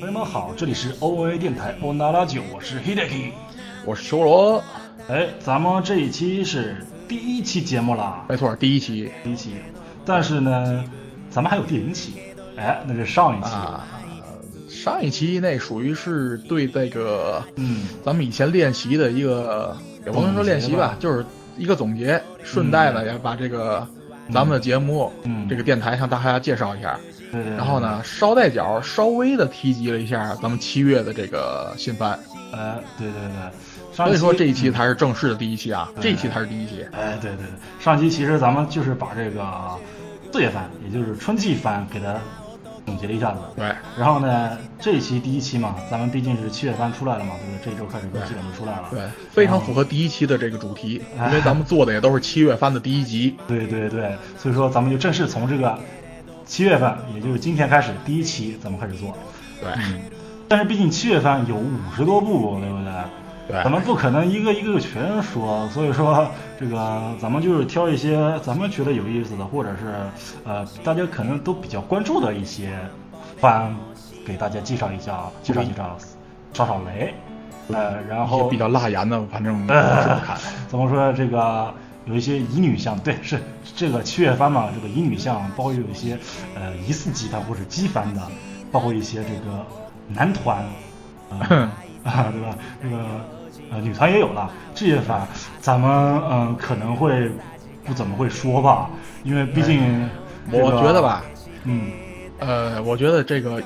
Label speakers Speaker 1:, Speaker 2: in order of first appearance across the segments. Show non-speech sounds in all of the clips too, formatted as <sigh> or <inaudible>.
Speaker 1: 朋友们好，这里是 OA 电台欧娜拉九，我是 Hideki。
Speaker 2: 我是修罗，
Speaker 1: 哎，咱们这一期是第一期节目啦，
Speaker 2: 没错，第一期
Speaker 1: 第一期，但是呢，咱们还有第零期，哎，那是上一期，
Speaker 2: 啊，上一期那属于是对这个
Speaker 1: 嗯，
Speaker 2: 咱们以前练习的一个，也不能说练习吧，就是一个总结，顺带的也把这个咱们的节目、
Speaker 1: 嗯
Speaker 2: 这个电台向大家介绍一下，
Speaker 1: 对对对
Speaker 2: 然后，呢，捎带脚稍微的提及了一下咱们七月的这个新番，
Speaker 1: 哎，对对对，上
Speaker 2: 所以说这一期
Speaker 1: 嗯
Speaker 2: 才是正式的第一期啊，
Speaker 1: 对
Speaker 2: 这一期才是第一期，
Speaker 1: 哎，对对对，上期其实咱们就是把这个四月番，也就是春季番给它总结了一下子。
Speaker 2: 对，
Speaker 1: 然后呢，这一期第一期嘛，咱们毕竟是七月番出来了嘛，对不对？这一周开始更基本就出来了。
Speaker 2: 对，非常符合第一期的这个主题，
Speaker 1: 哎
Speaker 2: 因为咱们做的也都是七月番的第一集，
Speaker 1: 对对对，所以说咱们就正式从这个七月份，也就是今天开始第一期，咱们开始做。嗯
Speaker 2: 对，
Speaker 1: 但是毕竟七月份有五十多部，对不对？
Speaker 2: 对
Speaker 1: 咱们不可能一个一个全说，所以说这个咱们就是挑一些咱们觉得有意思的，或者是呃大家可能都比较关注的一些番，给大家介绍一下，介绍介绍，扫扫雷。呃，然
Speaker 2: 嗯一
Speaker 1: 后
Speaker 2: 些比较辣眼的，反 <laughs> 正看。
Speaker 1: 怎么说这个有一些乙女向，对，是这个七月番嘛，这个乙女向，包括有一些呃疑似基番或者基番的，包括一些这个男团，呃 <laughs> 啊，对吧？这个呃女团也有了，这些番咱们嗯、呃可能会不怎么会说吧，因为
Speaker 2: 哎
Speaker 1: 毕竟、这个
Speaker 2: 我觉得，吧，
Speaker 1: 嗯，
Speaker 2: 呃，我觉得这个，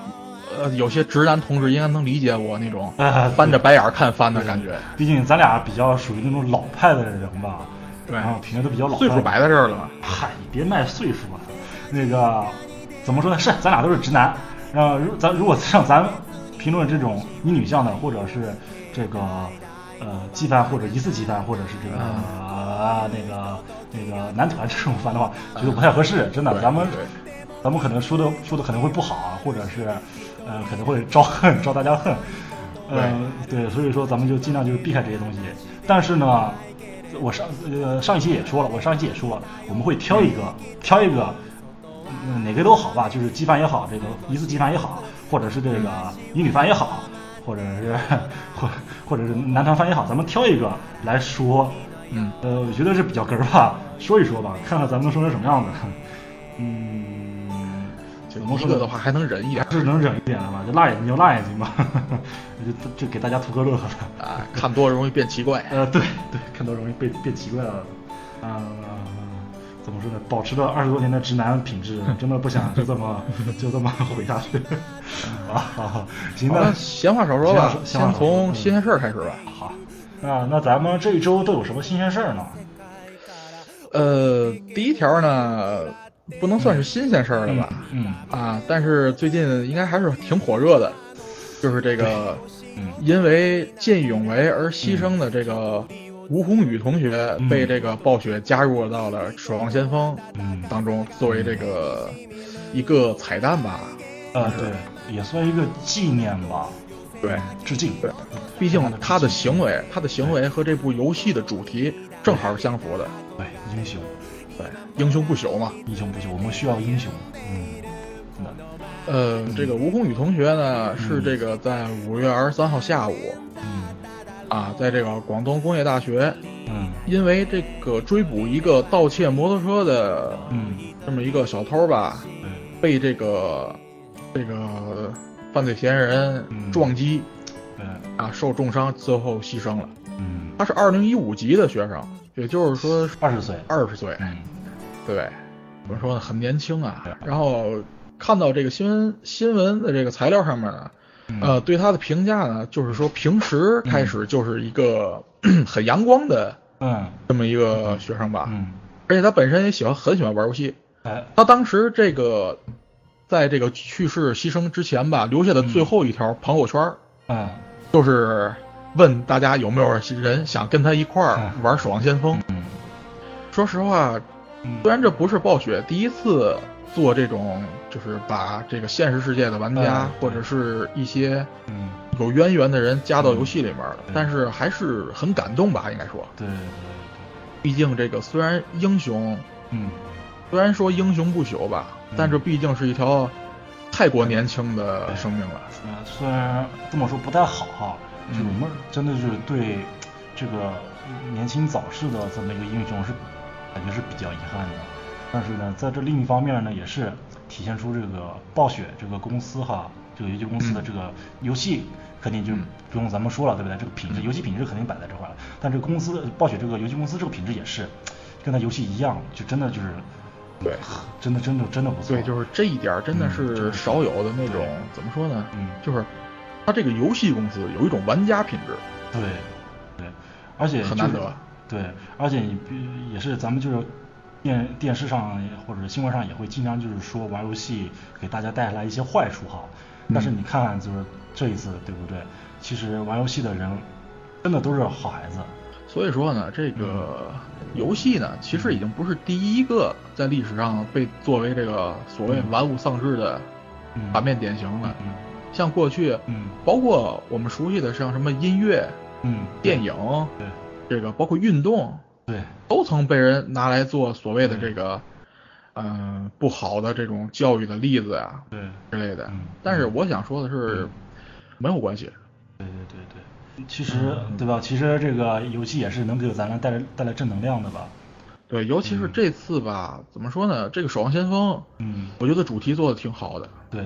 Speaker 2: 呃，有些直男同志应该能理解我那种
Speaker 1: 啊
Speaker 2: 翻着白眼儿看番的感觉，
Speaker 1: 毕竟咱俩比较属于那种老派的人吧，
Speaker 2: 对哦
Speaker 1: 然后平时都比较老派，
Speaker 2: 岁数摆在这儿了，
Speaker 1: 嗨，你别卖岁数啊，那个怎么说呢？是咱俩都是直男，然后如咱如果像咱评论这种以女向的，或者是这个呃基番或者疑似基番，或者是这个、啊那个那个男团这种番的话，觉得不太合适，真的，
Speaker 2: 对
Speaker 1: 咱们
Speaker 2: 对
Speaker 1: 咱们可能说的说的可能会不好啊，或者是呃可能会招恨，招大家恨。呃，对，所以说咱们就尽量就是避开这些东西。但是呢，我上呃上一期也说了，我上一期也说了，我们会挑一个，挑一个、嗯哪个都好吧，就是鸡饭也好，这个疑似鸡饭也好，或者是这个乙女饭也好，或者是 <laughs> 或或者是男团饭也好，咱们挑一个来说。
Speaker 2: 嗯，
Speaker 1: 呃，我觉得是比较哏儿吧，说一说吧，看看咱们能说成什么样子。嗯，
Speaker 2: 就
Speaker 1: 怎么
Speaker 2: 一
Speaker 1: 说
Speaker 2: 个
Speaker 1: 呢
Speaker 2: 的话还能忍一点
Speaker 1: 是能忍一点的吧，就辣眼睛就辣眼睛吧， <laughs> 就就给大家图个乐呵了。
Speaker 2: 啊，看多了容易变奇怪。
Speaker 1: 呃，对对，看到容易被变奇怪了。嗯、怎么说呢？保持了二十多年的直男品质，真的不想就这
Speaker 2: <laughs>
Speaker 1: 么就这么毁下去。啊，行，
Speaker 2: 好
Speaker 1: 那
Speaker 2: 了，闲话少说吧，
Speaker 1: 闲话
Speaker 2: 先
Speaker 1: 少说
Speaker 2: 从
Speaker 1: 嗯
Speaker 2: 新鲜事儿开始吧。
Speaker 1: 好，那那咱们这一周都有什么新鲜事儿呢？
Speaker 2: 呃，第一条呢，不能算是新鲜事儿了吧？
Speaker 1: 嗯
Speaker 2: 啊，但是最近应该还是挺火热的，就是这个
Speaker 1: 嗯
Speaker 2: 因为见义勇为而牺牲的这个吴宏宇同学
Speaker 1: 嗯
Speaker 2: 被这个暴雪加入到了《守望先锋
Speaker 1: 嗯》，
Speaker 2: 当中，作为这个一个彩蛋吧。
Speaker 1: 呃，对，也算一个纪念吧，
Speaker 2: 对，
Speaker 1: 致敬。
Speaker 2: 对毕竟他的行为，他的行为和这部游戏的主题正好是相符的。
Speaker 1: 对，英雄，
Speaker 2: 对，英雄不朽嘛。
Speaker 1: 英雄不朽，我们需要英雄。嗯，真的，
Speaker 2: 呃，这个吴宏宇同学呢，是这个在五月二十三号下午
Speaker 1: 嗯
Speaker 2: 啊，在这个广东工业大学
Speaker 1: 嗯
Speaker 2: 因为这个追捕一个盗窃摩托车的
Speaker 1: 嗯
Speaker 2: 这么一个小偷吧，
Speaker 1: 嗯
Speaker 2: 被这个这个犯罪嫌疑人
Speaker 1: 嗯
Speaker 2: 撞击
Speaker 1: 嗯
Speaker 2: 啊，受重伤，最后牺牲了。
Speaker 1: 嗯，
Speaker 2: 他是二零一五级的学生，也就是说
Speaker 1: 二十岁。
Speaker 2: 二十岁，
Speaker 1: 嗯
Speaker 2: 对，怎么说呢，很年轻啊
Speaker 1: 对。
Speaker 2: 然后看到这个新闻新闻的这个材料上面呢，
Speaker 1: 嗯
Speaker 2: 呃，对他的评价呢，就是说平时开始就是一个 <clears throat> 很阳光的
Speaker 1: 嗯
Speaker 2: 这么一个学生吧，
Speaker 1: 嗯，
Speaker 2: 而且他本身也喜欢很喜欢玩游戏。
Speaker 1: 哎
Speaker 2: 他当时这个在这个去世牺牲之前吧，留下的最后一条朋友圈儿，
Speaker 1: 嗯
Speaker 2: 就是问大家有没有人想跟他一块儿玩《守望先锋》。
Speaker 1: 哎嗯
Speaker 2: 说实话，
Speaker 1: 嗯，
Speaker 2: 虽然这不是暴雪第一次做这种，就是把这个现实世界的玩家、
Speaker 1: 嗯
Speaker 2: 或者是一些
Speaker 1: 嗯
Speaker 2: 有渊源的人加到游戏里面了，
Speaker 1: 嗯
Speaker 2: 但是还是很感动吧，应该说，
Speaker 1: 对对对，
Speaker 2: 毕竟这个虽然英雄
Speaker 1: 嗯
Speaker 2: 虽然说英雄不朽吧
Speaker 1: 嗯，
Speaker 2: 但这毕竟是一条太过年轻的生命了。
Speaker 1: 嗯，虽然这么说不太好哈，就是我们真的是对这个年轻早逝的这么一个英雄是感觉是比较遗憾的。但是呢，在这另一方面呢，也是体现出这个暴雪这个公司哈，这个游戏公司的这个游戏肯定就不用咱们说了，对不对？这个品质，游戏品质肯定摆在这块了。但这个公司暴雪这个游戏公司这个品质也是跟它游戏一样，就真的就是
Speaker 2: 对，
Speaker 1: 真的真的真的不错。
Speaker 2: 对，就是这一点儿真的
Speaker 1: 嗯真
Speaker 2: 是
Speaker 1: 的是
Speaker 2: 少有的那种，
Speaker 1: 对
Speaker 2: 怎么说呢？
Speaker 1: 嗯
Speaker 2: 就是它这个游戏公司有一种玩家品质，
Speaker 1: 对，对，而且、就是、
Speaker 2: 很难得
Speaker 1: 对，而且你必也是咱们就是电电视上或者新闻上也会经常就是说玩游戏给大家带来一些坏处哈，但是
Speaker 2: 嗯
Speaker 1: 你看就是这一次对不对？其实玩游戏的人真的都是好孩子，
Speaker 2: 所以说呢，这个
Speaker 1: 嗯
Speaker 2: 游戏呢，其实已经不是第一个在历史上被作为这个所谓玩物丧志的
Speaker 1: 嗯，
Speaker 2: 反面典型了。
Speaker 1: 嗯
Speaker 2: 像过去，
Speaker 1: 嗯
Speaker 2: 包括我们熟悉的像什么音乐、
Speaker 1: 嗯，
Speaker 2: 电影，
Speaker 1: 对嗯
Speaker 2: 这个包括运动，
Speaker 1: 对
Speaker 2: 都曾被人拿来做所谓的这个，嗯、不好的这种教育的例子啊
Speaker 1: 对
Speaker 2: 之类的
Speaker 1: 嗯。
Speaker 2: 但是我想说的是，没有关系。
Speaker 1: 对对对对，其实
Speaker 2: 嗯
Speaker 1: 对吧？其实这个游戏也是能给咱们带来带来正能量的吧？
Speaker 2: 对，尤其是
Speaker 1: 嗯
Speaker 2: 这次吧，怎么说呢？这个《守望先锋》，
Speaker 1: 嗯，
Speaker 2: 我觉得主题做的挺好的。
Speaker 1: 对，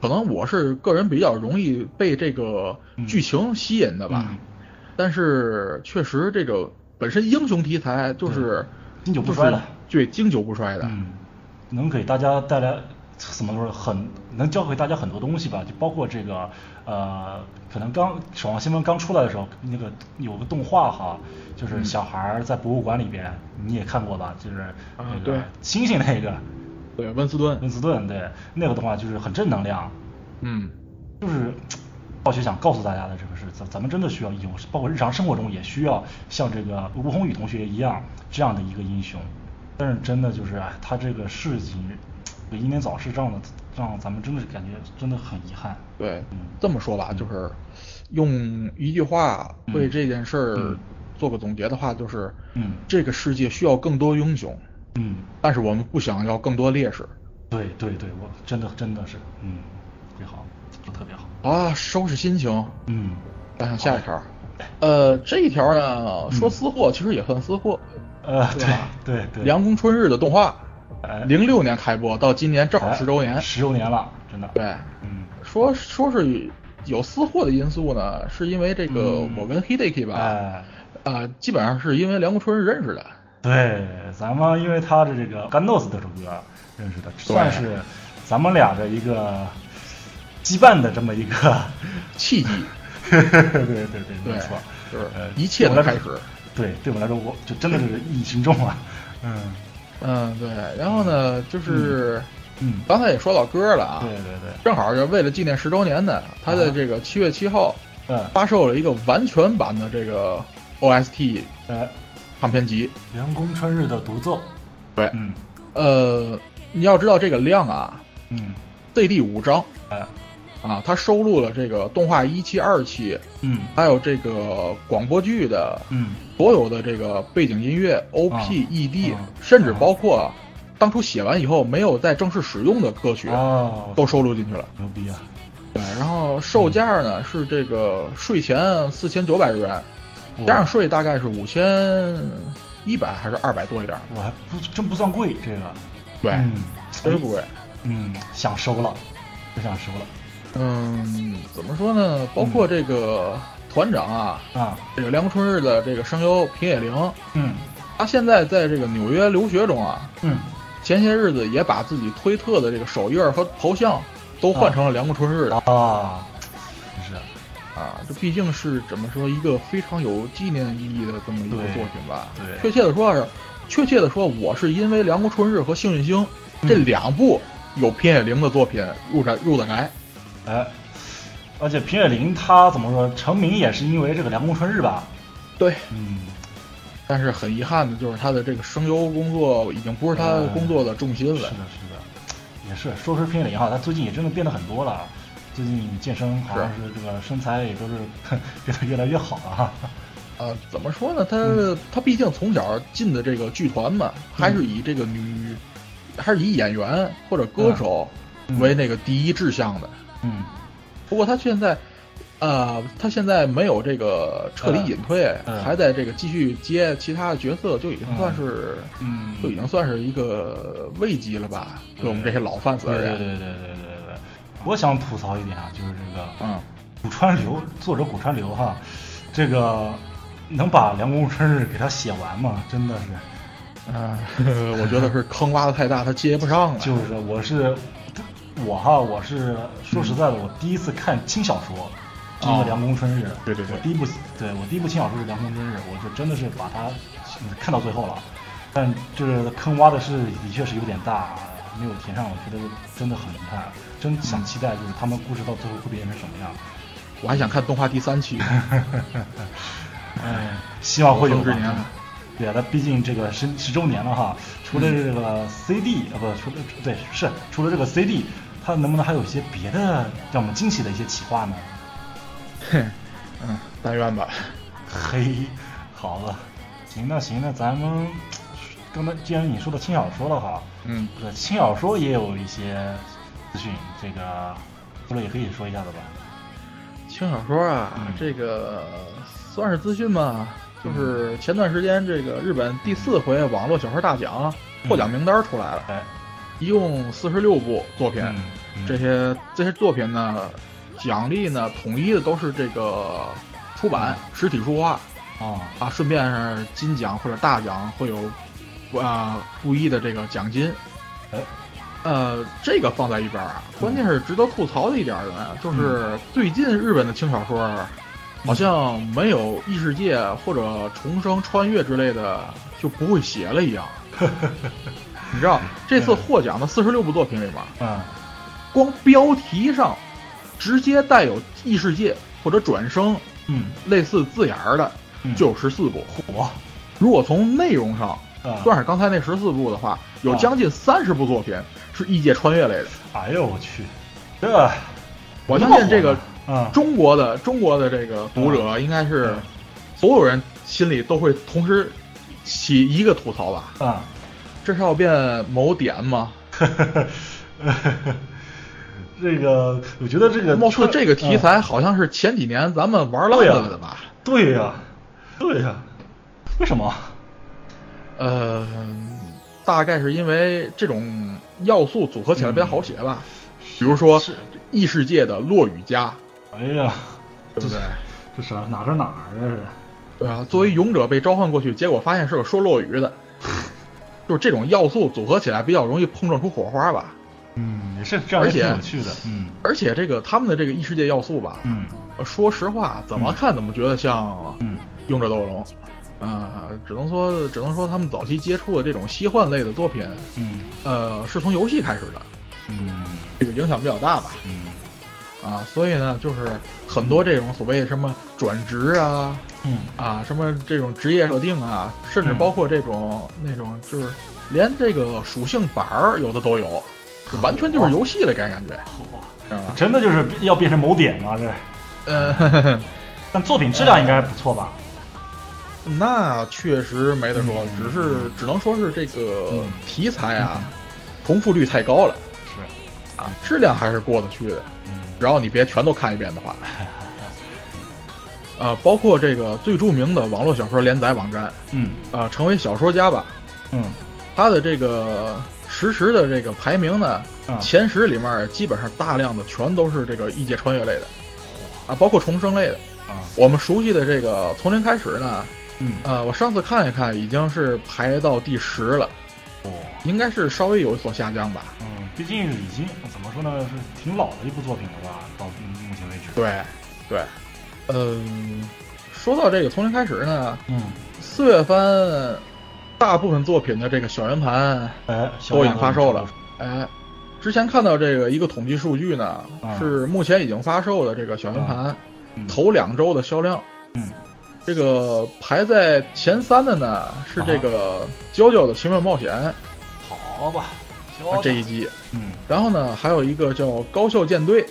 Speaker 2: 可能我是个人比较容易被这个
Speaker 1: 嗯
Speaker 2: 剧情吸引的吧，
Speaker 1: 嗯
Speaker 2: 但是确实这个本身英雄题材就是
Speaker 1: 经久不衰的
Speaker 2: 就是对，经久不衰的。
Speaker 1: 嗯，能给大家带来怎么说很能教会大家很多东西吧，就包括这个呃，可能刚《守望先锋》刚出来的时候，那个有个动画哈，
Speaker 2: 嗯
Speaker 1: 就是小孩儿在博物馆里边，你也看过吧？就是
Speaker 2: 啊
Speaker 1: 那个
Speaker 2: 对
Speaker 1: 猩猩那个 <laughs>
Speaker 2: 对，温斯顿，
Speaker 1: 温斯顿，对那个动画就是很正能量，
Speaker 2: 嗯，
Speaker 1: 就是暴雪想告诉大家的这个是，咱咱们真的需要有，包括日常生活中也需要像这个吴宏宇同学一样这样的一个英雄。但是真的就是，哎，他这个事情，这个英年早逝这样的，让咱们真的是感觉真的很遗憾。
Speaker 2: 对
Speaker 1: 嗯，
Speaker 2: 这么说吧，就是用一句话为这件事儿
Speaker 1: 嗯
Speaker 2: 做个总结的话，就是，
Speaker 1: 嗯
Speaker 2: 这个世界需要更多英雄，
Speaker 1: 嗯，
Speaker 2: 但是我们不想要更多烈士。
Speaker 1: 对对对，我真的真的是，嗯，特别好，说得特别好。
Speaker 2: 好啊，收拾心情，
Speaker 1: 嗯
Speaker 2: 带上下一条。呃，这一条呢，说私货，其实也算私货。
Speaker 1: 嗯呃
Speaker 2: 对吧
Speaker 1: 对对对
Speaker 2: 凉宫春日的动画
Speaker 1: 哎，
Speaker 2: 零六年开播，到今年正好
Speaker 1: 哎
Speaker 2: 十周年。
Speaker 1: 十周年了，真的。
Speaker 2: 对，
Speaker 1: 嗯，
Speaker 2: 说说是有私货的因素呢，是因为这个
Speaker 1: 嗯
Speaker 2: 我跟 Hideki 吧，
Speaker 1: 哎。
Speaker 2: 啊，基本上是因为凉宫春日认识的。
Speaker 1: 对，咱们因为他的这个《干 n o s 这首歌认识的，算是咱们俩的一个羁绊的这么一
Speaker 2: <laughs>
Speaker 1: 个，<laughs>
Speaker 2: 契机，
Speaker 1: 对对对对，没
Speaker 2: 对
Speaker 1: 错，
Speaker 2: 就是
Speaker 1: 呃
Speaker 2: 一切
Speaker 1: 对我来
Speaker 2: 的开
Speaker 1: 说
Speaker 2: 始。
Speaker 1: 对，对我来说，我就真的是意义深重啊。嗯
Speaker 2: 嗯，对。然后呢，就是
Speaker 1: 嗯，
Speaker 2: 刚才也说到歌了啊，
Speaker 1: 对对对，
Speaker 2: 正好就为了纪念十周年呢，他在这个七月七号
Speaker 1: 嗯
Speaker 2: 发售了一个完全版的这个 OST
Speaker 1: 呃，
Speaker 2: 唱片集。
Speaker 1: 凉宫春日的独奏，
Speaker 2: 对，
Speaker 1: 嗯
Speaker 2: 呃，你要知道这个量啊
Speaker 1: 嗯
Speaker 2: ，CD 五张
Speaker 1: 哎
Speaker 2: 啊，它收录了这个动画一期、二期，
Speaker 1: 嗯
Speaker 2: 还有这个广播剧的
Speaker 1: 嗯
Speaker 2: 所有的这个背景音乐、OP、ED，
Speaker 1: 啊
Speaker 2: 甚至包括当初写完以后没有再正式使用的歌曲，
Speaker 1: 哦，
Speaker 2: 都收录进去了。
Speaker 1: 牛逼啊，
Speaker 2: 对，然后
Speaker 1: 嗯
Speaker 2: 售价呢是这个税前四千九百日元，
Speaker 1: 我
Speaker 2: 加上税大概是五千一百还是二百多一点儿。
Speaker 1: 我还不真不算贵这个，
Speaker 2: 对，
Speaker 1: 嗯
Speaker 2: 确实不贵。
Speaker 1: 嗯，想收了，不想收了
Speaker 2: 嗯，怎么说呢？包括
Speaker 1: 嗯
Speaker 2: 这个团长啊，
Speaker 1: 啊，
Speaker 2: 这个梁春日的这个声优平野绫，
Speaker 1: 嗯
Speaker 2: 他现在在这个纽约留学中啊，
Speaker 1: 嗯。
Speaker 2: 前些日子也把自己推特的这个首页和头像都换成了梁春日的
Speaker 1: 啊，真是，
Speaker 2: 啊，这毕竟是怎么说一个非常有纪念意义的这么一个
Speaker 1: 对
Speaker 2: 作品吧。
Speaker 1: 对
Speaker 2: 确切的说是，确切的说，我是因为《凉宫春日》和《幸运星》
Speaker 1: 嗯
Speaker 2: 这两部有偏野绫的作品入宅入的宅。
Speaker 1: 哎，而且平野绫他怎么说成名也是因为这个《凉宫春日》吧？
Speaker 2: 对，
Speaker 1: 嗯，
Speaker 2: 但是很遗憾的就是他的这个声优工作已经不是他工作的重心
Speaker 1: 啊是
Speaker 2: 了
Speaker 1: 的，。是的，也是。说是平野绫哈，他最近也真的变得很多了，最近健身好像是这个身材也都是 <laughs> 变得越来越好了哈。
Speaker 2: 啊，怎么说呢？他、
Speaker 1: 嗯
Speaker 2: 他毕竟从小进的这个剧团嘛，还是以这个女，还是以演员或者歌手为那个第一志向的。
Speaker 1: 嗯，
Speaker 2: 不过他现在，呃，他现在没有这个彻底隐退，
Speaker 1: 嗯嗯
Speaker 2: 还在这个继续接其他的角色，就已经
Speaker 1: 嗯
Speaker 2: 算是，
Speaker 1: 嗯
Speaker 2: 就已经算是一个慰藉了吧？对我们这些老贩子
Speaker 1: 嗯对
Speaker 2: 而
Speaker 1: 对对
Speaker 2: 言，
Speaker 1: 对对对对。我想吐槽一点啊，就是这个 <laughs>
Speaker 2: 嗯，
Speaker 1: 古川流作者古川流哈，这个能把《凉宫春日》给他写完吗？真的是，
Speaker 2: 啊、我觉得是坑挖的太大，他接不上了。
Speaker 1: 就是我是我哈，我是说实在的，我第一次看轻小说，就是《
Speaker 2: 哦
Speaker 1: 凉宫春日》
Speaker 2: 对对对
Speaker 1: 我第一部对我第一部轻小说是《凉宫春日》，我就真的是把它嗯看到最后了，但就是坑挖的是的确是有点大，没有填上，我觉得真的很遗憾，真想期待就是他们故事到最后会变成什么样。
Speaker 2: 我还想看动画第三期
Speaker 1: <laughs>
Speaker 2: 呢，
Speaker 1: 嗯，希望会有
Speaker 2: 有生之
Speaker 1: 吧
Speaker 2: 年了。
Speaker 1: 对啊，那毕竟这个十十周年了哈，除了这个 CD 啊、不，除了对是除了这个 CD，它能不能还有一些别的让我们惊喜的一些企划呢？
Speaker 2: <laughs> 嗯，但愿吧。
Speaker 1: 嘿，好了，行那行那咱们刚才既然你说到轻小说了哈，
Speaker 2: 嗯
Speaker 1: 这个轻小说也有一些资讯，这个不乐也可以说一下子吧？
Speaker 2: 轻小说啊，
Speaker 1: 嗯
Speaker 2: 这个算是资讯嘛，就是前段时间这个日本第四回网络小说大奖
Speaker 1: 嗯
Speaker 2: 获奖名单出来了，
Speaker 1: 哎，
Speaker 2: 一共四十六部作品，
Speaker 1: 嗯，嗯
Speaker 2: 这些这些作品呢，奖励呢统一的都是这个出版实体书画
Speaker 1: 啊，
Speaker 2: 啊，顺便是金奖或者大奖会有啊、不一的这个奖金。
Speaker 1: 哎，嗯
Speaker 2: 呃，这个放在一边儿啊，关键是值得吐槽的一点儿呢，就是最近日本的轻小说儿
Speaker 1: 嗯
Speaker 2: 好像没有异世界或者重生、穿越之类的就不会写了一
Speaker 1: <laughs>
Speaker 2: 样。你知道这次获奖的四十六部作品里面，
Speaker 1: 嗯，
Speaker 2: 光标题上直接带有异世界或者转生
Speaker 1: 嗯，
Speaker 2: 类似字眼儿的
Speaker 1: 嗯
Speaker 2: 就有十四部。
Speaker 1: 我，
Speaker 2: 如果从内容上
Speaker 1: 嗯
Speaker 2: 算上刚才那十四部的话，有将近三十部作品是异界穿越类的。
Speaker 1: 哎呦我去，这
Speaker 2: 我相信这个
Speaker 1: 嗯
Speaker 2: 中国的中国的这个读者应该是
Speaker 1: 嗯
Speaker 2: 所有人心里都会同时起一个吐槽吧，
Speaker 1: 啊， <laughs>
Speaker 2: 这是要变某点吗？
Speaker 1: 这个我觉得这个
Speaker 2: 貌似这个题
Speaker 1: 嗯
Speaker 2: 材好像是前几年咱们玩烂了的吧？
Speaker 1: 对呀、对呀、为什么？
Speaker 2: 呃，大概是因为这种要素组合起来比较好写吧，比如说异世界的落雨家，
Speaker 1: 哎呀，
Speaker 2: 对不对？
Speaker 1: 这啥哪跟哪儿啊这是？
Speaker 2: 对啊，作为勇者被召唤过去，结果发现是个说落雨的，就是这种要素组合起来比较容易碰撞出火花吧。
Speaker 1: 嗯，也是这样，
Speaker 2: 而且
Speaker 1: 挺有趣的。嗯
Speaker 2: 而且这个他们的这个异世界要素吧，
Speaker 1: 嗯
Speaker 2: 呃说实话，怎么看怎么觉得像《
Speaker 1: 嗯
Speaker 2: 勇者斗龙》啊、只能说只能说他们早期接触的这种西幻类的作品，
Speaker 1: 嗯
Speaker 2: 呃，是从游戏开始的，
Speaker 1: 嗯
Speaker 2: 这个影响比较大吧。
Speaker 1: 嗯
Speaker 2: 啊，所以呢，就是很多这种所谓什么转职啊
Speaker 1: 嗯，
Speaker 2: 啊，什么这种职业设定啊，甚至
Speaker 1: 嗯
Speaker 2: 包括这种、那种就是连这个属性板儿有的都有，就完全就是游戏的感感觉，知道吧？
Speaker 1: 真的就是要变成某点吗？这，
Speaker 2: 呃，呵呵
Speaker 1: 但作品质量应该还不错吧？
Speaker 2: 那确实没得说
Speaker 1: 嗯，
Speaker 2: 只是只能说是这个
Speaker 1: 嗯
Speaker 2: 题材啊，重复率太高了
Speaker 1: 是，
Speaker 2: 啊，质量还是过得去的。
Speaker 1: 嗯
Speaker 2: 然后你别全都看一遍
Speaker 1: <laughs>
Speaker 2: 的话，呃，包括这个最著名的网络小说连载网站，
Speaker 1: 嗯
Speaker 2: 呃，成为小说家吧，
Speaker 1: 嗯
Speaker 2: 它的这个实时的这个排名呢，
Speaker 1: 啊
Speaker 2: 前十里面基本上大量的全都是这个异界穿越类的，啊，包括重生类的。
Speaker 1: 啊
Speaker 2: 我们熟悉的这个从零开始呢，
Speaker 1: 嗯
Speaker 2: 呃，我上次看一看，已经是排到第十了，
Speaker 1: 哦。
Speaker 2: 应该是稍微有所下降吧。
Speaker 1: 嗯，毕竟已经怎么说呢，是挺老的一部作品了吧？到目前为止。，
Speaker 2: 对，对，嗯、说到这个从零开始呢，
Speaker 1: 嗯，
Speaker 2: 四月番大部分作品的这个小圆盘
Speaker 1: 哎，小
Speaker 2: 都已
Speaker 1: 雅哥
Speaker 2: 经发
Speaker 1: 你
Speaker 2: 售
Speaker 1: 说
Speaker 2: 了
Speaker 1: 说。
Speaker 2: 哎，之前看到这个一个统计数据呢，
Speaker 1: 嗯
Speaker 2: 是目前已经发售的这个小圆盘、
Speaker 1: 嗯
Speaker 2: 头两周的销量。
Speaker 1: 嗯，
Speaker 2: 这个排在前三的呢是这个《JoJo 的奇妙冒险》啊
Speaker 1: 好吧，
Speaker 2: 嗯这一集，
Speaker 1: 嗯，
Speaker 2: 然后呢还有一个叫《高校舰队》。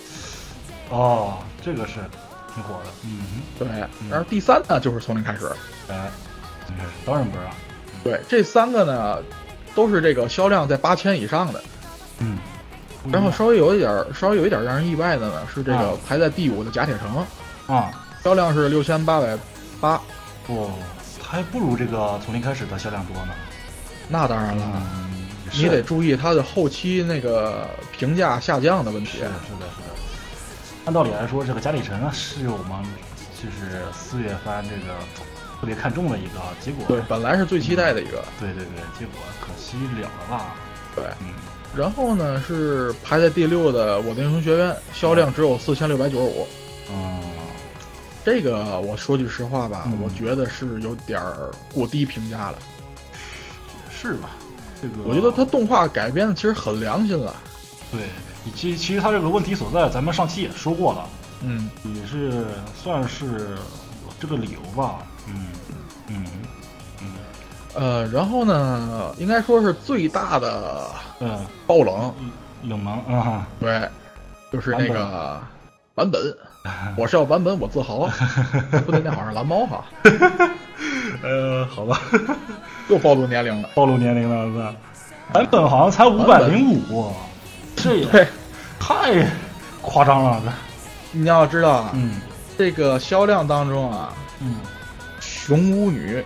Speaker 1: 哦，这个是挺火的。嗯
Speaker 2: 对，然后第三呢就是从零开始。
Speaker 1: 哼，哎，应该是啊当然不知道。
Speaker 2: 嗯对，这三个呢都是这个销量在八千以上的。
Speaker 1: 嗯，不一
Speaker 2: 然后
Speaker 1: 样
Speaker 2: 稍微有一点儿，稍微有一点儿让人意外的呢，是这个
Speaker 1: 啊
Speaker 2: 排在第五的甲铁城，
Speaker 1: 啊、
Speaker 2: 销量是六千八百八。
Speaker 1: 不，它还不如这个从零开始的销量多呢。
Speaker 2: 那当然了，
Speaker 1: 嗯，也是
Speaker 2: 你得注意它的后期那个评价下降的问
Speaker 1: 是
Speaker 2: 题
Speaker 1: 的，。是的，是的。按道理来说，这个贾里晨啊，是我们就是四月番这个特别看重的一个结果。
Speaker 2: 对，本来是最期待的一个。
Speaker 1: 对对对，结果可惜了了吧。
Speaker 2: 对，
Speaker 1: 嗯，
Speaker 2: 然后呢是排在第六的《我的英雄学院》，销量只有四千六百九十五。
Speaker 1: 嗯，
Speaker 2: 这个我说句实话吧，
Speaker 1: 嗯
Speaker 2: 我觉得是有点儿过低评价了。
Speaker 1: 是吧？这个
Speaker 2: 我觉得它动画改编的其实很良心了。
Speaker 1: 对，其其实他这个问题所在，咱们上期也说过了，
Speaker 2: 嗯，
Speaker 1: 也是算是这个理由吧。嗯嗯嗯
Speaker 2: 呃，然后呢，应该说是最大的
Speaker 1: 嗯，
Speaker 2: 爆冷，
Speaker 1: 冷门啊。
Speaker 2: <laughs> 对，就是那个版本，我是要版本，我自 <laughs> 豪，不对，那好像是蓝猫哈，
Speaker 1: 呃，好吧，
Speaker 2: 又暴露年龄了。
Speaker 1: 暴露年龄了，是吧？版本好像才五百
Speaker 2: 版
Speaker 1: 零五，这也
Speaker 2: 对，
Speaker 1: 太夸张了，这。
Speaker 2: 你要知道啊，
Speaker 1: 嗯
Speaker 2: 这个销量当中啊，
Speaker 1: 嗯，
Speaker 2: 熊巫女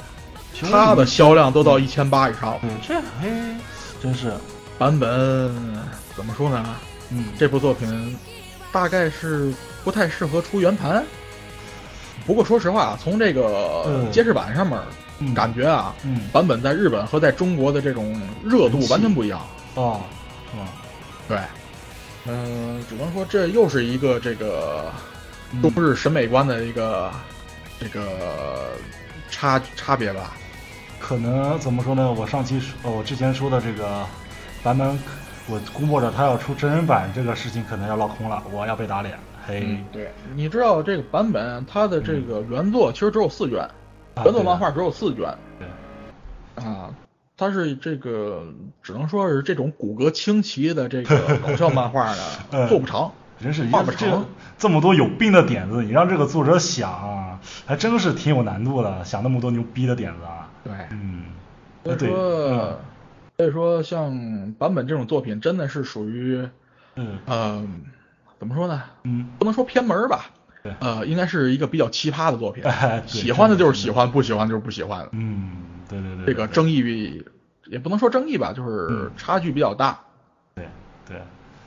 Speaker 1: 熊出
Speaker 2: 她的
Speaker 1: 没
Speaker 2: 销量都到一千八以上，
Speaker 1: 对这哎，真是
Speaker 2: 版本怎么说呢？
Speaker 1: 嗯，
Speaker 2: 这部作品大概是不太适合出圆盘。不过说实话啊，从这个
Speaker 1: 嗯
Speaker 2: 揭示板上面
Speaker 1: 嗯
Speaker 2: 感觉啊，
Speaker 1: 嗯
Speaker 2: 版本在日本和在中国的这种热度完全不一样。
Speaker 1: 哦是吗？
Speaker 2: 对，嗯、只能说这又是一个这个
Speaker 1: 嗯
Speaker 2: 中日审美观的一个这个差差别吧。
Speaker 1: 可能怎么说呢？我上期说，哦我之前说的这个版本，我估摸着他要出真人版这个事情，可能要落空了，我要被打脸。嘿，
Speaker 2: 嗯对，你知道这个版本它的这个原作其实只有四卷，
Speaker 1: 嗯啊
Speaker 2: 原作漫画只有四卷
Speaker 1: 对的
Speaker 2: 啊。它是这个，只能说是这种骨骼清奇的这个搞笑漫画呢，
Speaker 1: <laughs> 嗯
Speaker 2: 做不长。
Speaker 1: 真是
Speaker 2: 画不
Speaker 1: 这
Speaker 2: 成
Speaker 1: 这么多有病的点子，你让这个作者想啊，还真是挺有难度的，想那么多牛逼的点子啊。
Speaker 2: 对，
Speaker 1: 嗯，
Speaker 2: 所以
Speaker 1: 对，
Speaker 2: 说
Speaker 1: 嗯，
Speaker 2: 所以说像版本这种作品，真的是属于，
Speaker 1: 嗯
Speaker 2: 呃，怎么说呢？
Speaker 1: 嗯，
Speaker 2: 不能说偏门儿吧
Speaker 1: 对，
Speaker 2: 呃，应该是一个比较奇葩的作品
Speaker 1: 哎， <laughs> 对
Speaker 2: 喜欢的就是喜欢，不喜欢的就是不喜欢。
Speaker 1: 嗯，对对对，
Speaker 2: 这个争议比也不能说争议吧，就是
Speaker 1: 嗯
Speaker 2: 差距比较大。
Speaker 1: 对对，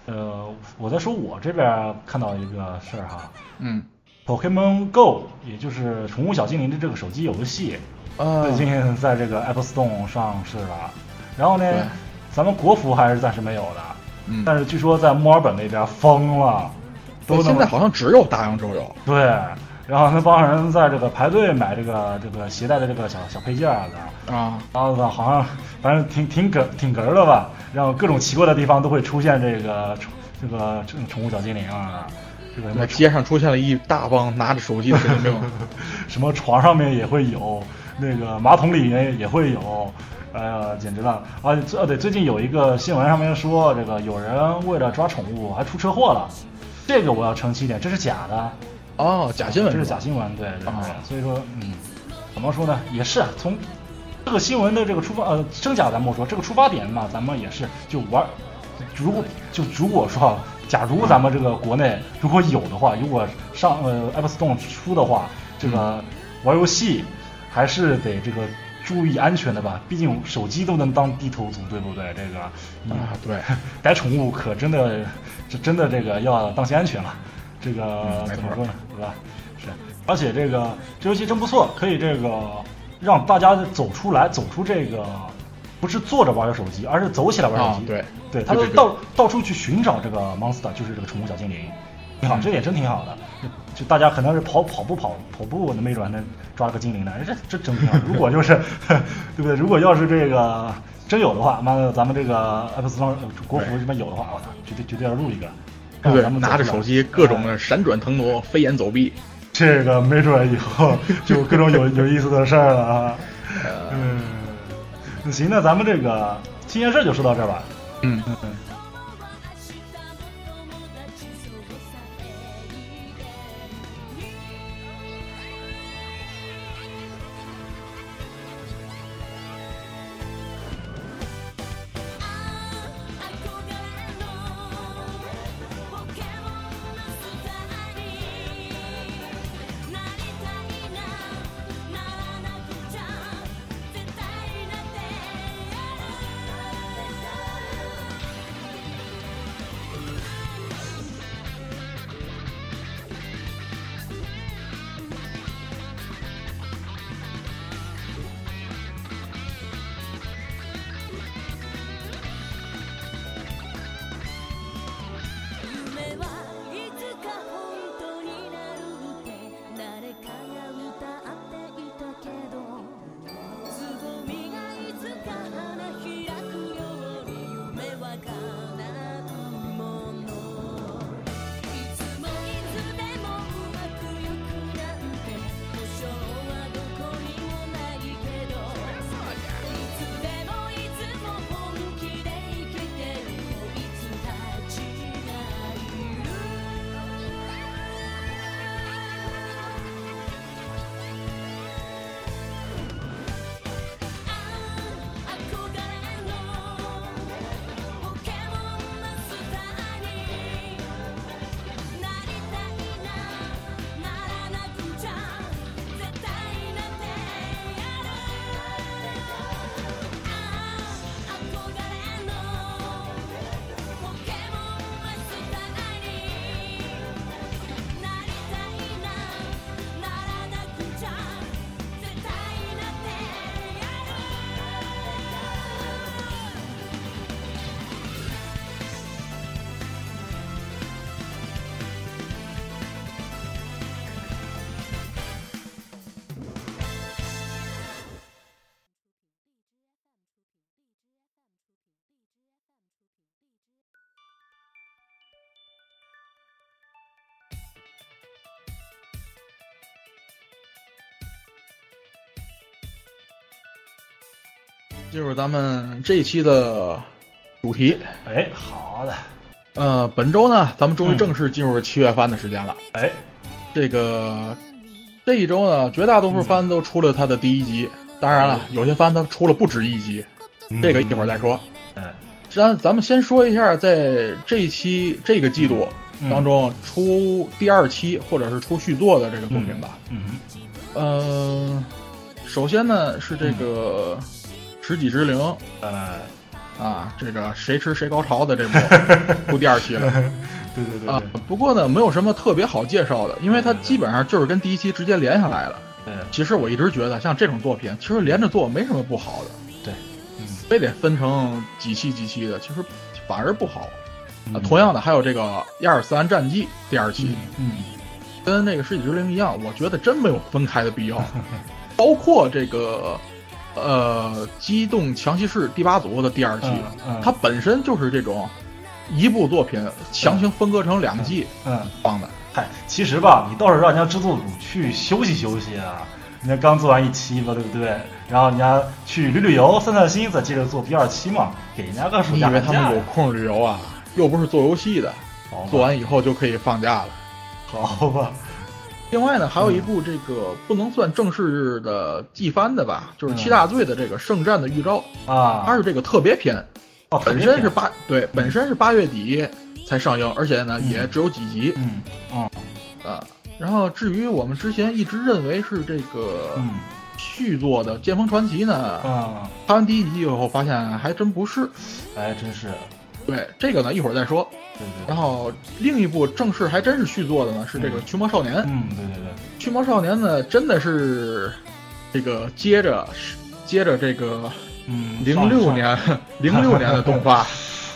Speaker 1: 呃，我在说我这边看到一个事儿哈
Speaker 2: 嗯，
Speaker 1: ，Pokemon Go，也就是《宠物小精灵》的这个手机游戏，
Speaker 2: 啊
Speaker 1: 最，近在这个 App Store 上市了。然后
Speaker 2: 对
Speaker 1: 呢，咱们国服还是暂时没有的，
Speaker 2: 嗯哎
Speaker 1: 但是据说在墨尔本那边疯了，都能
Speaker 2: 我现在好像只有大洋洲有。
Speaker 1: 对，然后那帮人在这个排队买这个这个携带的这个小小配件儿的，
Speaker 2: 啊，
Speaker 1: 然后呢，好像反正挺挺梗挺哏儿的吧，然后各种奇怪的地方都会出现这个宠这个这个宠物小精灵啊，这个什
Speaker 2: 那
Speaker 1: 么
Speaker 2: 街上出现了一大帮拿着手机的神经
Speaker 1: <laughs>
Speaker 2: 病。
Speaker 1: 什么床上面也会有，那个马桶里面也会有，哎呀，简直了！啊，最呃对，最近有一个新闻上面说，这个有人为了抓宠物还出车祸了，这个我要澄清一点，这是假的，
Speaker 2: 哦，假新闻
Speaker 1: 这
Speaker 2: 吧，
Speaker 1: 是假新闻，对对对，
Speaker 2: 啊
Speaker 1: 所以说，嗯，怎么说呢，也是啊从这个新闻的这个出发，呃，真假咱莫说，这个出发点嘛，咱们也是就玩儿，如果就如果说啊，假如咱们这个国内如果有的话，如果上呃 App Store 出的话，这个玩游戏还是得这个。注意安全的吧，毕竟手机都能当地头族，对不对？这个嗯你
Speaker 2: 啊，
Speaker 1: <laughs>
Speaker 2: 对，
Speaker 1: 逮宠物可真的，这真的这个要当心安全了。这个
Speaker 2: 嗯没错
Speaker 1: 怎么说呢，对吧？是，而且这个这游戏真不错，可以这个让大家走出来，走出这个不是坐着玩手机，而是走起来玩手
Speaker 2: 啊
Speaker 1: 机。，
Speaker 2: 对，
Speaker 1: 对，他
Speaker 2: 对
Speaker 1: 们
Speaker 2: 对
Speaker 1: 到到处去寻找这个 monster，就是这个宠物小精灵，挺好，
Speaker 2: 嗯
Speaker 1: 这点真挺好的。就就大家可能是跑跑步跑跑步，那没准还能抓个精灵呢，这这真挺好。如果就是 <laughs> 对不对？如果要是这个真有的话，妈的，咱们这个 App Store 呃国服
Speaker 2: 对
Speaker 1: 这边有的话，我操，绝对绝对要录一个。
Speaker 2: 对
Speaker 1: 咱们走
Speaker 2: 拿着
Speaker 1: 出来
Speaker 2: 手机各种
Speaker 1: 哎
Speaker 2: 的闪转腾挪、飞檐走壁。
Speaker 1: 这个没准儿以
Speaker 2: <laughs>
Speaker 1: 后就各种有有意思的事儿了啊。
Speaker 2: 呃
Speaker 1: 嗯，那行，那咱们这个新鲜事儿就说到这儿吧。
Speaker 2: 嗯，
Speaker 1: 嗯，
Speaker 3: 「憧れの
Speaker 2: 就是咱们这一期的主题。
Speaker 1: 哎，好的，
Speaker 2: 呃，本周呢，咱们终于
Speaker 1: 嗯
Speaker 2: 正式进入七月番的时间了。
Speaker 1: 哎，
Speaker 2: 这个这一周呢，绝大
Speaker 1: 嗯
Speaker 2: 多数番都出了它的第一集。当然了，有些番它出了不止一集，这个一会儿再说。
Speaker 1: 嗯，
Speaker 2: 咱咱们先说一下，在这一期这个季度
Speaker 1: 嗯
Speaker 2: 当，中出第二期或者是出续作的这个作品吧。
Speaker 1: 嗯嗯
Speaker 2: 嗯、首先呢是这个《十几之灵》
Speaker 1: 哼，呃，
Speaker 2: 啊，这个谁吃谁高潮的这
Speaker 1: <laughs>
Speaker 2: 部出第二期了
Speaker 1: 对对对
Speaker 2: 啊
Speaker 1: 对，。
Speaker 2: 不过呢，没有什么特别好介绍的，因为它基本上就是跟第一期直接连下来了。
Speaker 1: 嗯
Speaker 2: 其实我一直觉得，像这种作品，其实连着做没什么不好的，
Speaker 1: 嗯
Speaker 2: 非得分成几期几期的，其实反而不好。啊
Speaker 1: 嗯，
Speaker 2: 同样的，还有这个《亚尔斯兰战记》第二期，
Speaker 1: 嗯嗯，
Speaker 2: 跟那个《世纪之灵》一样，我觉得真没有分开的必
Speaker 1: <laughs>
Speaker 2: 要。包括这个，呃，《机动强袭士》第八组的第二季，
Speaker 1: 嗯嗯
Speaker 2: 它本身就是这种一部作品强行分割成两季
Speaker 1: 嗯，
Speaker 2: 放的。
Speaker 1: 嗨，其实吧，你倒是让人家制作组去休息休息啊，人家刚做完一期吧，对不对？然后人家去旅旅游、散散心，再接着做第二期嘛，给人家个暑
Speaker 2: 你以
Speaker 1: 假
Speaker 2: 为
Speaker 1: 寒
Speaker 2: 他
Speaker 1: 假
Speaker 2: 们有空旅游啊？又不是做游戏的，
Speaker 1: 好吧
Speaker 2: 做完以后就可以放假了。
Speaker 1: 好吧，
Speaker 2: 另外呢，还有一部这个不能算正式的季番的吧，就是
Speaker 1: 嗯
Speaker 2: 七大罪的这个《圣战的预兆》， <laughs>
Speaker 1: 啊，
Speaker 2: 它是这个特别篇，
Speaker 1: 哦
Speaker 2: 本身是，八对，本身是八月底才上映，而且呢
Speaker 1: 嗯
Speaker 2: 也只有几集
Speaker 1: 嗯嗯
Speaker 2: 啊。然后至于我们之前一直认为是这个
Speaker 1: 嗯
Speaker 2: 续作的《剑锋传奇》呢，
Speaker 1: 嗯，
Speaker 2: 拍完第一集以后发现还真不是。
Speaker 1: 哎，真是，
Speaker 2: 对这个呢，一会儿再说。
Speaker 1: 对对对，
Speaker 2: 然后另一部正式还真是续作的呢，是这个《
Speaker 1: 嗯
Speaker 2: 驱魔少年》。
Speaker 1: 嗯，对对对，
Speaker 2: 《驱魔少年》呢，真的是这个接着接着这个
Speaker 1: 嗯，
Speaker 2: 零六年 <laughs> 啊零六年的动 <laughs> 画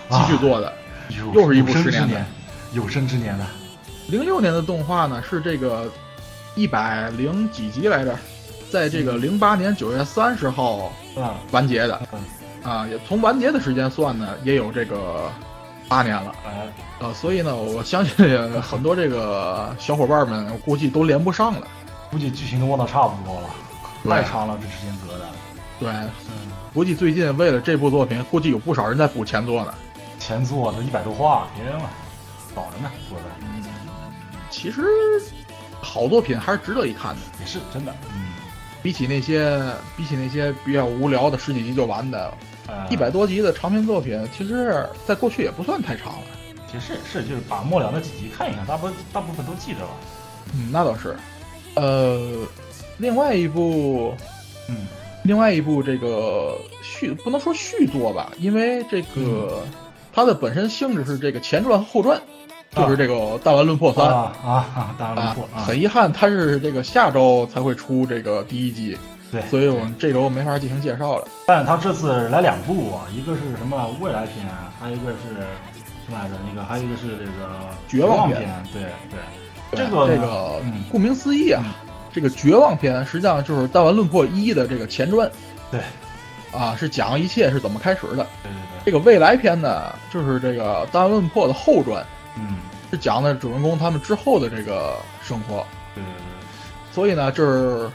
Speaker 2: 继续做的。
Speaker 1: 有
Speaker 2: 又是一部
Speaker 1: 有生
Speaker 2: 十
Speaker 1: 之
Speaker 2: 年的
Speaker 1: 年，有生之年的，
Speaker 2: 零六年的动画呢是这个一百零几集来着，在这个零八年九月三十号
Speaker 1: 嗯
Speaker 2: 完结的
Speaker 1: 嗯，
Speaker 2: 啊，也从完结的时间算呢，也有这个八年了，
Speaker 1: 哎，
Speaker 2: 呃，所以呢，我相信很多这个小伙伴们估计都连不上了。
Speaker 1: 估计剧情都忘得差不多了，
Speaker 2: 对
Speaker 1: 太长了，这时间隔的，
Speaker 2: 对，
Speaker 1: 嗯，
Speaker 2: 估计最近为了这部作品，估计有不少人在补前作呢。
Speaker 1: 前作都一百多话，天呐，早着呢，说的
Speaker 2: 其实，好作品还是值得一看的。
Speaker 1: 也是真的，嗯，
Speaker 2: 比起那些比起那些比较无聊的十几集就完的，
Speaker 1: 呃，
Speaker 2: 一百多集的长篇作品，其实在过去也不算太长了。
Speaker 1: 其实也是就是把末了那几集看一看，大部大部分都记着了，
Speaker 2: 嗯，那倒是。呃，另外一部，
Speaker 1: 嗯
Speaker 2: 另外一部这个续不能说续作吧，因为这个、它的本身性质是这个前传和后传，就是这个《弹丸论破三》
Speaker 1: 啊啊啊，当然
Speaker 2: 啊
Speaker 1: 不错啊，
Speaker 2: 很遗憾，它是这个下周才会出这个第一集，
Speaker 1: 对，
Speaker 2: 所以我们这周没法进行介绍了。
Speaker 1: 但是他这次来两部啊，一个是什么未来篇，还有一个是什么来着？那个还有一个是这个
Speaker 2: 绝望篇
Speaker 1: 篇。对对，
Speaker 2: 对
Speaker 1: 这个呢
Speaker 2: 这个
Speaker 1: 嗯，
Speaker 2: 顾名思义啊，这个绝望篇实际上就是《弹丸论破一》的这个前传
Speaker 1: 对
Speaker 2: 啊，是讲一切是怎么开始的。
Speaker 1: 对对对，
Speaker 2: 这个未来篇呢，就是这个《弹丸论破》的后传，
Speaker 1: 嗯，
Speaker 2: 是讲的主人公他们之后的这个生活。
Speaker 1: 对对对，
Speaker 2: 所以呢，就是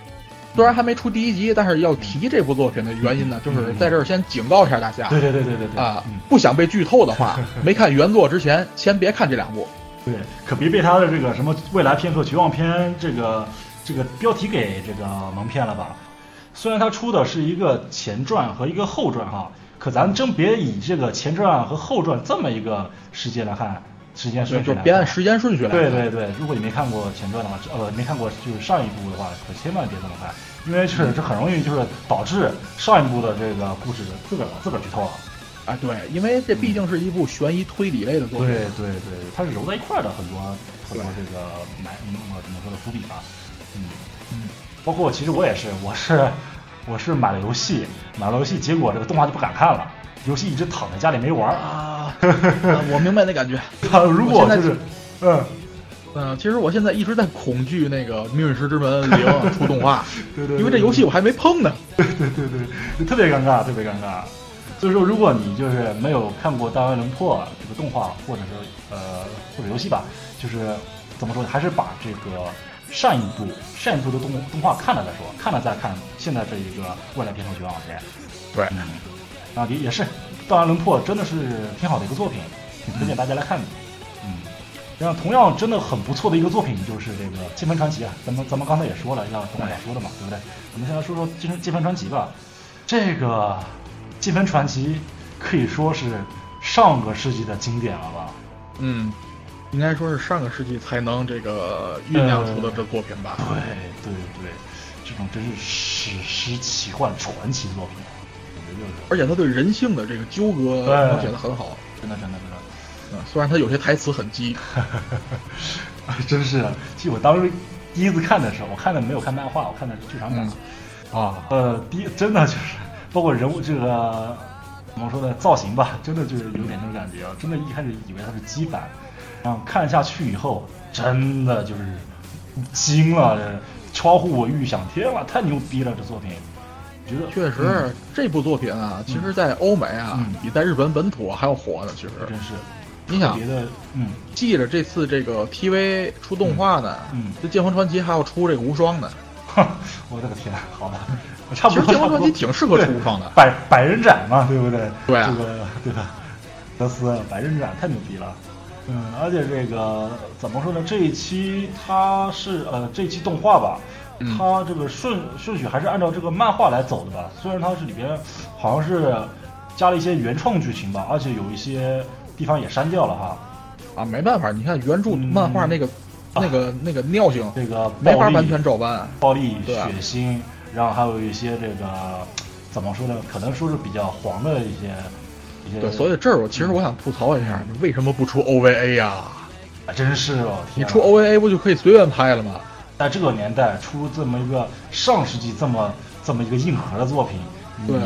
Speaker 2: 虽然还没出第一集，但是要提这部作品的原因呢，就是在这儿先警告一下大家。
Speaker 1: 嗯对对对对对对
Speaker 2: 啊
Speaker 1: 嗯，
Speaker 2: 不想被剧透的
Speaker 1: <laughs>
Speaker 2: 话，没看原作之前，先别看这两部。
Speaker 1: 对，可别被他的这个什么未来篇和绝望篇这个这个标题给这个蒙骗了吧？虽然他出的是一个前传和一个后传哈，可咱真别以这个前传和后传这么一个时间来看，时间
Speaker 2: 所
Speaker 1: 顺
Speaker 2: 以
Speaker 1: 序
Speaker 2: 就
Speaker 1: 来
Speaker 2: 别按
Speaker 1: 看
Speaker 2: 时间顺序来看。
Speaker 1: 对对对，如果你没看过前传的话，呃，没看过就是上一部的话，可千万别这么看，因为是这很容易就是导致上一部的这个故事自个儿自个儿剧透了。
Speaker 2: 啊，对，因为这毕竟是一部悬疑推理类的作
Speaker 1: 对
Speaker 2: 品。
Speaker 1: 对对对，它是揉在一块儿的很多很多
Speaker 2: 对
Speaker 1: 这个埋嗯我怎么说的伏笔吧，嗯，
Speaker 2: 嗯，
Speaker 1: 包括其实我也是，我是我是买了游戏，买了游戏，结果这个动画就不敢看了，游戏一直躺在家里没玩儿。 <laughs>
Speaker 2: 啊，啊我明白那感觉。
Speaker 1: 它如果
Speaker 2: 我现在
Speaker 1: 就是嗯，
Speaker 2: 嗯、其实我现在一直在恐惧那个《命运石之门零》出动画，
Speaker 1: <laughs> 对对对，
Speaker 2: 因为这游戏我还没碰呢。
Speaker 1: 对对对，就特别尴尬，特别尴尬。所以说，如果你就是没有看过《大外轮破》这个动画，或者是呃或者游戏吧，就是怎么说，还是把这个上一部上一部的动动画看了再说，看了再看现在这一个未来片头曲往前。
Speaker 2: 对，
Speaker 1: 嗯，啊也也是，《道兰轮破》真的是挺好的一个作品，挺推荐大家来看的。嗯，然后同样真的很不错的一个作品就是这个《金盆传奇》啊，咱们咱们刚才也说了要等我俩说的嘛，对不对？我们现在说说《金金盆传奇》吧，这个《金盆传奇》可以说是上个世纪的经典了吧？
Speaker 2: 嗯，应该说是上个世纪才能这个酝酿出的这作品吧。
Speaker 1: 对对对，这种真是史诗奇幻传奇作品，我觉得就是
Speaker 2: 而且他对人性的这个纠葛
Speaker 1: 对
Speaker 2: 描写的很好，
Speaker 1: 真的真的真的。
Speaker 2: 嗯，虽然他有些台词很激，
Speaker 1: 啊， <laughs> 真是的。其实我当时第一次看的时候，我看的没有看漫画，我看的是剧场版。
Speaker 2: 啊，
Speaker 1: 呃，第一真的就是包括人物这个怎么说呢，造型吧，真的就是有点那种感觉啊。真的一开始以为它是机版，然后看下去以后，真的就是惊了，超乎我预想，天啊呐，太牛逼了！这作品，觉得
Speaker 2: 确实、
Speaker 1: 嗯
Speaker 2: 这部作品啊，其实在欧美啊，
Speaker 1: 嗯
Speaker 2: 比在日本本土还要火呢。其实，
Speaker 1: 真是
Speaker 2: 你想
Speaker 1: 特别的，嗯，
Speaker 2: 记着这次这个 TV 出动画呢，
Speaker 1: 嗯嗯
Speaker 2: 这《剑魂传奇》还要出这个无双呢。 <laughs>
Speaker 1: 我的个天，好吧，差不
Speaker 2: 其
Speaker 1: 多。
Speaker 2: 实剑
Speaker 1: 差
Speaker 2: 魂
Speaker 1: 不
Speaker 2: 传
Speaker 1: 多
Speaker 2: 奇挺适合出无双的，
Speaker 1: 百百人斩嘛，对不对？
Speaker 2: 对啊
Speaker 1: 这个 <laughs> 对吧？德斯百人斩太牛逼了。嗯，而且这个怎么说呢？这一期它是呃，这一期动画吧，
Speaker 2: 嗯
Speaker 1: 它这个顺顺序还是按照这个漫画来走的吧。虽然它是里边好像是加了一些原创剧情吧，而且有一些地方也删掉了哈。
Speaker 2: 啊，没办法，你看原著
Speaker 1: 嗯啊
Speaker 2: 漫画那个、那个、那个尿性，
Speaker 1: 这个暴
Speaker 2: 没法
Speaker 1: 力
Speaker 2: 完全照搬。
Speaker 1: 暴力、
Speaker 2: 对啊
Speaker 1: 血腥，然后还有一些这个怎么说呢？可能说是比较黄的一些一些。
Speaker 2: 对，所以这儿我其实
Speaker 1: 嗯
Speaker 2: 我想吐槽一下，你为什么不出 OVA 呀、
Speaker 1: 啊，真是哦！
Speaker 2: 你
Speaker 1: 天啊
Speaker 2: 出 OVA 不就可以随便拍了吗？
Speaker 1: 在这个年代出这么一个上世纪这么这么一个硬核的作品，嗯
Speaker 2: 对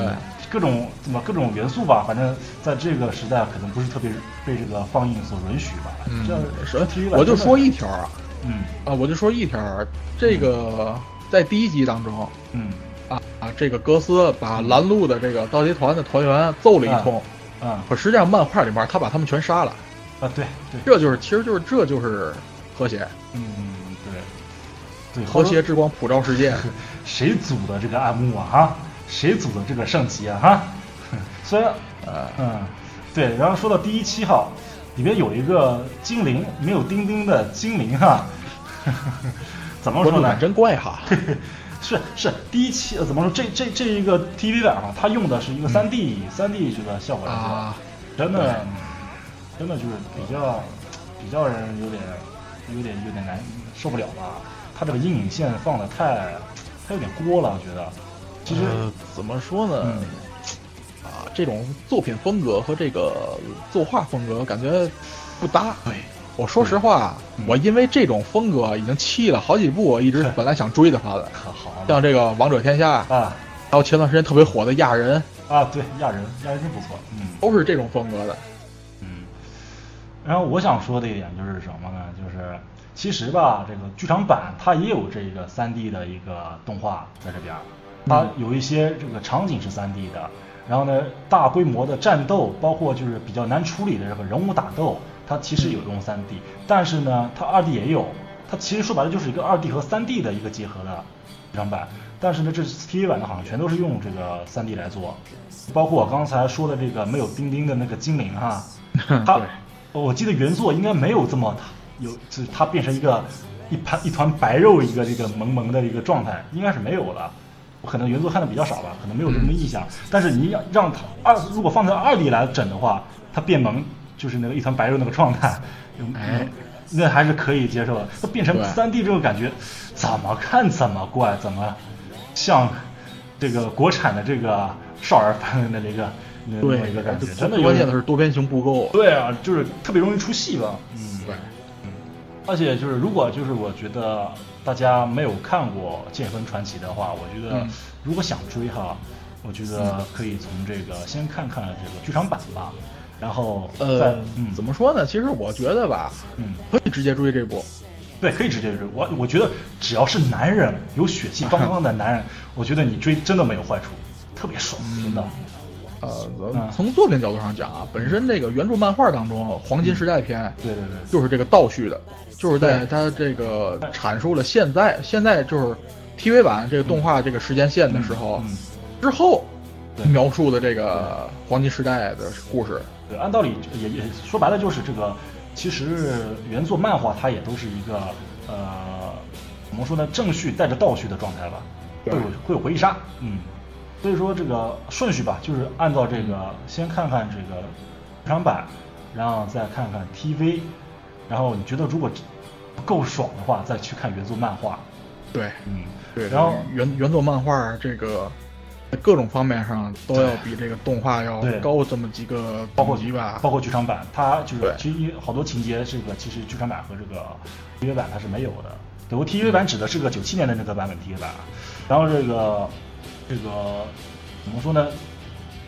Speaker 1: 各种怎么各种元素吧，反正在这个时代可能不是特别被这个放映所允许吧。
Speaker 2: 嗯
Speaker 1: 这，
Speaker 2: 是
Speaker 1: 什么体育版
Speaker 2: 我就
Speaker 1: 真的
Speaker 2: 说一条啊，
Speaker 1: 嗯
Speaker 2: 啊，我就说一条啊，这个在第一集当中
Speaker 1: 嗯
Speaker 2: 啊啊，这个格斯把拦路的这个盗贼团的团员揍了一通，
Speaker 1: 嗯啊
Speaker 2: 可实际上漫画里面他把他们全杀了，
Speaker 1: 对对
Speaker 2: 这就是其实就是这就是和谐，
Speaker 1: 嗯对对
Speaker 2: 和谐
Speaker 1: 后
Speaker 2: 之光普照世
Speaker 1: <laughs>
Speaker 2: 界。
Speaker 1: 谁组的这个暗幕啊哈？谁组的这个圣骑啊哈？ <laughs> 虽然
Speaker 2: 呃，
Speaker 1: 嗯，对，然后说到第一期哈，里边有一个精灵，没有钉钉的精灵哈， <laughs> 怎么
Speaker 2: 关
Speaker 1: 说
Speaker 2: 注
Speaker 1: 呢
Speaker 2: 感？真怪哈。
Speaker 1: 是是，第一期、呃怎么说？这这这一个 TV 版哈，它用的是一个三 D 三、D 这个效果来做，
Speaker 2: 啊
Speaker 1: 真的真的就是比较比较人有点有点有点难受不了吧？它这个阴影线放的太它有点过了，我觉得。其实、
Speaker 2: 呃怎么说呢？
Speaker 1: 嗯
Speaker 2: 啊，这种作品风格和这个作画风格感觉不搭。
Speaker 1: 对，
Speaker 2: 我说实话
Speaker 1: 哎嗯，
Speaker 2: 我因为这种风格已经弃了好几部我
Speaker 1: <laughs>
Speaker 2: 一直本来想追的番了，
Speaker 1: 好好
Speaker 2: 像这个《王者天下》，
Speaker 1: 啊
Speaker 2: 还有前段时间特别火的《亚人》，
Speaker 1: 啊，对，亚人亚人真不错，嗯。
Speaker 2: 都是这种风格的。
Speaker 1: 嗯，然后我想说的一点就是什么呢？就是其实吧，这个剧场版它也有这个3 D 的一个动画在这边儿，它
Speaker 2: 嗯
Speaker 1: 有一些这个场景是3 D 的，然后呢，大规模的战斗，包括就是比较难处理的这个人物打斗，它其实有用3 D，但是呢，它2 D 也有，它其实说白了就是一个2 D 和3 D 的一个结合的剧场版，但是呢，这 TV 版的好像全都是用这个3 D 来做，包括我刚才说的这个没有钉钉的那个精灵
Speaker 2: <laughs>
Speaker 1: 哈。它
Speaker 2: 对，
Speaker 1: 我记得原作应该没有这么有，就是它变成一个一盘一团白肉一个这个萌萌的一个状态，应该是没有了。我可能原作看的比较少吧，可能没有这么个意向。但是你要让它二，如果放在二 D 来整的话，它变萌就是那个一团白肉那个状态，嗯
Speaker 2: 哎
Speaker 1: 那还是可以接受的。它变成
Speaker 2: 对
Speaker 1: 三 D 这种感觉，怎么看怎么怪，怎么像这个国产的这个少儿番的那个那那么一个感觉，真的有
Speaker 2: 关
Speaker 1: 点
Speaker 2: 键的是多边形不够。
Speaker 1: 对啊，就是特别容易出戏吧。嗯，
Speaker 2: 对，
Speaker 1: 而且就是如果就是我觉得大家没有看过《剑魂传奇》的话，我觉得
Speaker 2: 嗯
Speaker 1: 如果想追哈，我觉得可以从这个先看看这个剧场版吧，然后再、
Speaker 2: 呃，
Speaker 1: 嗯
Speaker 2: 怎么说呢？其实我觉得吧，
Speaker 1: 嗯，
Speaker 2: 可以直接追这部。
Speaker 1: 对，可以直接追。我我觉得只要是男人
Speaker 2: <laughs>
Speaker 1: 有血气方刚的男人，我觉得你追真的没有坏处，特别爽，真的。
Speaker 2: 呃，
Speaker 1: 嗯
Speaker 2: 从作品角度上讲啊，本身这个原著漫画当中，黄金时代篇
Speaker 1: 对对对，
Speaker 2: 就是这个倒叙的，就是在它这个阐述了现在，现在就是 TV 版这个动画这个时间线的时候，
Speaker 1: 嗯
Speaker 2: 之后
Speaker 1: 对
Speaker 2: 描述的这个黄金时代的故事，
Speaker 1: 对，呃按道理也也说白了就是这个，其实原作漫画它也都是一个呃，怎么说呢，正序带着倒叙的状态吧，会
Speaker 2: 对
Speaker 1: 有会有回忆杀，嗯，所以说这个顺序吧，就是按照这个先看看这个剧场版，然后再看看 TV，然后你觉得如果不够爽的话，再去看原作漫画，
Speaker 2: 对，
Speaker 1: 嗯，
Speaker 2: 对，
Speaker 1: 然后
Speaker 2: 原原作漫画这个在各种方面上都要比这个动画要
Speaker 1: 对
Speaker 2: 高这么几个等级吧
Speaker 1: 包。括剧场版，它就是
Speaker 2: 对
Speaker 1: 其实好多情节，这个其实剧场版和这个 TV 版它是没有的。对我 TV 版指的是个九七年的那个版本 TV 版啊，然后这个这个怎么说呢？剧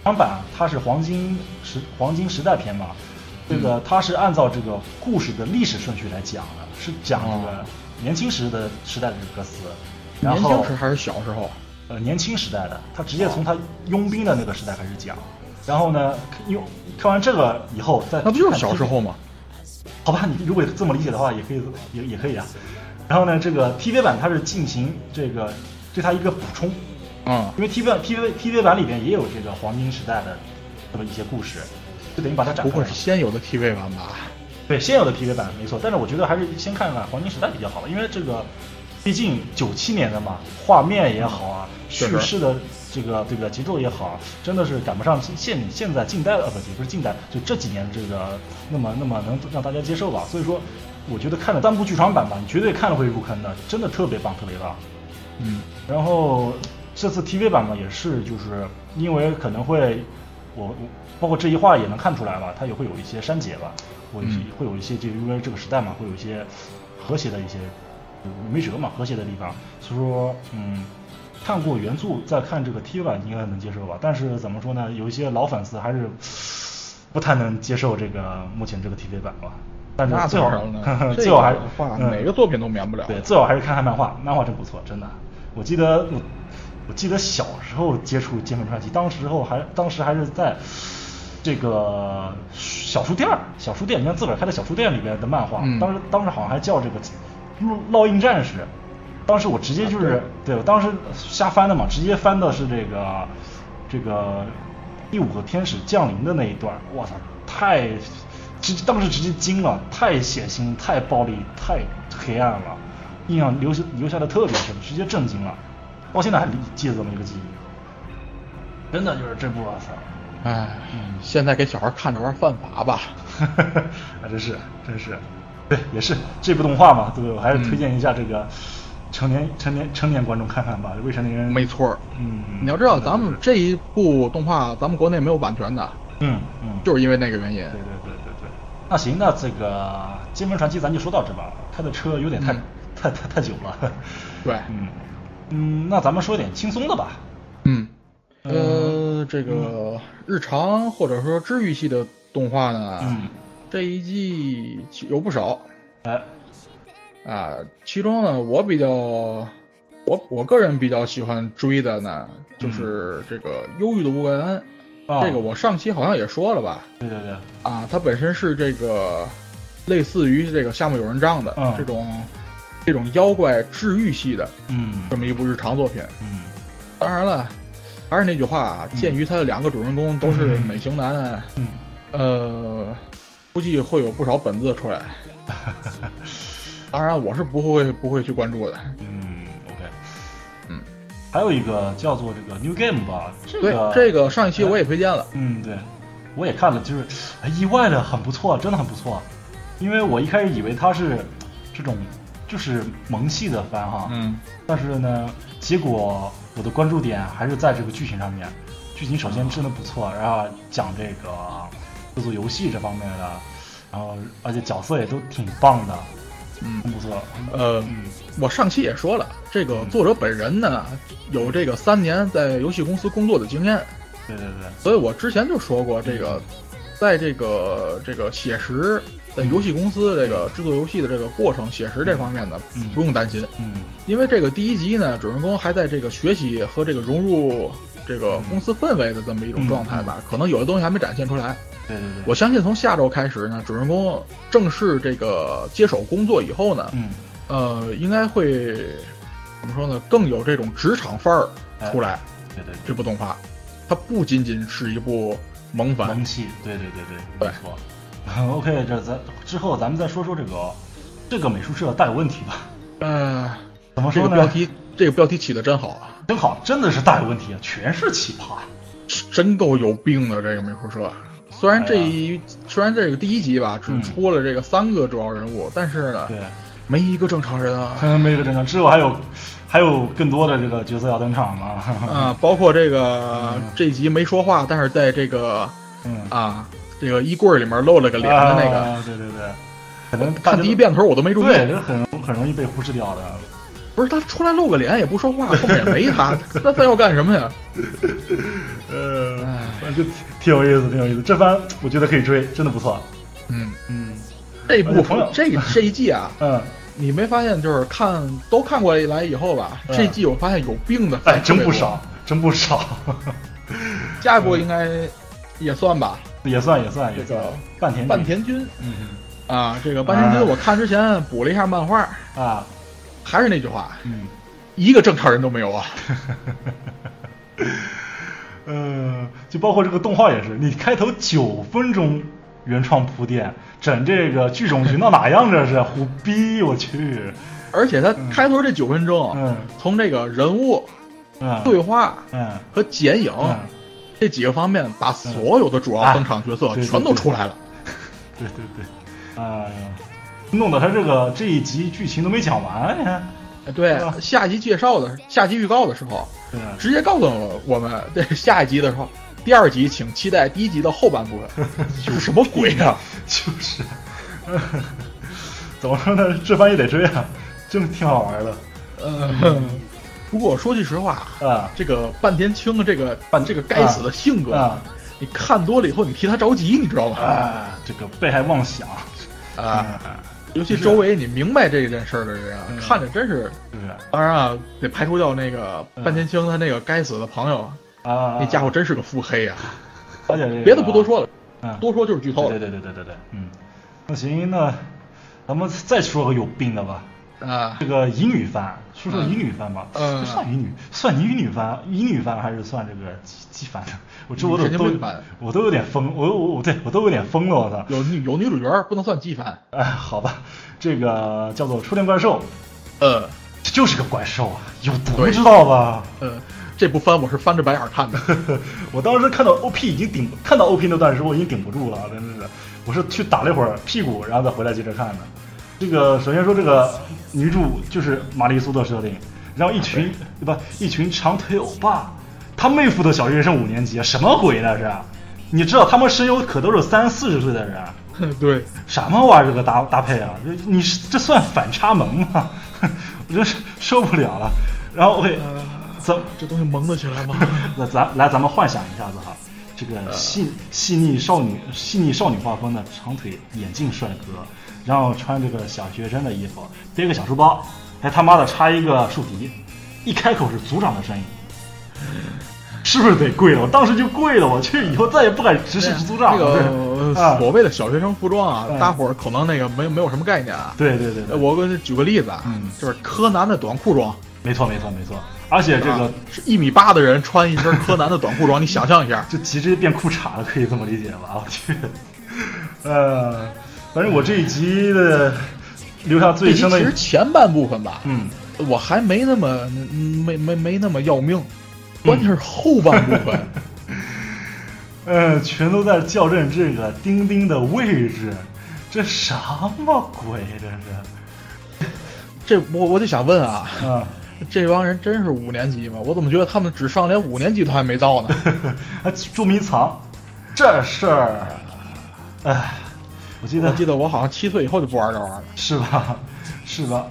Speaker 1: 场版它是黄金时黄金时代篇嘛，这
Speaker 2: 嗯
Speaker 1: 个它是按照这个故事的历史顺序来讲的，是讲这个
Speaker 2: 哦
Speaker 1: 年轻时的时代的这个歌词，然
Speaker 2: 年
Speaker 1: 后
Speaker 2: 轻时还是小时
Speaker 1: <laughs>
Speaker 2: 候？
Speaker 1: 呃年轻时代的，他直接从他佣兵的那个时代开始讲，
Speaker 2: 哦
Speaker 1: 然后呢，用看完这个以后再
Speaker 2: 那不就是小时候吗？
Speaker 1: 好吧，你如果这么理解的话，也可以，也也可以啊。然后呢，这个 TV 版它是进行这个对它一个补充，
Speaker 2: 嗯，
Speaker 1: 因为 TV 版 TV TV 版里边也有这个黄金时代的这么一些故事，就等于把它展
Speaker 2: 不
Speaker 1: 开
Speaker 2: 会
Speaker 1: 了
Speaker 2: 是。先有的 TV 版吧？
Speaker 1: 对，现有的 TV 版没错，但是我觉得还是先看看黄金时代比较好，因为这个毕竟九七年的嘛，画面也好啊，
Speaker 2: 确
Speaker 1: 叙
Speaker 2: 实
Speaker 1: 事的这个这个节奏也好啊，真的是赶不上现现现在近代的呃不也不是近代，就这几年这个那么那么能让大家接受吧。所以说，我觉得看了单部剧场版吧，你绝对看了会入坑的，真的特别棒，特别棒。
Speaker 2: 嗯，
Speaker 1: 然后这次 TV 版嘛，也是就是因为可能会我我包括这一话也能看出来吧，它也会有一些删节吧，会有一些
Speaker 2: 嗯
Speaker 1: 会有一些就因为这个时代嘛，会有一些和谐的一些呃没辙嘛，和谐的地方，所以说嗯。看过原著再看这个 TV 版应该能接受吧，但是怎么说呢，有一些老粉丝还是不太能接受这个目前这个 TV 版吧。但是
Speaker 2: 那
Speaker 1: <laughs> 最好，
Speaker 2: 最好呢这
Speaker 1: 最好还是
Speaker 2: 个话
Speaker 1: 嗯
Speaker 2: 哪个作品都免不了。
Speaker 1: 对，最好还是看看漫画，漫画真不错，真的。我记得我我记得小时候接触《街本传奇》，当时候还当时还是在这个小书店儿小书店，你看自个儿开的小书店里边的漫画，
Speaker 2: 嗯
Speaker 1: 当时当时好像还叫这个《烙印战士》，当时我直接就是、对我当时瞎翻的嘛，直接翻的是这个这个第五个天使降临的那一段儿，我操，太直当时直接惊了，太血腥、太暴力、太黑暗了，印象留下留下的特别深，直接震惊了，到现在还记得这么一个记忆，真的就是这部，我操！
Speaker 2: 哎
Speaker 1: 嗯，
Speaker 2: 现在给小孩看着玩犯法吧。
Speaker 1: <laughs> 啊，真是，真是，对，也是这部动画嘛，对不对？我还是推荐一下这
Speaker 2: 嗯
Speaker 1: 个成年、成年、成年观众看看吧，未成年人
Speaker 2: 没错儿，
Speaker 1: 嗯，
Speaker 2: 你要知道，咱们这一部动画，咱们国内没有版权的，
Speaker 1: 嗯嗯，
Speaker 2: 就是因为那个原因
Speaker 1: 对。对对对对。那行，那这个《金门传奇》咱就说到这吧，开的车有点太、
Speaker 2: 嗯
Speaker 1: 太太太久了。
Speaker 2: 对
Speaker 1: 嗯嗯，那咱们说点轻松的吧。
Speaker 2: 嗯，呃，这个日常或者说治愈系的动画呢，
Speaker 1: 嗯
Speaker 2: 这一季其有不少
Speaker 1: 哎，
Speaker 2: 啊。其中呢，我比较，我我个人比较喜欢追的呢，
Speaker 1: 嗯
Speaker 2: 就是这个《忧郁的乌干安》
Speaker 1: 啊
Speaker 2: 这个我上期好像也说了吧？
Speaker 1: 对对对，
Speaker 2: 啊，它本身是这个类似于这个夏目友人帐的、
Speaker 1: 嗯
Speaker 2: 这种这种妖怪治愈系的
Speaker 1: 嗯
Speaker 2: 这么一部日常作品。
Speaker 1: 嗯，
Speaker 2: 当然了，还是那句话啊，
Speaker 1: 嗯
Speaker 2: 鉴于它的两个主人公都是美型男，啊
Speaker 1: 嗯，
Speaker 2: 呃，估计会有不少本子出来。当然，我是不会不会去关注的。
Speaker 1: 嗯，OK，
Speaker 2: 嗯，
Speaker 1: 还有一个叫做这个 New Game 吧，这
Speaker 2: 对
Speaker 1: 个，
Speaker 2: 这个上一期我也推荐了。
Speaker 1: 嗯，对，我也看了，就是哎意外的很不错，真的很不错。因为我一开始以为它是这种就是萌系的番哈，
Speaker 2: 嗯，
Speaker 1: 但是呢，结果我的关注点还是在这个剧情上面。剧情首先真的不错，然后讲这个制作游戏这方面的，然后而且角色也都挺棒的，
Speaker 2: 嗯
Speaker 1: 真不错。
Speaker 2: 呃，
Speaker 1: 嗯
Speaker 2: 我上期也说了，这个作者本人呢有这个三年在游戏公司工作的经验，
Speaker 1: 对对对，
Speaker 2: 所以我之前就说过，这个在这个这个写实，在游戏公司这个制作游戏的这个过程写实这方面呢
Speaker 1: 嗯，
Speaker 2: 不用担心，
Speaker 1: 嗯
Speaker 2: 因为这个第一集呢，主人公还在这个学习和这个融入这个公司氛围的这么一种状态吧。可能有的东西还没展现出来。
Speaker 1: 对对对，
Speaker 2: 我相信从下周开始呢，主人公正式这个接手工作以后呢，
Speaker 1: 嗯，
Speaker 2: 呃，应该会怎么说呢？更有这种职场范儿出来。
Speaker 1: 呃对对对，
Speaker 2: 这部动画，它不仅仅是一部萌番
Speaker 1: 萌，气，对对对对，
Speaker 2: 对
Speaker 1: 没错。OK，这 <laughs> 咱之后咱们再说说这个这个美术社大有问题吧？
Speaker 2: 呃，
Speaker 1: 怎么
Speaker 2: 这
Speaker 1: 说
Speaker 2: 个
Speaker 1: 呢？
Speaker 2: 标题这个标题起的真好啊，
Speaker 1: 真好，真的是大有问题啊，全是奇葩。
Speaker 2: 是真够有病的这个美术社。虽然这一、虽然这个第一集吧，只
Speaker 1: 哎嗯
Speaker 2: 出了这个三个主要人物，但是呢，
Speaker 1: 对，
Speaker 2: 没一个正常
Speaker 1: <laughs>
Speaker 2: 人啊。
Speaker 1: 嗯， <laughs> 没有正常。之后还有还有更多的这个角色要登场
Speaker 2: 啊、
Speaker 1: 啊。
Speaker 2: 包括这个、这集没说话，但是在这个
Speaker 1: <laughs> 嗯，
Speaker 2: 啊这个衣柜里面露了个脸的那个，
Speaker 1: 啊对对对，可能大家
Speaker 2: 看
Speaker 1: 都
Speaker 2: 第一遍的时候我都没注意，
Speaker 1: 对，这很很容易被忽视掉的。
Speaker 2: 不是他出来露个脸也不说话，后面也没
Speaker 1: <laughs>
Speaker 2: 他，那他要干什么呀？
Speaker 1: 呃
Speaker 2: 哎
Speaker 1: 反正挺有意思，挺有意思。这番我觉得可以追，真的不错。
Speaker 2: 嗯，
Speaker 1: 嗯
Speaker 2: 这部
Speaker 1: 而且朋友 <laughs>
Speaker 2: 这这一季啊，
Speaker 1: 嗯，
Speaker 2: 你没发现就是看都看过来以后吧，
Speaker 1: 嗯
Speaker 2: 这季我发现有病的番
Speaker 1: 哎，真
Speaker 2: 特
Speaker 1: 不
Speaker 2: 别多
Speaker 1: 少，真不少，
Speaker 2: 下一波应该也算吧。
Speaker 1: 也算也算也
Speaker 2: 这
Speaker 1: 算
Speaker 2: 个。
Speaker 1: 半田
Speaker 2: 半，田君
Speaker 1: 嗯
Speaker 2: 啊，这个半田
Speaker 1: 哎
Speaker 2: 君，我看之前补了一下漫画，
Speaker 1: 啊，
Speaker 2: 还是那句话，
Speaker 1: 嗯。 <laughs>
Speaker 2: 一个正常人都没有啊。
Speaker 1: 呃，就包括这个动画也是，你开头九分钟原创铺垫，整这个剧种剧闹哪样？这是虎逼！我去，
Speaker 2: 而且他开头这九分钟，啊
Speaker 1: 嗯
Speaker 2: 从这个人物、
Speaker 1: 嗯，
Speaker 2: 哦对，哦话
Speaker 1: 嗯
Speaker 2: 和剪影
Speaker 1: 嗯，
Speaker 2: 这几个方面，把所有的主要登场角色
Speaker 1: 哎对对
Speaker 2: 全都出来了。
Speaker 1: 对对对，哎、呀，弄得他这个这一集剧情都没讲完，你看，
Speaker 2: 哎对
Speaker 1: 是吧，
Speaker 2: 下集介绍的下集预告的时候，
Speaker 1: 对啊， <laughs>
Speaker 2: 直接告诉我们对下一集的时候，第二集请期待第一集的后半部
Speaker 1: <laughs>
Speaker 2: 分。有什么鬼啊？
Speaker 1: 就是， <laughs> 怎么说呢？这番也得追啊，真的挺好玩的
Speaker 2: 呃， <laughs> 不过说句实话，
Speaker 1: 啊
Speaker 2: 这个半田清的这个
Speaker 1: 半
Speaker 2: 这个该死的性格，
Speaker 1: 啊
Speaker 2: 你看多了以后你替他着急，你知道吗？
Speaker 1: 啊！这个被害妄想，
Speaker 2: 啊尤其周围你明白这件事儿的人啊，
Speaker 1: 嗯
Speaker 2: 看着真是。
Speaker 1: 是不是？
Speaker 2: 当然啊，得排除掉那个
Speaker 1: 嗯
Speaker 2: 半田清他那个该死的朋友，
Speaker 1: 啊，
Speaker 2: 那家伙真是个腹黑啊！
Speaker 1: 而且这个
Speaker 2: 别的不多说了，
Speaker 1: 嗯，
Speaker 2: 多说就是剧透了。
Speaker 1: 对对对对对对，嗯，那行，那咱们再说个有病的吧。
Speaker 2: 啊
Speaker 1: 这，个乙女番，说说乙女番吧，
Speaker 2: 嗯
Speaker 1: 这算乙女，算乙女番，乙女番还是算这个基基番？我这我都
Speaker 2: 神经
Speaker 1: 都
Speaker 2: 病番
Speaker 1: 我都有点疯，我我我对我都有点疯了，我操！
Speaker 2: 有女有女主角不能算姬番。
Speaker 1: 哎，好吧，这个叫做初恋怪兽，
Speaker 2: 呃
Speaker 1: 这就是个怪兽啊，有毒
Speaker 2: 对
Speaker 1: 知道吧？
Speaker 2: 呃，这部番我是翻着白眼儿看的。 <laughs>
Speaker 1: <laughs> 我当时看到 OP 已经顶，看到 OP 那段时候我已经顶不住了，真的是，我是去打了一会儿屁股，然后再回来接着看的。这个首先说这个女主就是玛丽苏的设定，然后一群对吧，一群长腿欧巴，他妹夫的小学生五年级，什么鬼那是？你知道他们声优可都是三四十岁的人，
Speaker 2: 对，
Speaker 1: 什么玩意儿这个搭搭配啊？这你是这算反差萌吗？ <laughs> 我真是受不了了。然后 OK，
Speaker 2: 呃，
Speaker 1: 怎
Speaker 2: 这东西萌得起来吗？
Speaker 1: 那咱来，咱们幻想一下子哈，这
Speaker 2: 呃
Speaker 1: 个细细腻少女、细腻少女画风的长腿眼镜帅哥，然后穿这个小学生的衣服，背个小书包，还他妈的插一个竖笛，一开口是组长的声音，是不是得跪了？我当时就跪了，我去，以后再也不敢直视组长
Speaker 2: <laughs> 这
Speaker 1: 了。
Speaker 2: 个
Speaker 1: 啊
Speaker 2: 所谓的小学生服装啊
Speaker 1: 嗯，
Speaker 2: 大伙儿可能那个没没有什么概念啊。
Speaker 1: <laughs> 对对对
Speaker 2: 呃
Speaker 1: 对，
Speaker 2: 我给你举个例子啊
Speaker 1: 嗯，
Speaker 2: 就是柯南的短裤装，
Speaker 1: 没错没错没错，而哎且这个、
Speaker 2: 啊是一米八的人穿一身柯南的短裤装，你想象一
Speaker 1: <laughs>
Speaker 2: 下，
Speaker 1: 就直接变裤衩了，可以这么理解吧？我去， <laughs> 呃，反正我这一集的留下
Speaker 2: 这
Speaker 1: 最
Speaker 2: 集
Speaker 1: 深
Speaker 2: 其
Speaker 1: 的，
Speaker 2: 实前半部分吧，
Speaker 1: 嗯，
Speaker 2: 我还没那么没没没那么要命，
Speaker 1: 嗯
Speaker 2: 关键是后半部分，
Speaker 1: 呃，全都在校正这个钉钉的位置，这什么鬼？这是
Speaker 2: 这我我就想问啊，
Speaker 1: 啊，
Speaker 2: 这帮人真是五年级吗？我怎么觉得他们只上连五年级都还没到呢？
Speaker 1: <laughs> 还啊捉迷藏，这事儿，哎，我记
Speaker 2: 我
Speaker 1: 得
Speaker 2: 记得我好像七岁以后就不玩这玩意儿了。
Speaker 1: 是吧？是吧？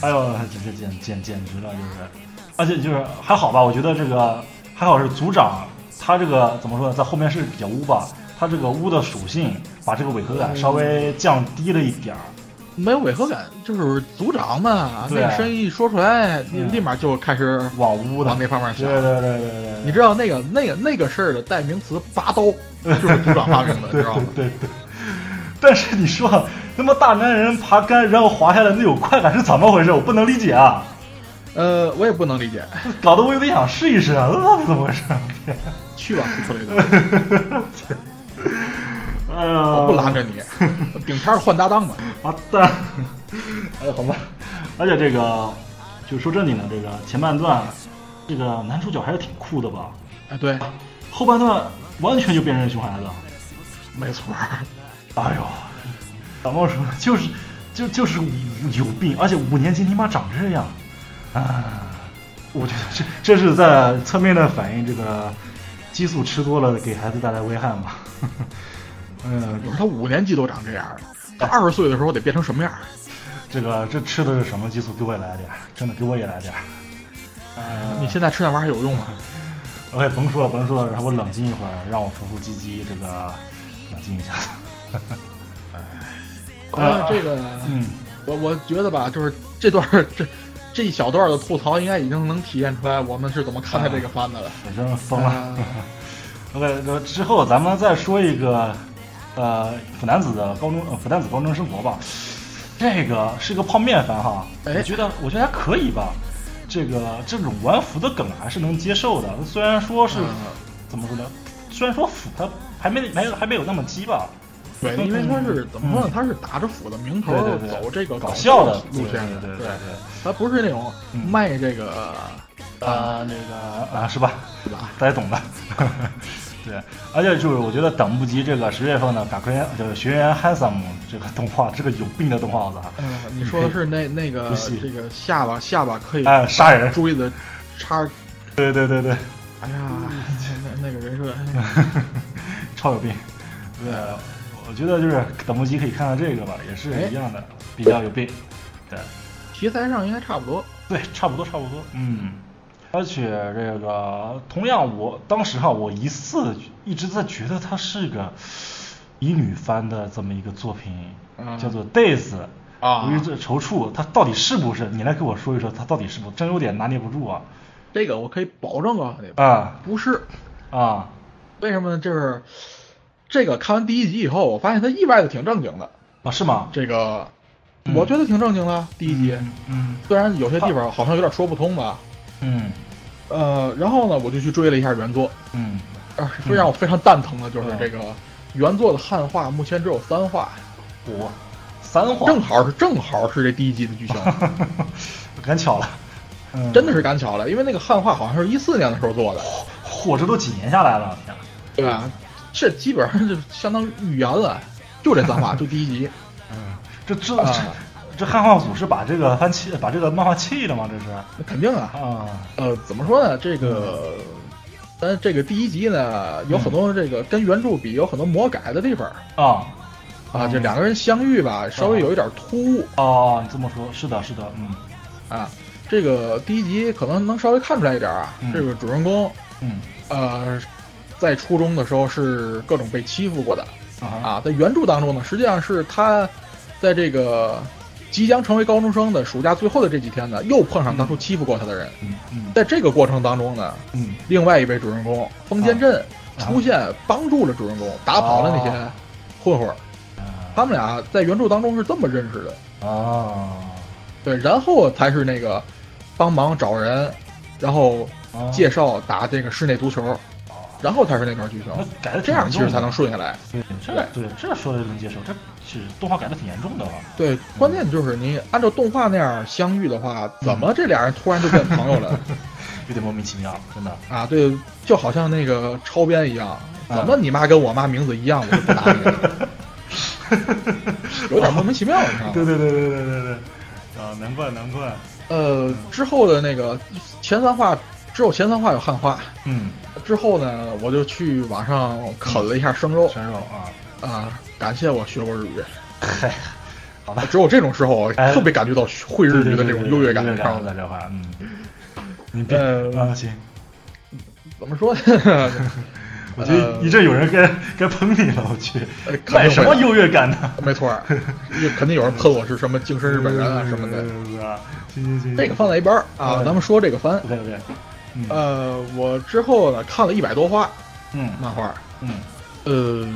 Speaker 1: 哎呦，这这简简简直了，就是，而且就是还好吧，我觉得这个还好是组长，他这个怎么说呢，在后面是比较污吧，他这个污的属性把这个违和感稍微降低了一点儿，
Speaker 2: 没有违和感，就是组长嘛，啊那
Speaker 1: 对
Speaker 2: 个声音一说出来，你
Speaker 1: 嗯
Speaker 2: 立马就开始
Speaker 1: 网污的
Speaker 2: 往，那方面
Speaker 1: 对
Speaker 2: 想。
Speaker 1: 对对对对对，
Speaker 2: 你知道那个那个那个事儿的代名词“拔刀”就是组长发 <laughs> 明的，你
Speaker 1: 对
Speaker 2: 知道
Speaker 1: 对
Speaker 2: 吗？
Speaker 1: 对 <laughs> 对。但是你说他妈大男人爬杆然后滑下来那有快感是怎么回事？我不能理解啊，
Speaker 2: 呃，我也不能理解，
Speaker 1: 搞得我有点想试一试啊，到底怎么回事？ <laughs>
Speaker 2: 去吧，库雷德，
Speaker 1: 哎呀，
Speaker 2: 我不拦
Speaker 1: <laughs>
Speaker 2: 着你，顶天儿换搭档吧。
Speaker 1: 啊，但哎，好吧，而且这个就说正经的，这个前半段这个男主角还是挺酷的吧，
Speaker 2: 哎，对，
Speaker 1: 后半段完全就变成熊孩子了。
Speaker 2: 没错儿，
Speaker 1: 哎呦，感冒说就是就就是有病，而且五年级你妈长这样，啊，我觉得这这是在侧面的反映这个激素吃多了给孩子带来危害嘛。 <laughs> 嗯，
Speaker 2: 你说他五年级都长这样了，他二十岁的时候得变成什么样儿？
Speaker 1: 这个这吃的是什么激素？给我也来点儿，真的给我也来点儿。呃，
Speaker 2: 你现在吃那玩意儿有用吗？
Speaker 1: OK，甭说了，甭说了，让我冷静一会儿，让我服服唧唧，这个冷静一下子。
Speaker 2: 呃，这个，
Speaker 1: <laughs> 嗯，
Speaker 2: 我我觉得吧，就是这段儿这这一小段儿的吐槽，应该已经能体现出来我们是怎么看待这个番的了。
Speaker 1: 我真是疯了。
Speaker 2: 呃
Speaker 1: OK，那之后咱们再说一个，呃，腐男子的高中，呃，腐男子高中生活吧。这个是个泡面番哈，
Speaker 2: 哎
Speaker 1: 我觉得我觉得还可以吧。这个这种玩腐的梗还是能接受的，虽然说是、
Speaker 2: 嗯
Speaker 1: 怎么说呢，虽然说腐，它还没没有还没有那么鸡吧。
Speaker 2: 对，因为他是怎么说呢？他是打着腐的名头
Speaker 1: 对对对
Speaker 2: 哦走这个
Speaker 1: 搞笑的
Speaker 2: 路
Speaker 1: 对
Speaker 2: 线
Speaker 1: 对
Speaker 2: 的，
Speaker 1: 对对嗯对
Speaker 2: 他不是那种卖这个呃那个
Speaker 1: 啊，是吧？
Speaker 2: 对吧？
Speaker 1: 大家懂的。 <laughs> 对，而且就是我觉得等不及这个十月份的《嘎克就是学员 handsome》这个动画，这个有病的动画，我啊操！
Speaker 2: 嗯，你说的
Speaker 1: <laughs>
Speaker 2: 是那那个
Speaker 1: 不信
Speaker 2: 这个下巴下巴可以
Speaker 1: 哎，杀人！
Speaker 2: 注意的叉，
Speaker 1: 对对对 <laughs> 对，
Speaker 2: 哎呀，
Speaker 1: 嗯
Speaker 2: 那那个人设，哎
Speaker 1: 超有病。对，我觉得就是等不及可以看看这个吧，也是一样的，比较有病。对
Speaker 2: 题材上应该差不多。
Speaker 1: 对，差不多差不多。嗯，而且这个同样我，当时哈，我疑似一直在觉得它是个乙女番的这么一个作品，
Speaker 2: 嗯
Speaker 1: 叫做 Days。
Speaker 2: 啊
Speaker 1: 我一直踌躇，它到底是不是？你来给我说一说，它到底是不是？真有点拿捏不住啊！
Speaker 2: 这个我可以保证告诉你，
Speaker 1: 啊
Speaker 2: 不是。
Speaker 1: 啊，
Speaker 2: 为什么呢？就是这个看完第一集以后，我发现他意外的挺正经的。
Speaker 1: 啊是吗？
Speaker 2: 这个我觉得挺正经的，第一集
Speaker 1: 嗯嗯
Speaker 2: 虽然有些地方好像有点说不通吧。
Speaker 1: 嗯
Speaker 2: 呃，然后呢，我就去追了一下原作，
Speaker 1: 嗯，
Speaker 2: 啊，最让我非常蛋疼的就是
Speaker 1: 嗯
Speaker 2: 这个原作的汉化目前只有三话，
Speaker 1: 我三话
Speaker 2: 正好是正好是这第一集的剧情，
Speaker 1: <laughs> 赶巧了，嗯，
Speaker 2: 真的是赶巧了，因为那个汉化好像是一四年的时候做的，
Speaker 1: 嚯，这都几年下来了，天啊
Speaker 2: 对吧？这基本上就相当于预言了，就这
Speaker 1: <laughs>
Speaker 2: 三话，就第一集。
Speaker 1: 嗯，这这
Speaker 2: 啊
Speaker 1: 这这汉化组是把这个番弃，把这个漫画弃了吗？这是
Speaker 2: 那肯定啊，
Speaker 1: 啊，
Speaker 2: 呃，怎么说呢？这个，但这个第一集呢，有很多这个跟原著比有很多魔改的地方
Speaker 1: 啊嗯
Speaker 2: 啊，就两个人相遇吧，稍微有一点突兀
Speaker 1: 哦，你这么说，是的，是的，嗯
Speaker 2: 啊。这个第一集可能能稍微看出来一点啊，
Speaker 1: 嗯
Speaker 2: 这个主人公
Speaker 1: 嗯
Speaker 2: 呃，在初中的时候是各种被欺负过的
Speaker 1: 啊哈
Speaker 2: 啊，在原著当中呢，实际上是他在这个即将成为高中生的暑假最后的这几天呢，又碰上当初欺负过他的人。
Speaker 1: 嗯嗯
Speaker 2: 在这个过程当中呢，
Speaker 1: 嗯，
Speaker 2: 另外一位主人公风间镇
Speaker 1: 啊
Speaker 2: 出现，帮助了主人公，打跑了那些
Speaker 1: 哦
Speaker 2: 混混儿。
Speaker 1: 啊
Speaker 2: 他们俩在原著当中是这么认识的，
Speaker 1: 哦
Speaker 2: 对，然后才是那个帮忙找人，然后
Speaker 1: 哦
Speaker 2: 介绍打这个室内足球，然后才是那段剧情
Speaker 1: 啊那。改的
Speaker 2: 这样其实才能顺下来。
Speaker 1: 对，这对这说的能接受，这是动画改的挺严重的了，
Speaker 2: 对，关键就是你按照动画那样相遇的话，怎么这俩人突然就变朋
Speaker 1: <laughs>
Speaker 2: 友了
Speaker 1: 有点莫名其妙，真的。
Speaker 2: 啊？对，就好像那个超编一样，怎么你妈跟我妈名字一样，我就不打你了，有点莫名其妙，你知道吗？
Speaker 1: 对对对对对对对，啊，难怪难怪，
Speaker 2: 呃，之后的那个前三话，只有前三话有汉化。
Speaker 1: 嗯，
Speaker 2: 之后呢，我就去网上啃了一下生肉
Speaker 1: 全肉啊，
Speaker 2: 啊、感谢我学过日语。
Speaker 1: 嗨，好吧，
Speaker 2: 只有这种时候，我
Speaker 1: 哎
Speaker 2: 特别感觉到学会
Speaker 1: 对
Speaker 2: 日
Speaker 1: <laughs> 对
Speaker 2: 语
Speaker 1: 对
Speaker 2: 的这
Speaker 1: 对
Speaker 2: 种
Speaker 1: 对
Speaker 2: 优越感，
Speaker 1: 优
Speaker 2: 你
Speaker 1: 越
Speaker 2: 知道
Speaker 1: 感
Speaker 2: 吗
Speaker 1: 在？这块儿，嗯，你别
Speaker 2: 呃
Speaker 1: 啊行，
Speaker 2: 怎么说呢？
Speaker 1: 我觉得一阵有人该该喷你了，我去
Speaker 2: 呃，可能
Speaker 1: 买什么
Speaker 2: 呃会
Speaker 1: 优越感呢？
Speaker 2: 没错儿，也肯定有人喷我是什么净身 <laughs> 日本人啊什么的。
Speaker 1: 的。行行行，
Speaker 2: 这个放在一边儿啊，
Speaker 1: 嗯
Speaker 2: 咱们说这个番。
Speaker 1: OK OK，嗯
Speaker 2: 呃，我之后呢看了一百多话
Speaker 1: 嗯
Speaker 2: 漫画儿，
Speaker 1: 嗯
Speaker 2: 呃，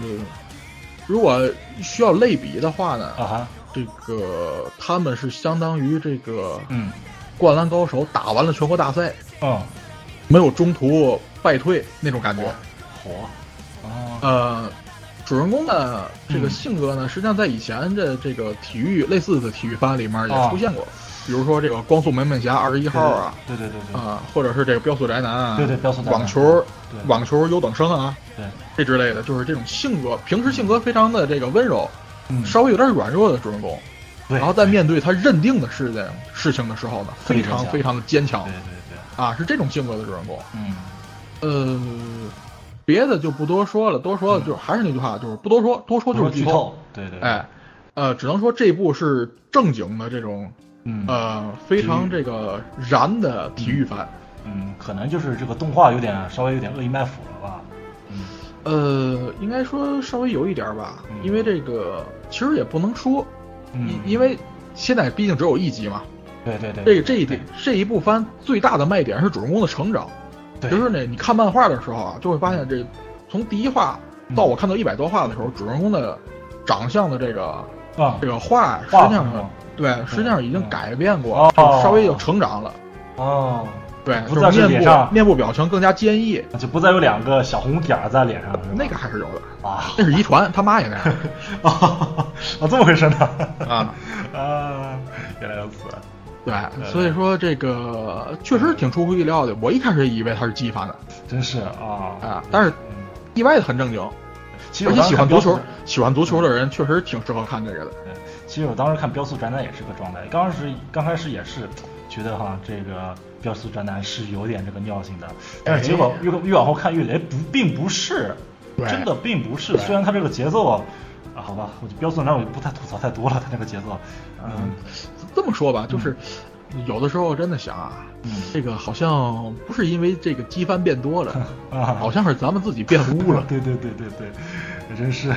Speaker 2: 如果需要类比的话呢，
Speaker 1: 啊哈
Speaker 2: 这个他们是相当于这个
Speaker 1: 嗯
Speaker 2: 灌篮高手打完了全国大赛，
Speaker 1: 嗯，
Speaker 2: 没有中途败退那种感
Speaker 1: 哦
Speaker 2: 觉。
Speaker 1: 火啊
Speaker 2: 呃，主人公呢，这个
Speaker 1: 嗯
Speaker 2: 性格呢，实际上在以前的这个体育类似的体育番里面
Speaker 1: 啊
Speaker 2: 也出现过，比如说这个光速美美侠二十一号啊，
Speaker 1: 对对对对对
Speaker 2: 啊，或者是这个标速宅男啊，
Speaker 1: 对对标速宅男
Speaker 2: 网球
Speaker 1: 对，
Speaker 2: 网球优等生啊，
Speaker 1: 对，
Speaker 2: 这之类的，就是这种性格，平时性格非常的这个温柔，
Speaker 1: 嗯
Speaker 2: 稍微有点软弱的主人公，
Speaker 1: 对
Speaker 2: 然后在面对他认定的事情事情的时候呢，
Speaker 1: 特别
Speaker 2: 非
Speaker 1: 坚强
Speaker 2: 常非常的坚
Speaker 1: 对
Speaker 2: 强
Speaker 1: 对对，
Speaker 2: 啊，是这种性格的主人公。
Speaker 1: 嗯
Speaker 2: 呃，别的就不多说了，多说了就是还是那句话，就是不多说，多说就是
Speaker 1: 嗯剧
Speaker 2: 透。，
Speaker 1: 对对，
Speaker 2: 哎，呃，只能说这部是正经的这种
Speaker 1: 嗯
Speaker 2: 呃非常这个燃的体育番。
Speaker 1: 嗯，可能就是这个动画有点稍微有点恶意卖腐了吧，嗯
Speaker 2: 呃，应该说稍微有一点儿吧，
Speaker 1: 嗯
Speaker 2: 因为这个其实也不能说，
Speaker 1: 嗯
Speaker 2: 因因为现在毕竟只有一集嘛，
Speaker 1: 对对对，
Speaker 2: 这个这一点这一部番最大的卖点是主人公的成长，
Speaker 1: 对嗯
Speaker 2: 就是呢，你看漫画的时候啊，就会发现这从第一话
Speaker 1: 嗯
Speaker 2: 到我看到一百多话的时候，主人公的长相的这个
Speaker 1: 啊
Speaker 2: 这个画实
Speaker 1: 画
Speaker 2: 际上
Speaker 1: 风啊
Speaker 2: 对，实际上已经
Speaker 1: 嗯
Speaker 2: 改变过，
Speaker 1: 哦
Speaker 2: 就稍微有成长了，
Speaker 1: 哦，
Speaker 2: 对，
Speaker 1: 不
Speaker 2: 就
Speaker 1: 再是
Speaker 2: 是
Speaker 1: 脸
Speaker 2: 面
Speaker 1: 上
Speaker 2: 部面部表情更加坚毅，
Speaker 1: 就不再有两个小红点儿在脸上，是吧
Speaker 2: 那个还是有的，
Speaker 1: 啊
Speaker 2: 那是遗传，他妈也那
Speaker 1: <laughs>
Speaker 2: 样。
Speaker 1: 啊啊，这么回事呢？ <laughs>
Speaker 2: 啊
Speaker 1: 啊，原来如此，
Speaker 2: 对，所以说这个确实挺出乎意料的。我一开始也以为他是机翻的
Speaker 1: 真是啊
Speaker 2: 啊，但是
Speaker 1: 嗯
Speaker 2: 意外的很正经。
Speaker 1: 其实我
Speaker 2: 而且
Speaker 1: 当时
Speaker 2: 喜
Speaker 1: 看
Speaker 2: 欢足
Speaker 1: 标速
Speaker 2: 球，喜欢足球的人确实挺适合看这个的。
Speaker 1: 对，其实我当时看《标速宅男》也是个状态，刚开始刚开始也是觉得哈，这个《标速宅男》是有点这个尿性的，但是结果越越往后看越哎不并不是，
Speaker 2: 对
Speaker 1: 真的并不是。虽然他这个节奏啊，啊好吧，我就《标速宅男》我就不太吐槽太多了，他那个节奏，嗯
Speaker 2: 这么说吧，就是有的时候真的想啊，
Speaker 1: 嗯
Speaker 2: 这个好像不是因为这个机翻变多了，
Speaker 1: <laughs> 啊。
Speaker 2: 好像是咱们自己变污了
Speaker 1: <laughs> 对对对对对，真是，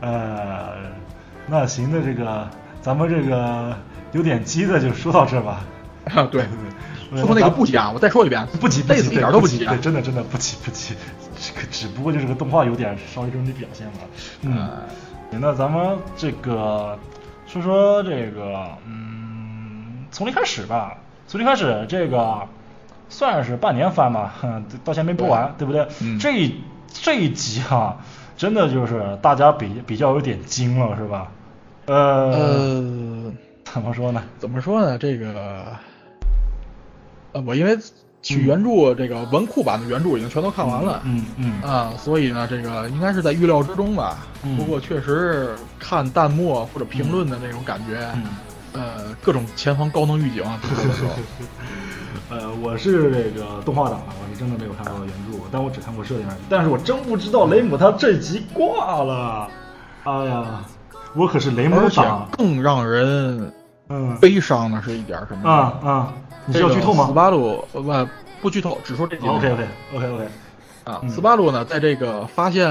Speaker 1: 呃，那行的这个咱们这个有点急的就说到这儿吧。
Speaker 2: 啊对，
Speaker 1: 对
Speaker 2: 最后那个不急啊，我再说一遍，
Speaker 1: <laughs> 不急，不
Speaker 2: 那
Speaker 1: 急，
Speaker 2: 次一点
Speaker 1: 对
Speaker 2: 都
Speaker 1: 不
Speaker 2: 急啊
Speaker 1: 对，。真的真的不急不急，这个只不过就是个动画有点稍微有点表现吧。嗯，那咱们这个说说这个，嗯，从零开始吧，从零开始这个算是半年番嘛，哼，到现在没播完，对不对？
Speaker 2: 嗯
Speaker 1: 这一这一集哈、真的就是大家比比较有点惊了，是吧？呃，
Speaker 2: 呃，
Speaker 1: 怎么说呢？
Speaker 2: 怎么说呢？这个，呃，我因为去原著这个文库版的原著已经全都看完了，
Speaker 1: 嗯嗯
Speaker 2: 啊，所以呢，这个应该是在预料之中吧。
Speaker 1: 嗯
Speaker 2: 不过确实看弹幕或者评论的那种感觉，
Speaker 1: 嗯
Speaker 2: 呃，各种前方高能预警啊，出手
Speaker 1: <laughs>
Speaker 2: 的时候
Speaker 1: 呃，我是这个动画党啊，我是真的没有看过原著，但我只看过设定而已。但是我真不知道雷姆他这集挂了，哎呀，我可是雷姆
Speaker 2: 而且
Speaker 1: 党，
Speaker 2: 更让人
Speaker 1: 嗯，
Speaker 2: 悲伤的是一点什么？
Speaker 1: 啊，啊，你是要剧透
Speaker 2: 斯
Speaker 1: 吗
Speaker 2: 巴鲁呃不不剧透，只说这几
Speaker 1: ？OK OK OK OK，
Speaker 2: 啊
Speaker 1: 嗯，
Speaker 2: 斯巴鲁呢，在这个发现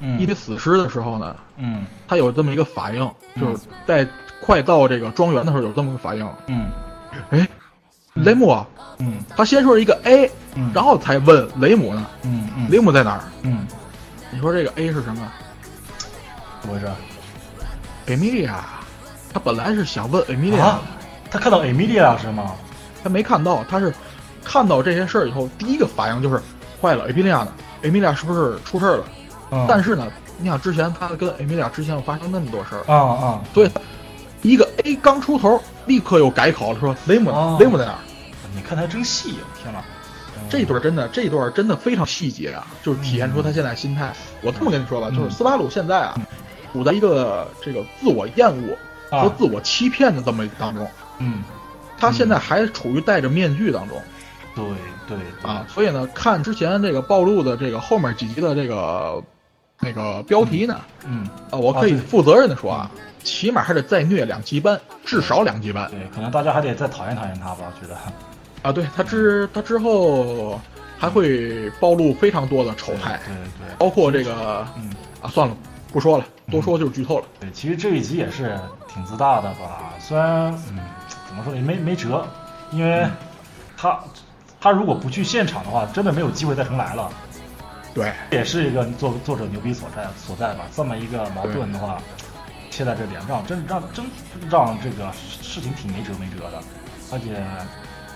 Speaker 1: 嗯
Speaker 2: 伊迪死尸的时候呢，
Speaker 1: 嗯
Speaker 2: 他有这么一个反应，就是在快到这个庄园的时候有这么个反应，
Speaker 1: 嗯
Speaker 2: 哎，雷姆啊，
Speaker 1: 嗯
Speaker 2: 他先说一个 A，
Speaker 1: 嗯
Speaker 2: 然后才问雷姆呢，
Speaker 1: 嗯嗯
Speaker 2: 雷姆在哪儿？
Speaker 1: 嗯，
Speaker 2: 你说这个 A 是什么？
Speaker 1: 怎么回事？
Speaker 2: 艾米莉亚，他本来是想问艾米莉亚
Speaker 1: 啊，，他看到 Emilia 是吗？
Speaker 2: 他没看到，他是看到这些事儿以后，第一个反应就是坏了，艾米莉亚呢？艾米莉亚是不是出事儿了？
Speaker 1: 嗯，
Speaker 2: 但是呢，你想之前他跟艾米莉亚之前又发生那么多事儿，
Speaker 1: 啊啊，
Speaker 2: 所以他一个 A 刚出头，立刻又改口了，说雷姆呢、
Speaker 1: 哦
Speaker 2: 雷姆在哪儿？
Speaker 1: 你看他真细啊，天哪！嗯
Speaker 2: 这一段真的，这一段真的非常细节啊，就是体现出他现在心态。我这么跟你说吧，
Speaker 1: 嗯
Speaker 2: 就是斯巴鲁现在啊，处在一个这个自我厌恶
Speaker 1: 啊
Speaker 2: 和自我欺骗的这么当中，
Speaker 1: 嗯，
Speaker 2: 他现在还处于戴着面具当中
Speaker 1: 对对对
Speaker 2: 啊，所以呢，看之前这个暴露的这个后面几集的这个那个标题呢，
Speaker 1: 嗯。
Speaker 2: 啊，我可以
Speaker 1: 啊对
Speaker 2: 负责任的说啊，起码还得再虐两集半，至少两集半
Speaker 1: 对，可能大家还得再讨厌讨厌他吧，我觉得。
Speaker 2: 啊。对他之他之后还会暴露非常多的丑态，
Speaker 1: 对对对，
Speaker 2: 包括这个
Speaker 1: 嗯，
Speaker 2: 啊，算了，不说了，多说就是剧透了。
Speaker 1: 对，其实这一集也是挺自大的吧，虽然嗯，怎么说呢，也没没辙，因为他他如果不去现场的话，真的没有机会再重来了。
Speaker 2: 对，
Speaker 1: 也是一个作作者牛逼所在所在吧。这么一个矛盾的话，切在这点，让真让真让这个事情挺没辙没辙的。而且，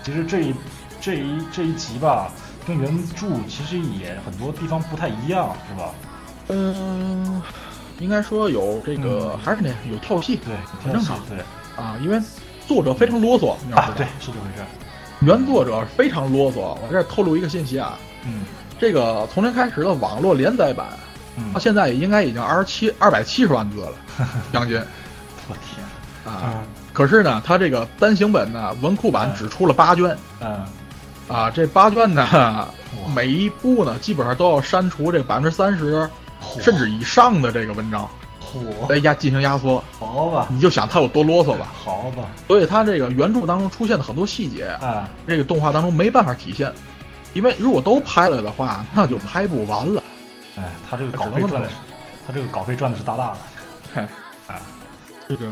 Speaker 1: 其实这一这一这一集吧，跟原著其实也很多地方不太一样，是吧？
Speaker 2: 嗯，应该说有这个，
Speaker 1: 嗯
Speaker 2: 还是那样有跳戏
Speaker 1: 对，
Speaker 2: 很正常
Speaker 1: 对
Speaker 2: 啊，因为作者非常啰嗦，你要知
Speaker 1: 啊
Speaker 2: 道，
Speaker 1: 对，是这回事儿。
Speaker 2: 原作者非常啰嗦。我在这儿透露一个信息啊，
Speaker 1: 嗯
Speaker 2: 这个从零开始的网络连载版，
Speaker 1: 嗯
Speaker 2: 它，现在应该已经二十七二百七十万
Speaker 1: <laughs>
Speaker 2: 字了，将近
Speaker 1: 我天，
Speaker 2: 啊。
Speaker 1: 嗯
Speaker 2: 可是呢，它这个单行本呢，文库版只出了八卷
Speaker 1: 嗯，
Speaker 2: 啊，这八卷呢，
Speaker 1: 哇
Speaker 2: 每一部呢，基本上都要删除这百分之三十
Speaker 1: 火
Speaker 2: 甚至以上的这个文章，
Speaker 1: 火
Speaker 2: 来压进行压缩。
Speaker 1: 好吧，
Speaker 2: 你就想它有多啰嗦吧。
Speaker 1: 好吧，
Speaker 2: 所以它这个原著当中出现的很多细节，
Speaker 1: 啊，
Speaker 2: 这个动画当中没办法体现，因为如果都拍了的话，那就拍不完了。
Speaker 1: 哎，他这个稿
Speaker 2: 只能
Speaker 1: 费
Speaker 2: 这么
Speaker 1: 赚的是，
Speaker 2: 说
Speaker 1: 他这个稿费赚的是大大的。啊
Speaker 2: 这个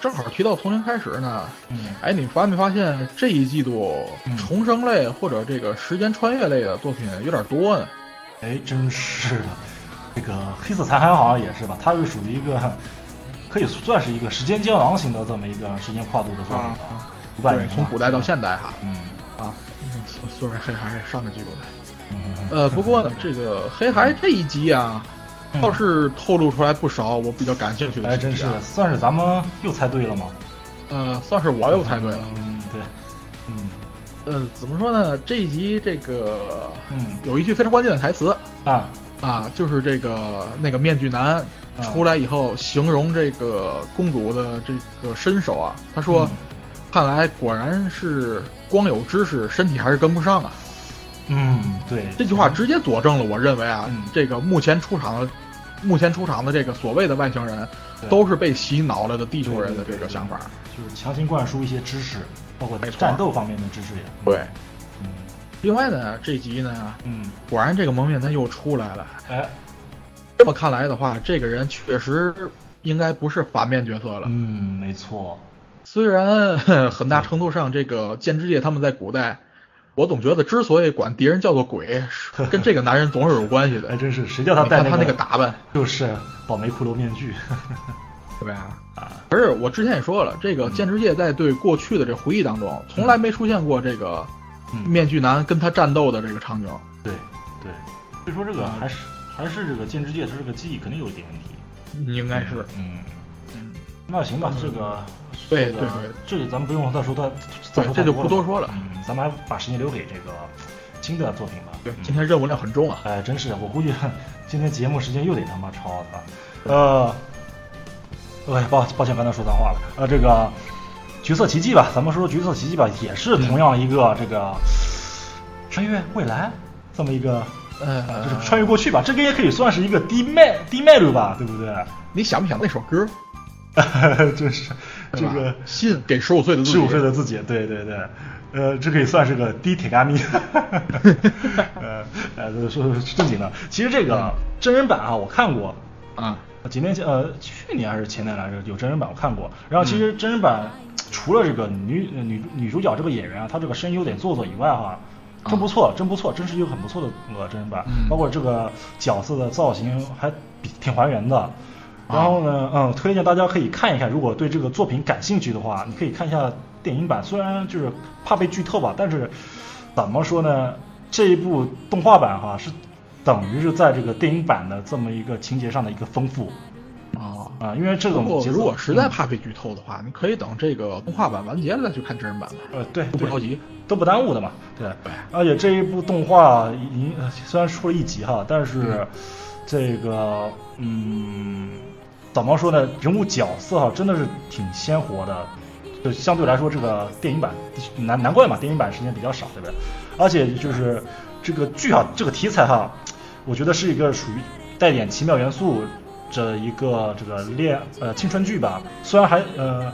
Speaker 2: 正好提到从零开始呢，
Speaker 1: 嗯
Speaker 2: 哎，你发没发现这一季度
Speaker 1: 嗯
Speaker 2: 重生类或者这个时间穿越类的作品有点多呢？
Speaker 1: 哎，真是的，这个黑色残骸好像也是吧，它是属于一个可以算是一个时间胶囊型的这么一个时间跨度的作品吧，五百
Speaker 2: 啊对
Speaker 1: 年，吧
Speaker 2: 从古代到，现代哈
Speaker 1: 嗯
Speaker 2: 啊，虽然黑还是上个季度的。
Speaker 1: 嗯，
Speaker 2: 呃，不过呢，这个黑孩这一集啊，
Speaker 1: 嗯
Speaker 2: 倒是透露出来不少我比较感兴趣的
Speaker 1: 哎，
Speaker 2: 信息啊
Speaker 1: 真是的，算是咱们又猜对了吗？
Speaker 2: 呃，算是我又猜对了。
Speaker 1: 嗯，对，嗯
Speaker 2: 呃，怎么说呢？这一集这个
Speaker 1: 嗯
Speaker 2: 有一句非常关键的台词
Speaker 1: 啊，
Speaker 2: 啊，就是这个那个面具男
Speaker 1: 啊
Speaker 2: 出来以后，形容这个公主的这个身手啊，他
Speaker 1: 嗯
Speaker 2: 说：“看来果然是光有知识，身体还是跟不上啊。
Speaker 1: 嗯，对”，
Speaker 2: 这句话直接佐证了我认为啊，
Speaker 1: 嗯
Speaker 2: 这个目前出场的。目前出场的这个所谓的外星人，
Speaker 1: 对
Speaker 2: 都是被洗脑了的地球人的这个想法。
Speaker 1: 就是强行灌输一些知识，包括
Speaker 2: 没错
Speaker 1: 战斗方面的知识也，
Speaker 2: 对，
Speaker 1: 嗯
Speaker 2: 另外呢，这集呢，
Speaker 1: 嗯，
Speaker 2: 果然这个蒙面他又出来了，
Speaker 1: 哎，
Speaker 2: 这么看来的话，这个人确实应该不是反面角色了。
Speaker 1: 嗯，没错，
Speaker 2: 虽然呵很大程度上，这个剑之界他们在古代，我总觉得之所以管敌人叫做鬼，是跟这个男人总是有关系的。
Speaker 1: <laughs> 哎，
Speaker 2: 你
Speaker 1: 真是，谁叫他戴
Speaker 2: 看他那个打扮，
Speaker 1: 就是倒霉骷髅面
Speaker 2: <laughs>
Speaker 1: 具。
Speaker 2: 对吧？
Speaker 1: 啊，
Speaker 2: 可是我之前也说了，这个剑之界在对过去的这回忆当中，从来没出现过这个
Speaker 1: 嗯，
Speaker 2: 面具男跟他战斗的这个场景。
Speaker 1: 对对，所以说这个
Speaker 2: 嗯
Speaker 1: 还是还是这个剑之界，它这个记忆肯定有一点问题。
Speaker 2: 应该是，
Speaker 1: 嗯，
Speaker 2: 嗯
Speaker 1: 那行吧，这个
Speaker 2: 对
Speaker 1: 这个
Speaker 2: 对对
Speaker 1: 这个咱们不用再说它，再
Speaker 2: 对
Speaker 1: 说
Speaker 2: 这就不多
Speaker 1: 说
Speaker 2: 说了
Speaker 1: 嗯，咱们还把时间留给这个新的作品吧。
Speaker 2: 对
Speaker 1: 嗯，
Speaker 2: 今天任务量很重啊。
Speaker 1: 哎，真是，我估计 <laughs> 今天节目时间又得他妈超了。啊呃，哎，抱抱歉，刚才说脏话了。呃，这个《角色奇迹》吧，咱们说《角色奇迹》吧，也是同样一个这个穿越未来这么一个，呃，
Speaker 2: 呃
Speaker 1: 就是，穿越过去吧。这个也可以算是一个低迈低迈率吧，对不 <laughs> 对？
Speaker 2: 你想不想那首歌？
Speaker 1: 真是
Speaker 2: 对
Speaker 1: 这
Speaker 2: 吧
Speaker 1: 个
Speaker 2: 信给十五岁的自己
Speaker 1: 十五岁的自己，对对对，呃，这可以算是个低铁咖咪，呃呃，说正经的，其实这个真人版啊，我看过，
Speaker 2: 啊，
Speaker 1: 几年前呃去年还是前年来着，有真人版我看过，然后其实真人版、除了这个女呃女女主角这个演员啊，她这个声音有点做作以外哈、
Speaker 2: 啊
Speaker 1: 真不错，真不错，真是一个很不错的呃真人版，
Speaker 2: 嗯
Speaker 1: 包括这个角色的造型还比挺还原的。然后呢，嗯，推荐大家可以看一看，如果对这个作品感兴趣的话，你可以看一下电影版。虽然就是怕被剧透吧，但是怎么说呢，这一部动画版哈、是等于是在这个电影版的这么一个情节上的一个丰富
Speaker 2: 啊。
Speaker 1: 啊、因为这
Speaker 2: 如
Speaker 1: 种
Speaker 2: 果
Speaker 1: 节奏
Speaker 2: 如果实在
Speaker 1: 嗯
Speaker 2: 怕被剧透的话，你可以等这个动画版完结了再去看真人版吧，
Speaker 1: 呃对
Speaker 2: 都不
Speaker 1: 对
Speaker 2: 着急。
Speaker 1: 都不耽误的嘛，对
Speaker 2: 对。
Speaker 1: 而且这一部动画已经呃虽然出了一集哈，但是这个嗯，怎么说呢？人物角色哈真的是挺鲜活的，就相对来说这个电影版难难怪嘛，电影版时间比较少，对不对？而且就是这个剧哈，这个题材哈，我觉得是一个属于带点奇妙元素这一个这个恋呃青春剧吧，虽然还呃。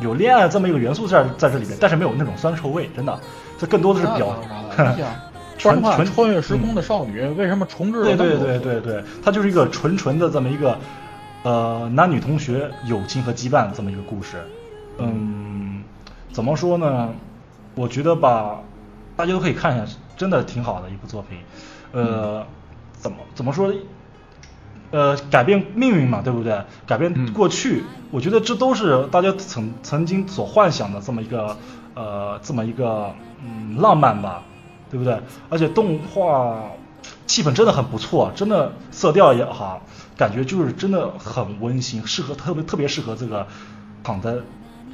Speaker 1: 有恋爱这么一个元素在在这里面，但是没有那种酸臭味，真的，这更多的是
Speaker 2: 那
Speaker 1: 表 <laughs>
Speaker 2: 当然了你想不然
Speaker 1: 纯
Speaker 2: 的话，
Speaker 1: 纯
Speaker 2: 穿越时空的少女为什么重置了
Speaker 1: 嗯对
Speaker 2: 那么
Speaker 1: 对
Speaker 2: 多
Speaker 1: 对对对，它就是一个纯纯的这么一个，呃，男女同学友情和羁绊这么一个故事。嗯，怎么说呢？我觉得吧，大家都可以看一下，真的挺好的一部作品。
Speaker 2: 嗯
Speaker 1: 呃，怎么怎么说？呃，改变命运嘛，对不对？改变
Speaker 2: 嗯
Speaker 1: 过去，我觉得这都是大家曾曾经所幻想的这么一个呃，这么一个嗯浪漫吧，对不对？而且动画气氛真的很不错，真的色调也好，感觉就是真的很温馨，适合特别特别适合这个躺在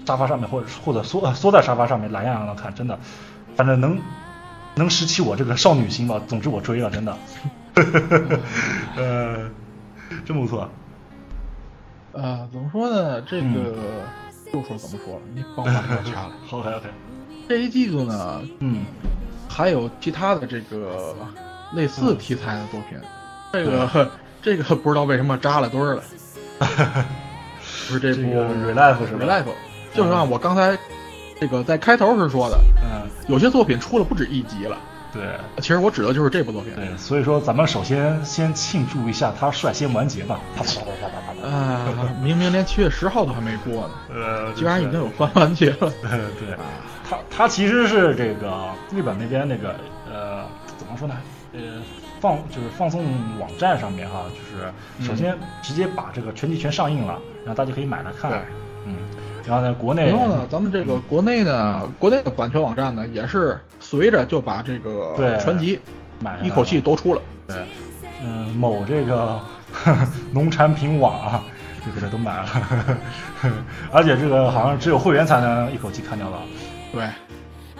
Speaker 1: 沙发上面或者或者缩呃缩在沙发上面懒洋洋的看，真的，反正能能拾起我这个少女心吧。总之我追了，真的， <laughs> 呃，真不错。
Speaker 2: 呃，怎么说呢？这个、
Speaker 1: 嗯
Speaker 2: 又说怎么说了？你帮我把这个掐了。
Speaker 1: 好 OK OK，
Speaker 2: 这一季度呢，
Speaker 1: 嗯，
Speaker 2: 还有其他的这个类似题材的作品，这个这个不知道为什么扎了
Speaker 1: <laughs>
Speaker 2: 堆儿了。不是这
Speaker 1: 这
Speaker 2: 部
Speaker 1: 个 Relife 是吧
Speaker 2: r e l i f e 就是像我刚才这个在开头时说的，
Speaker 1: 嗯，
Speaker 2: 有些作品出了不止一集了。
Speaker 1: 对
Speaker 2: 其实我指的就是这部作品。
Speaker 1: 对，所以说咱们首先先庆祝一下他率先完结吧。啪啪啪啪啪啪啪啪
Speaker 2: 啊、明明连七月十号都还没过
Speaker 1: <laughs>
Speaker 2: 呢，
Speaker 1: 呃，
Speaker 2: 居然
Speaker 1: 就
Speaker 2: 已
Speaker 1: 是
Speaker 2: 经有翻完结
Speaker 1: <laughs>
Speaker 2: 了。
Speaker 1: 对对，他他其实是这个日本那边那个呃，怎么说呢？呃，放就是放送网站上面哈，就是首先直接把这个全集全上映了，然后大家可以买来
Speaker 2: 对
Speaker 1: 看。嗯，然后呢，国内
Speaker 2: 然后呢，咱们
Speaker 1: 嗯
Speaker 2: 这个国内呢，国内的版权网站呢，也是随着就把这个
Speaker 1: 对哎
Speaker 2: 传奇
Speaker 1: 买
Speaker 2: 一口气都出了。
Speaker 1: 对，嗯、某这个 <laughs> 农产品网啊，就给他都买了， <laughs> 而且这个好像只有会员才能一口气看掉吧。
Speaker 2: 对，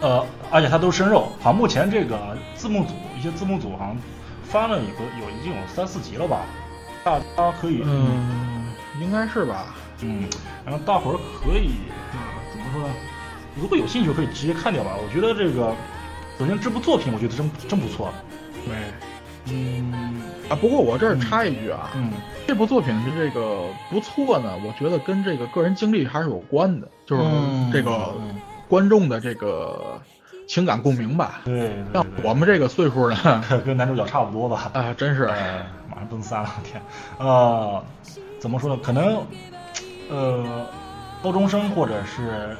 Speaker 1: 呃，而且它都是生肉。好，像目前这个字幕组一些字幕组好像翻了有个有已经有三四集了吧，大家可以
Speaker 2: 嗯，应该是吧。
Speaker 1: 嗯，然后大伙儿可以、呃、怎么说呢？如果有兴趣可以直接看掉吧。我觉得这个首先这部作品我觉得真真不错，
Speaker 2: 对
Speaker 1: 嗯
Speaker 2: 啊，不过我这儿插一句啊，
Speaker 1: 嗯
Speaker 2: 这部作品的这个不错呢，我觉得跟这个个人经历还是有关的，就是
Speaker 1: 嗯
Speaker 2: 这个
Speaker 1: 嗯
Speaker 2: 观众的这个情感共鸣吧。
Speaker 1: 对对
Speaker 2: 像我们这个岁数呢，
Speaker 1: 对， <laughs> 跟男主角差不多 <laughs> 吧。
Speaker 2: 啊，真是
Speaker 1: 呃，马上奔三了， <laughs> 天，呃，怎么说呢？可能，呃，高中生或者是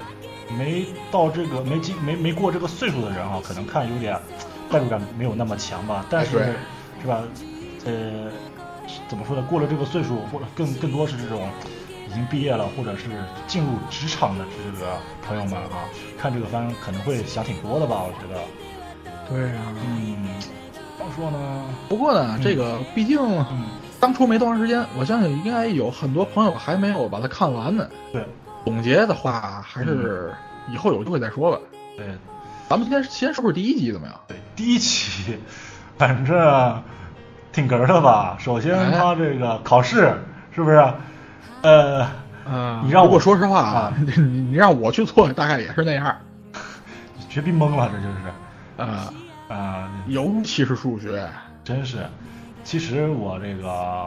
Speaker 1: 没到这个没经没没过这个岁数的人啊，可能看有点代入感没有那么强吧。但
Speaker 2: 哎
Speaker 1: 是
Speaker 2: 对，
Speaker 1: 是吧？呃，怎么说呢？过了这个岁数，或者更更多是这种已经毕业了，或者是进入职场的这个朋友们啊，看这个番可能会想挺多的吧？我觉得，
Speaker 2: 对啊。
Speaker 1: 嗯，怎么说呢？
Speaker 2: 不过呢，这个毕竟
Speaker 1: 嗯，
Speaker 2: 当初没多长时间，我相信应该有很多朋友还没有把它看完呢。
Speaker 1: 对。
Speaker 2: 总结的话，还是
Speaker 1: 嗯
Speaker 2: 以后有机会再说吧。
Speaker 1: 对，
Speaker 2: 咱们先先说说第一集怎么样？
Speaker 1: 对，第一期，反正挺哏儿的吧。首先，
Speaker 2: 哎
Speaker 1: 他这个考试是不是？呃，
Speaker 2: 啊
Speaker 1: 你让我
Speaker 2: 不过说实话
Speaker 1: 啊
Speaker 2: <laughs> 你你你让我去做，大概也是那样。
Speaker 1: 绝逼懵了，这就是
Speaker 2: 啊、
Speaker 1: 啊、
Speaker 2: 尤其是数学
Speaker 1: 真是。其实我这个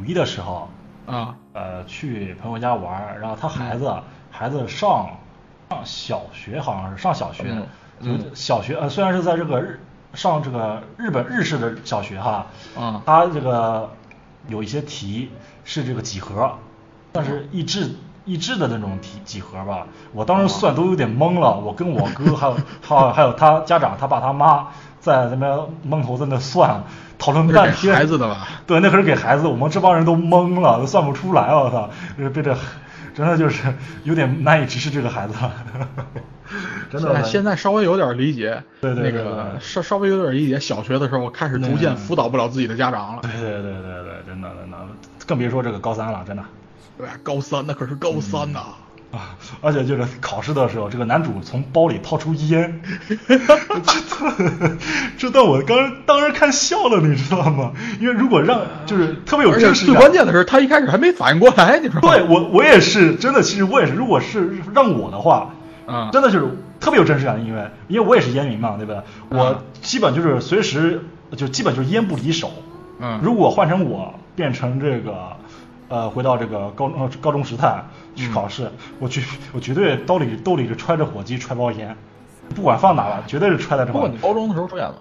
Speaker 1: 五一的时候，
Speaker 2: 啊，
Speaker 1: 呃，去朋友家玩儿，然后他孩子、
Speaker 2: 嗯
Speaker 1: 孩子上上小学，好像是上小学，
Speaker 2: 嗯
Speaker 1: 就是
Speaker 2: 嗯
Speaker 1: 小学呃，虽然是在这个日上这个日本日式的小学哈，
Speaker 2: 啊
Speaker 1: 他这个有一些题是这个几何，但是益智益智的那种题几何吧，我当
Speaker 2: 嗯
Speaker 1: 时算都有点懵了，我跟我哥还
Speaker 2: <laughs>
Speaker 1: 有还有还有他家长他爸他妈在那边蒙头在那算讨论
Speaker 2: 那
Speaker 1: 半
Speaker 2: 是给
Speaker 1: 天，
Speaker 2: 孩子的吧？
Speaker 1: 对，那可是给孩子，我们这帮人都懵了，都算不出来，我操，就是被这，真的就是有点难以直视这个孩子
Speaker 2: <laughs>
Speaker 1: 了，真的
Speaker 2: 现在现在稍微有点理解，
Speaker 1: 对对对
Speaker 2: 那
Speaker 1: 对对
Speaker 2: 个稍稍微有点理解。小学的时候，我开始逐渐辅导不了自己的家长了。
Speaker 1: 对对对对对，真的真的，更别说这个高三了，真的
Speaker 2: 对，高三那可是高三呐、
Speaker 1: 啊！而且就是考试的时候，这个男主从包里掏出烟，这段我刚当时看笑了，你知道吗？因为如果让就是特别有
Speaker 2: 而且
Speaker 1: 真实
Speaker 2: 最
Speaker 1: 感，
Speaker 2: 关键的是，他一开始还没反应过来， <laughs> 你知道
Speaker 1: 啊
Speaker 2: 吗？
Speaker 1: 对我，我也是，真的，其实我也是，如果是让我的话，
Speaker 2: 嗯
Speaker 1: 真的就是特别有真实感，因为因为我也是烟民嘛，对吧？
Speaker 2: 嗯
Speaker 1: 我基本就是随时就基本就是烟不离手。
Speaker 2: 嗯
Speaker 1: 如果换成我变成这个，呃，回到这个高中高中时代
Speaker 2: 嗯
Speaker 1: 去考试，我去我绝对兜里兜里就揣着火机，揣包烟，不管放哪了，绝对是揣在这
Speaker 2: 不过
Speaker 1: 包
Speaker 2: 你。高中的时候抽烟吗？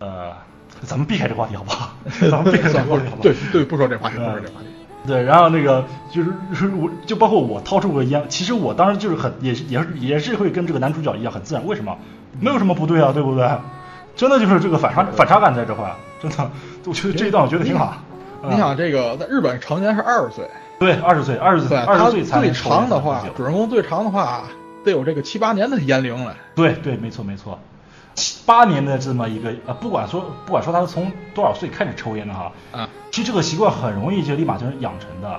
Speaker 1: 呃，咱们避开这个话题好不
Speaker 2: <laughs>
Speaker 1: 好？咱们避开这个话题好不好？
Speaker 2: 对对，不说这话题，不说这话题。
Speaker 1: 对，然后那个就是就是我就包括我掏出个烟，其实我当时就是很也是也是也是会跟这个男主角一样很自然，为什么？没有什么不对啊，对不对？真的就是这个反差反差感在这块，真的，我觉得这一段我觉得挺好。
Speaker 2: 哎
Speaker 1: 嗯啊
Speaker 2: 你想这个在日本成年是二十岁，
Speaker 1: 对，二十岁，二
Speaker 2: <laughs>
Speaker 1: 十岁，二十岁才
Speaker 2: 最长的话，主人公最长的话得有这个七八年的烟龄了。
Speaker 1: 对对，没错没错。八年的这么一个呃，不管说不管说他是从多少岁开始抽烟的哈，
Speaker 2: 啊，
Speaker 1: 其实这个习惯很容易就立马就是养成的。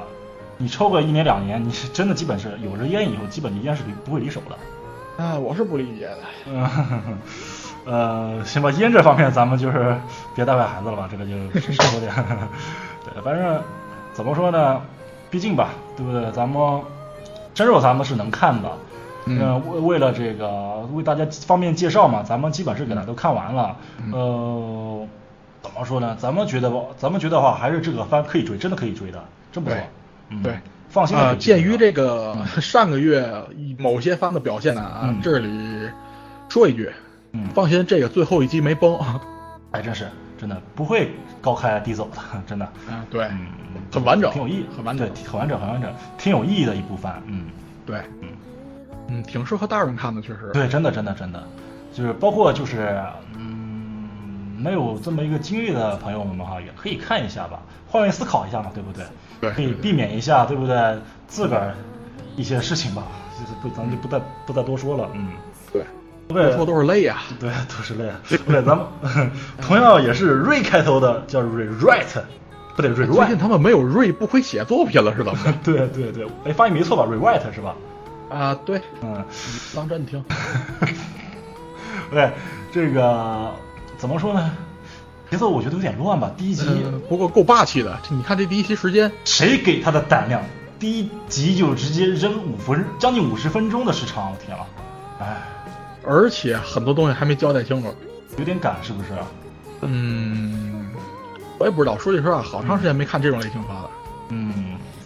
Speaker 1: 你抽个一年两年，你是真的基本是有了烟以后，基本你烟是不会离手
Speaker 2: 的。啊，我是不理解的。
Speaker 1: 嗯呵呵， <laughs> 呃，行吧，烟这方面咱们就是别带坏孩子了吧，这个就少说点。对，反正怎么说呢，毕竟吧，对不对？咱们真肉咱们是能看的。
Speaker 2: 嗯，
Speaker 1: 为、呃、为了这个为大家方便介绍嘛，咱们基本是给大家都看完了。
Speaker 2: 嗯、
Speaker 1: 呃，怎么说呢？咱们觉得吧，咱们觉得话还是这个番可以追，真的可以追的，真不错。嗯，
Speaker 2: 对，
Speaker 1: 放心。
Speaker 2: 呃，鉴于这个
Speaker 1: 嗯
Speaker 2: <laughs> 上个月某些番的表现呢啊，嗯、这里说一句，
Speaker 1: 嗯，
Speaker 2: 放心，这个最后一集没崩。
Speaker 1: 还、哎、真是，真的不会高开低走的， <laughs> 真的。
Speaker 2: 嗯，对，
Speaker 1: 嗯，
Speaker 2: 很完整，
Speaker 1: 挺有意义，
Speaker 2: 很完整，
Speaker 1: 对，很完整，很完整，挺有意义的一部分。嗯，
Speaker 2: 对，
Speaker 1: 嗯。
Speaker 2: 嗯，挺适合大人看的，确实。
Speaker 1: 对，真的，真的，真的，就是包括就是，嗯，没有这么一个经历的朋友们哈，也可以看一下吧，换位思考一下嘛，对不对？
Speaker 2: 对，
Speaker 1: 可以避免一下，对不对？自个儿一些事情吧，就是不，咱就不再不再多说了，嗯，
Speaker 2: 对，
Speaker 1: 对，
Speaker 2: 说都是泪呀，
Speaker 1: 对，都是泪啊。对，咱们同样也是瑞开头的，叫 rewrite，不对，rewrite。嗯
Speaker 2: 最近他们没有瑞不会写作品了，是怎么的？
Speaker 1: 对对对，哎，发音没错吧？rewrite 是吧？
Speaker 2: 啊，对，
Speaker 1: 嗯，
Speaker 2: 当真
Speaker 1: <laughs>
Speaker 2: 听。
Speaker 1: 对，这个怎么说呢？节奏我觉得有点乱吧。第一集、
Speaker 2: 嗯、不过够霸气的，你看这第一集时间，
Speaker 1: 谁给他的胆量？第一集就直接扔五分，将近五十分钟的时长，我天啊！哎，
Speaker 2: 而且很多东西还没交代清楚，
Speaker 1: 有点赶，是不是？啊
Speaker 2: 嗯，我也不知道。说句实话，好长时间没看这种类型番了。
Speaker 1: 嗯。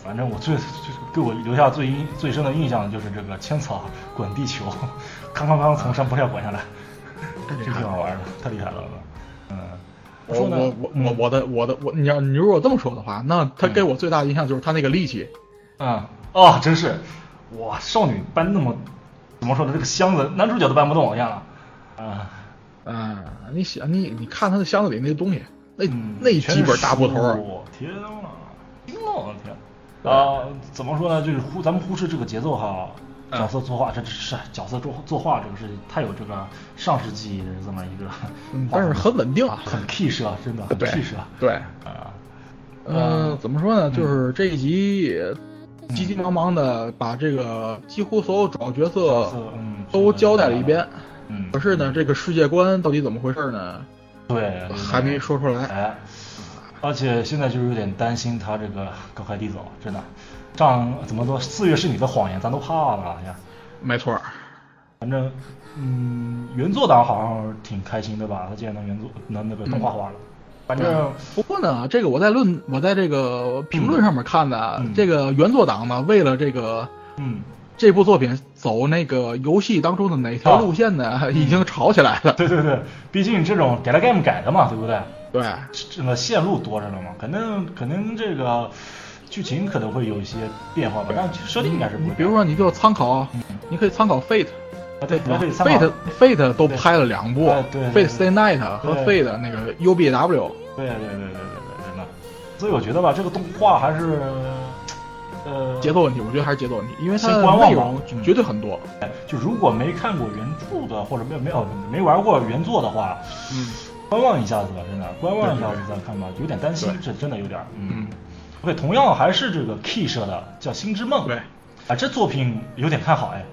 Speaker 1: 反正我最最给我留下最印最深的印象就是这个千草滚地球，康康康从山坡上滚下来，这挺好玩的，太厉害了。嗯，
Speaker 2: 我哦我我我我的我的我，你要你如果这么说的话，那他给我最大的印象就是他那个力气。
Speaker 1: 啊、嗯嗯、哦，真是，哇，少女搬那么怎么说呢？这个箱子男主角都搬不动，天了。啊、
Speaker 2: 嗯、啊，你想你你看他的箱子里那东西，那
Speaker 1: 嗯
Speaker 2: 那几本大布头，啊
Speaker 1: 我天呐，我天。啊、呃，怎么说呢？就是忽咱们忽视这个节奏哈，角色作画，这是角色作作画这个事情，它有这个上世纪的这么一个，
Speaker 2: 嗯、但是很稳定，
Speaker 1: 啊、很 K 蛇，真的很 K 蛇。
Speaker 2: 对
Speaker 1: 啊，
Speaker 2: 呃，怎么说呢？就是这一集急急忙忙的把这个几乎所有主要角色嗯都交代了一遍，
Speaker 1: 嗯，
Speaker 2: 可是呢，这个世界观到底怎么回事呢？
Speaker 1: 对，
Speaker 2: 呃还没说出来。
Speaker 1: 哎而且现在就是有点担心他这个高开低走，真的，仗怎么说？四月是你的谎言，咱都怕了，哎好像。
Speaker 2: 没错。
Speaker 1: 反正，嗯，原作党好像挺开心的吧？他竟然能原作能那个动画化了。嗯反正
Speaker 2: 不过呢，这个我在论我在这个评论上面看的，这个原作党呢，为了这个，
Speaker 1: 嗯，
Speaker 2: 这部作品走那个游戏当中的哪条路线
Speaker 1: 哦
Speaker 2: 呢， <laughs> 已
Speaker 1: 嗯
Speaker 2: 经吵起来了。
Speaker 1: 对对对，毕竟这种 g a game 改的嘛，对不对？
Speaker 2: 对，
Speaker 1: 这个线路多着呢嘛，可能可能这个剧情可能会有一些变化吧，但设定应该是不会。
Speaker 2: 比如说，嗯你就参考，你可以参考 Fate
Speaker 1: 嗯啊，对
Speaker 2: ，Fate Fate 都拍了两部，Fate
Speaker 1: 哎
Speaker 2: Stay Night 和 Fate 那个 U B W。
Speaker 1: 对对对对对对，真的。所以我觉得吧，这个动画还是呃
Speaker 2: 节奏问题，我觉得还是节奏问题，因为它内容
Speaker 1: 嗯
Speaker 2: 绝对很多。
Speaker 1: 就如果没看过原著的，或者没没有没玩过原作的话，
Speaker 2: 嗯。
Speaker 1: 观望一下子吧，真的观望一下子再看吧，有点担心，这真的有点。嗯，OK，同样还是这个 Key 社的，叫《星之梦》。
Speaker 2: 对，
Speaker 1: 啊，这作品有点看好哎。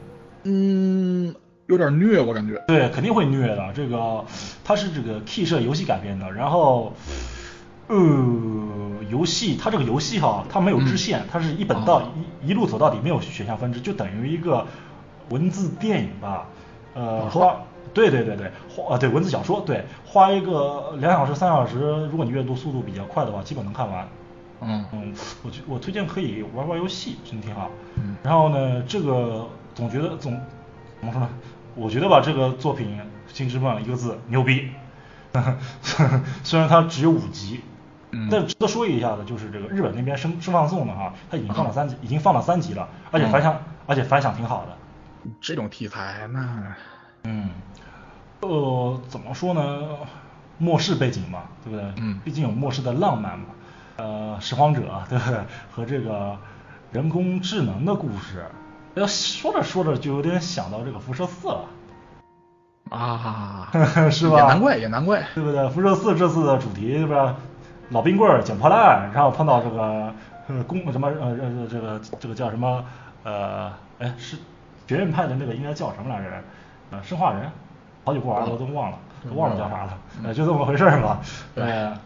Speaker 2: 嗯，有点虐我感觉。
Speaker 1: 对，肯定会虐的。这个它是这个 Key 社游戏改编的，然后，呃，游戏它这个游戏哈，它没有支线，
Speaker 2: 嗯、
Speaker 1: 它是一本到、啊、一一路走到底，没有选项分支，就等于一个文字电影吧。呃，画。对对对对，画啊对文字小说，对花一个两小时三小时，如果你阅读速度比较快的话，基本能看完。
Speaker 2: 嗯
Speaker 1: 嗯，我我推荐可以玩玩游戏，真的挺好。
Speaker 2: 嗯、
Speaker 1: 然后呢，这个总觉得总怎么说呢？我觉得吧，这个作品《星之梦》一个字牛逼， <laughs> 虽然它只有五集，
Speaker 2: 嗯，
Speaker 1: 但值得说一下的就是这个日本那边声声放送的哈，它已经
Speaker 2: 嗯
Speaker 1: 放了三集，已经放了三集了，而且反响、而且反响挺好的。
Speaker 2: 这种题材那，
Speaker 1: 嗯，呃，怎么说呢？末世背景嘛，对不对？
Speaker 2: 嗯
Speaker 1: 毕竟有末世的浪漫嘛。呃，拾荒者， <laughs> 对不对？和这个人工智能的故事，要说着说着就有点想到这个辐射四了。，
Speaker 2: 啊
Speaker 1: <laughs> 是吧
Speaker 2: 也难怪，也难怪。
Speaker 1: 对不对？辐射四这次的主题是吧？老冰棍儿捡破烂，然后碰到这个呃公什么呃呃这个这个叫什么呃哎是别人派的那个应该叫什么来着？呃，生化人，好久不玩了，我都忘了，
Speaker 2: 嗯
Speaker 1: 都忘了叫啥了，呃，就这么回事儿吧。呃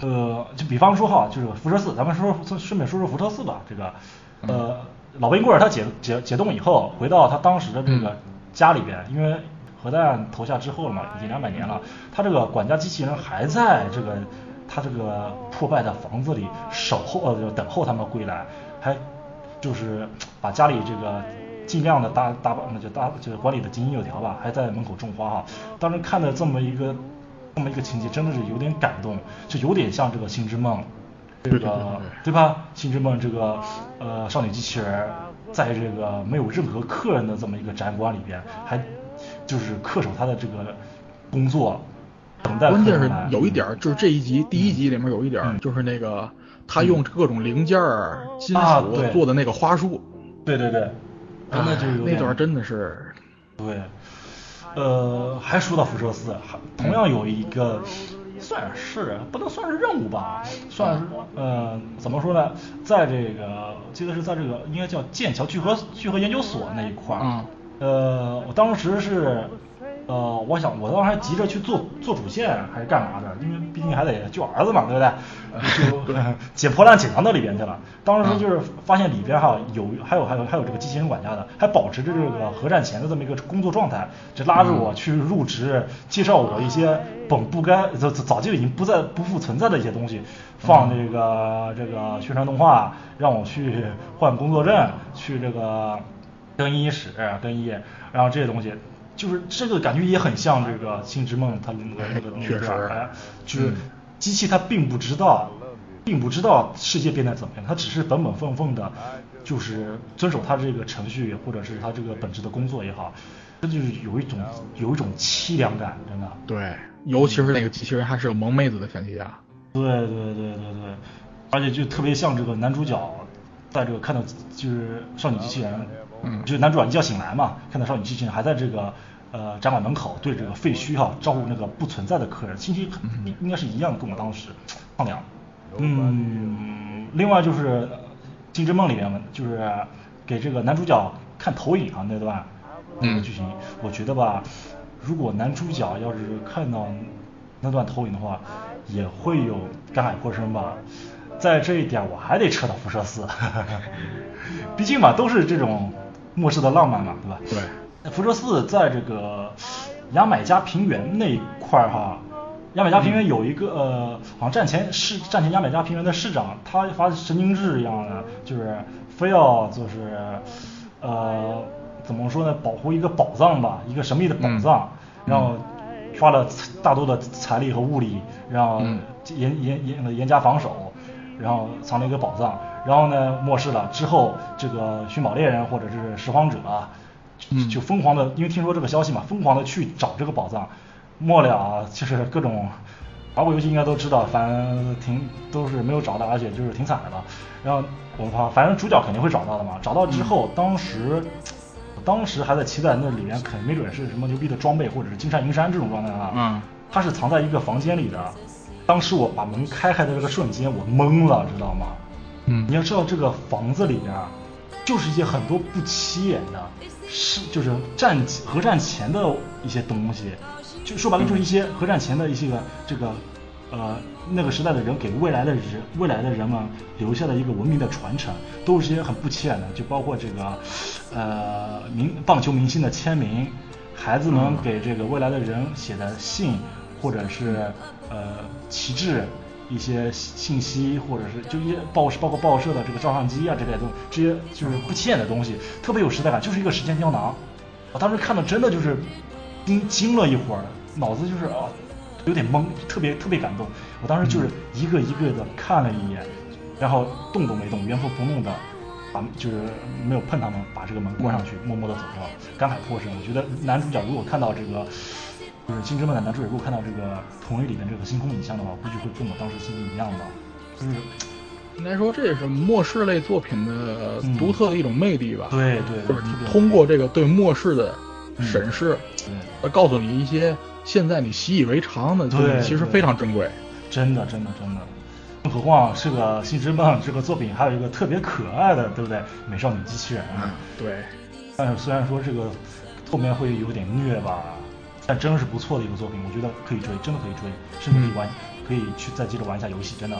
Speaker 1: 呃，就比方说哈，就是辐射四，咱们说顺顺便说说辐射四吧。这个
Speaker 2: 嗯
Speaker 1: 呃，老冰棍儿他解解解冻以后，回到他当时的这个
Speaker 2: 嗯
Speaker 1: 家里边，因为核弹投下之后了嘛，已经两百年了，他这个管家机器人还在这个他这个破败的房子里守候，呃，就等候他们归来，还就是把家里这个尽量的搭搭那就搭就是管理的井井有条吧，还在门口种花哈。当时看的这么一个这么一个情节，真的是有点感动，就有点像这个《星之梦》。这
Speaker 2: 对对
Speaker 1: 个
Speaker 2: 对
Speaker 1: 对吧？《星之梦》这个呃少女机器人，在这个没有任何客人的这么一个展馆里边，还就是恪守他的这个工作，等待客
Speaker 2: 关键
Speaker 1: 人
Speaker 2: 是
Speaker 1: 来
Speaker 2: 有一点儿，就是这一集第一集里面有一点儿
Speaker 1: 嗯，
Speaker 2: 就是那个他用各种零件儿、金
Speaker 1: 啊
Speaker 2: 属
Speaker 1: 对
Speaker 2: 做的那个花束，
Speaker 1: 对对对，真的就
Speaker 2: 哎
Speaker 1: 有
Speaker 2: 那
Speaker 1: 点
Speaker 2: 段儿真的是，
Speaker 1: 对，呃，还说到辐射四，还同样有一个算是不能算是任务吧，算是呃怎么说呢，在这个我记得是在这个应该叫剑桥聚合聚合研究所那一块儿，
Speaker 2: 嗯
Speaker 1: 呃，我当时是。呃，我想我当时还急着去做做主线还是干嘛的，因为毕竟还得救儿子嘛，对不对？就捡破烂捡到那里边去了。当时就是发现里边哈有还有还有还有这个机器人管家的，还保持着这个核战前的这么一个工作状态，这拉着我去入职，介绍我一些本不该早早就已经不再不复存在的一些东西，放这个这个宣传动画，让我去换工作证，去这个更衣室更衣，然后这些东西。就是这个感觉也很像这个《星之梦》它那个那个东西，
Speaker 2: 确
Speaker 1: 对吧
Speaker 2: 实
Speaker 1: 哎就是
Speaker 2: 嗯
Speaker 1: 机器它并不知道，并不知道世界变得怎么样，它只是本本分分的，就是遵守它这个程序或者是它这个本职的工作也好，这就是有一种有一种凄凉感，真的。
Speaker 2: 对，尤其是那个机器人还是个萌妹子的啊前提下，
Speaker 1: 对对对对对，而且就特别像这个男主角，在这个看到就是少女机器人，
Speaker 2: 嗯
Speaker 1: 就是男主角一觉醒来嘛，看到少女机器人还在这个呃展馆门口对这个废墟哈、招呼那个不存在的客人，信息
Speaker 2: 嗯
Speaker 1: 应应该是一样，跟我当时放凉。嗯，另外就是《金之梦》里面嘛，就是给这个男主角看投影啊那段那个
Speaker 2: 嗯
Speaker 1: 剧情，我觉得吧，如果男主角要是看到那段投影的话，也会有感慨颇深吧。在这一点，我还得扯到辐射四， <laughs> 毕竟嘛，都是这种末世的浪漫嘛，对吧？
Speaker 2: 对。
Speaker 1: 辐射四在这个牙买加平原那一块儿哈，牙买加平原有一个、呃，好像战前市战前牙买加平原的市长，他发神经质一样的，就是非要就是呃怎么说呢，保护一个宝藏吧，一个神秘的宝藏，然后花了大多的财力和物力，然后
Speaker 2: 嗯
Speaker 1: 严严严严加防守，然后藏了一个宝藏，然后呢漠视了之后，这个寻宝猎人或者是拾荒者啊，
Speaker 2: 嗯
Speaker 1: 就疯狂的，因为听说这个消息嘛，疯狂的去找这个宝藏，末了啊就是各种玩过游戏应该都知道，反正挺都是没有找到，而且就是挺惨的吧。然后我怕，反正主角肯定会找到的嘛。找到之
Speaker 2: 嗯
Speaker 1: 后，当时我当时还在期待那里面肯没准是什么牛逼的装备或者是金山银山这种状态啊。
Speaker 2: 嗯，
Speaker 1: 它是藏在一个房间里的。当时我把门开开的这个瞬间，我懵了，知道吗？
Speaker 2: 嗯
Speaker 1: 你要知道，这个房子里边啊，就是一些很多不起眼的，是就是战核战前的一些东西，就说白了就是一些核战前的一些个这个，呃，那个时代的人给未来的人未来的人们留下的一个文明的传承，都是一些很不起眼的，就包括这个，呃，明棒球明星的签名，孩子们给这个未来的人写的信，或者是呃旗帜。一些信息，或者是就一些报包括报社的这个照相机啊之类的东西，这些就是不起眼的东西，特别有时代感，就是一个时间胶囊。我当时看的真的就是惊惊了一会儿，脑子就是啊，有点懵，特别特别感动。我当时就是一个一个的看了一眼，然后动都没动，原封不动的把就是没有碰他们，把这个门关上去，默默的走掉，感慨颇深。我觉得男主角如果看到这个。就是《星之梦》的男主角，如果看到这个同一里面这个星空影像的话，估计会跟我当时心情一样的，就是
Speaker 2: 应该说这也是末世类作品的独特的一种魅力吧。
Speaker 1: 嗯对对，嗯
Speaker 2: 就是
Speaker 1: 特
Speaker 2: 你
Speaker 1: 别
Speaker 2: 通过这个对末世的审视，
Speaker 1: 对，
Speaker 2: 来呃告诉你一些现在你习以为常的，就是
Speaker 1: 对
Speaker 2: 其实
Speaker 1: 对
Speaker 2: 非常珍贵。
Speaker 1: 真的真的真的。更何况是个《星之梦》这个作品，还有一个特别可爱的，对不对？美少女机器人。
Speaker 2: 啊，对，
Speaker 1: 但是虽然说这个后面会有点虐吧，但真是不错的一个作品，我觉得可以追，真的可以追，甚至可以玩，可以去再接着玩一下游戏，真的。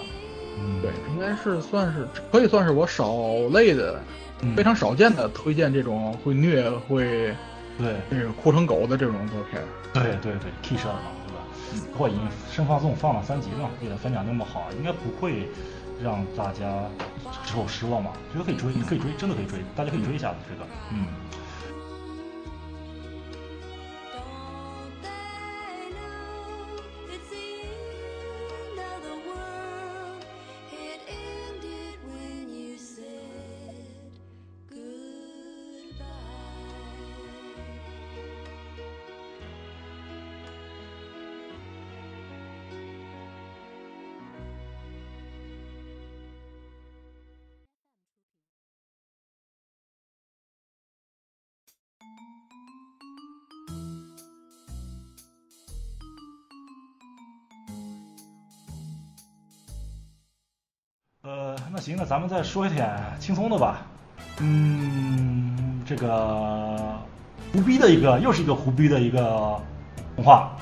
Speaker 1: 嗯，
Speaker 2: 对，应该是算是可以算是我少类的、
Speaker 1: 嗯
Speaker 2: 非常少见的推荐这种会虐、会
Speaker 1: 对。
Speaker 2: 这个哭成狗的这种作品。
Speaker 1: 对对对，K 社的嘛，对吧？不过已经生放纵放了三集了，为了反响那么好，应该不会让大家之后失望吧？觉得可以追，可以追，真的可以追，大家可以追一下子这个，嗯。呃，那行，那咱们再说一点轻松的吧。嗯，这个胡逼的一个，又是一个胡逼的一个动画，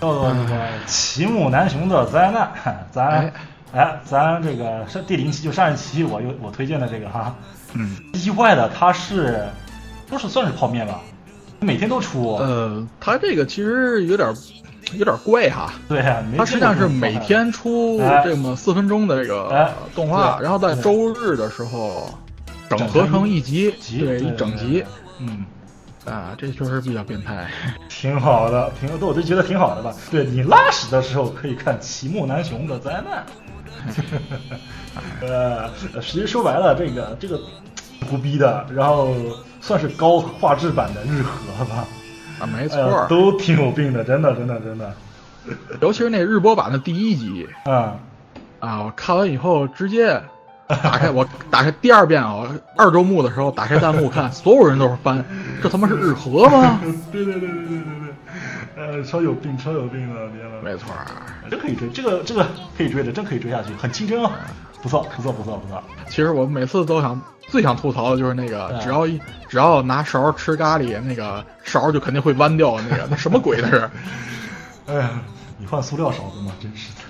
Speaker 1: 叫做这个《骑木南雄的灾难》。 <laughs> 咱
Speaker 2: 哎
Speaker 1: 哎咱这个上第零期就上一期我又我推荐的这个哈，
Speaker 2: 嗯，
Speaker 1: 意外的它是都是算是泡面吧，每天都出。
Speaker 2: 呃，它这个其实有点儿有点儿怪哈。
Speaker 1: 对，没
Speaker 2: 它实际上是每天出
Speaker 1: 哎
Speaker 2: 这么四分钟的这个
Speaker 1: 哎
Speaker 2: 动画，
Speaker 1: 对
Speaker 2: 然后在
Speaker 1: 对
Speaker 2: 周日的时候整合成一集，
Speaker 1: 集
Speaker 2: 对，一整集。，
Speaker 1: 嗯。
Speaker 2: 啊，这确实比较变态。
Speaker 1: 挺好的，挺我就觉得挺好的吧。对你拉屎的时候可以看《奇木南雄的灾难》 <laughs> 呃，实际说白了，这个这个胡逼的，然后算是高画质版的日和吧。
Speaker 2: 啊，没错
Speaker 1: 哎呀
Speaker 2: 儿，
Speaker 1: 都挺有病的，真的，真的，真的。
Speaker 2: 尤其是那日播版的第一集
Speaker 1: 嗯，
Speaker 2: 啊，我看完以后直接打开我打开第二遍啊，我二周目的时候打开弹幕看，所有人都是翻，这他妈是日和吗？
Speaker 1: 对对对对对对 <laughs> 对，呃，超有病，超有病的，别了。
Speaker 2: 没错儿，
Speaker 1: 这可以追，这个这个可以追的，真可以追下去，很清真啊、不错，不错，不错，不错。
Speaker 2: 其实我每次都想最想吐槽的就是那个
Speaker 1: 嗯，
Speaker 2: 只要一只要拿勺吃咖喱，那个勺就肯定会弯掉，那个那什么鬼那是？
Speaker 1: <laughs> 哎呀，你换塑料勺子吗？真是的。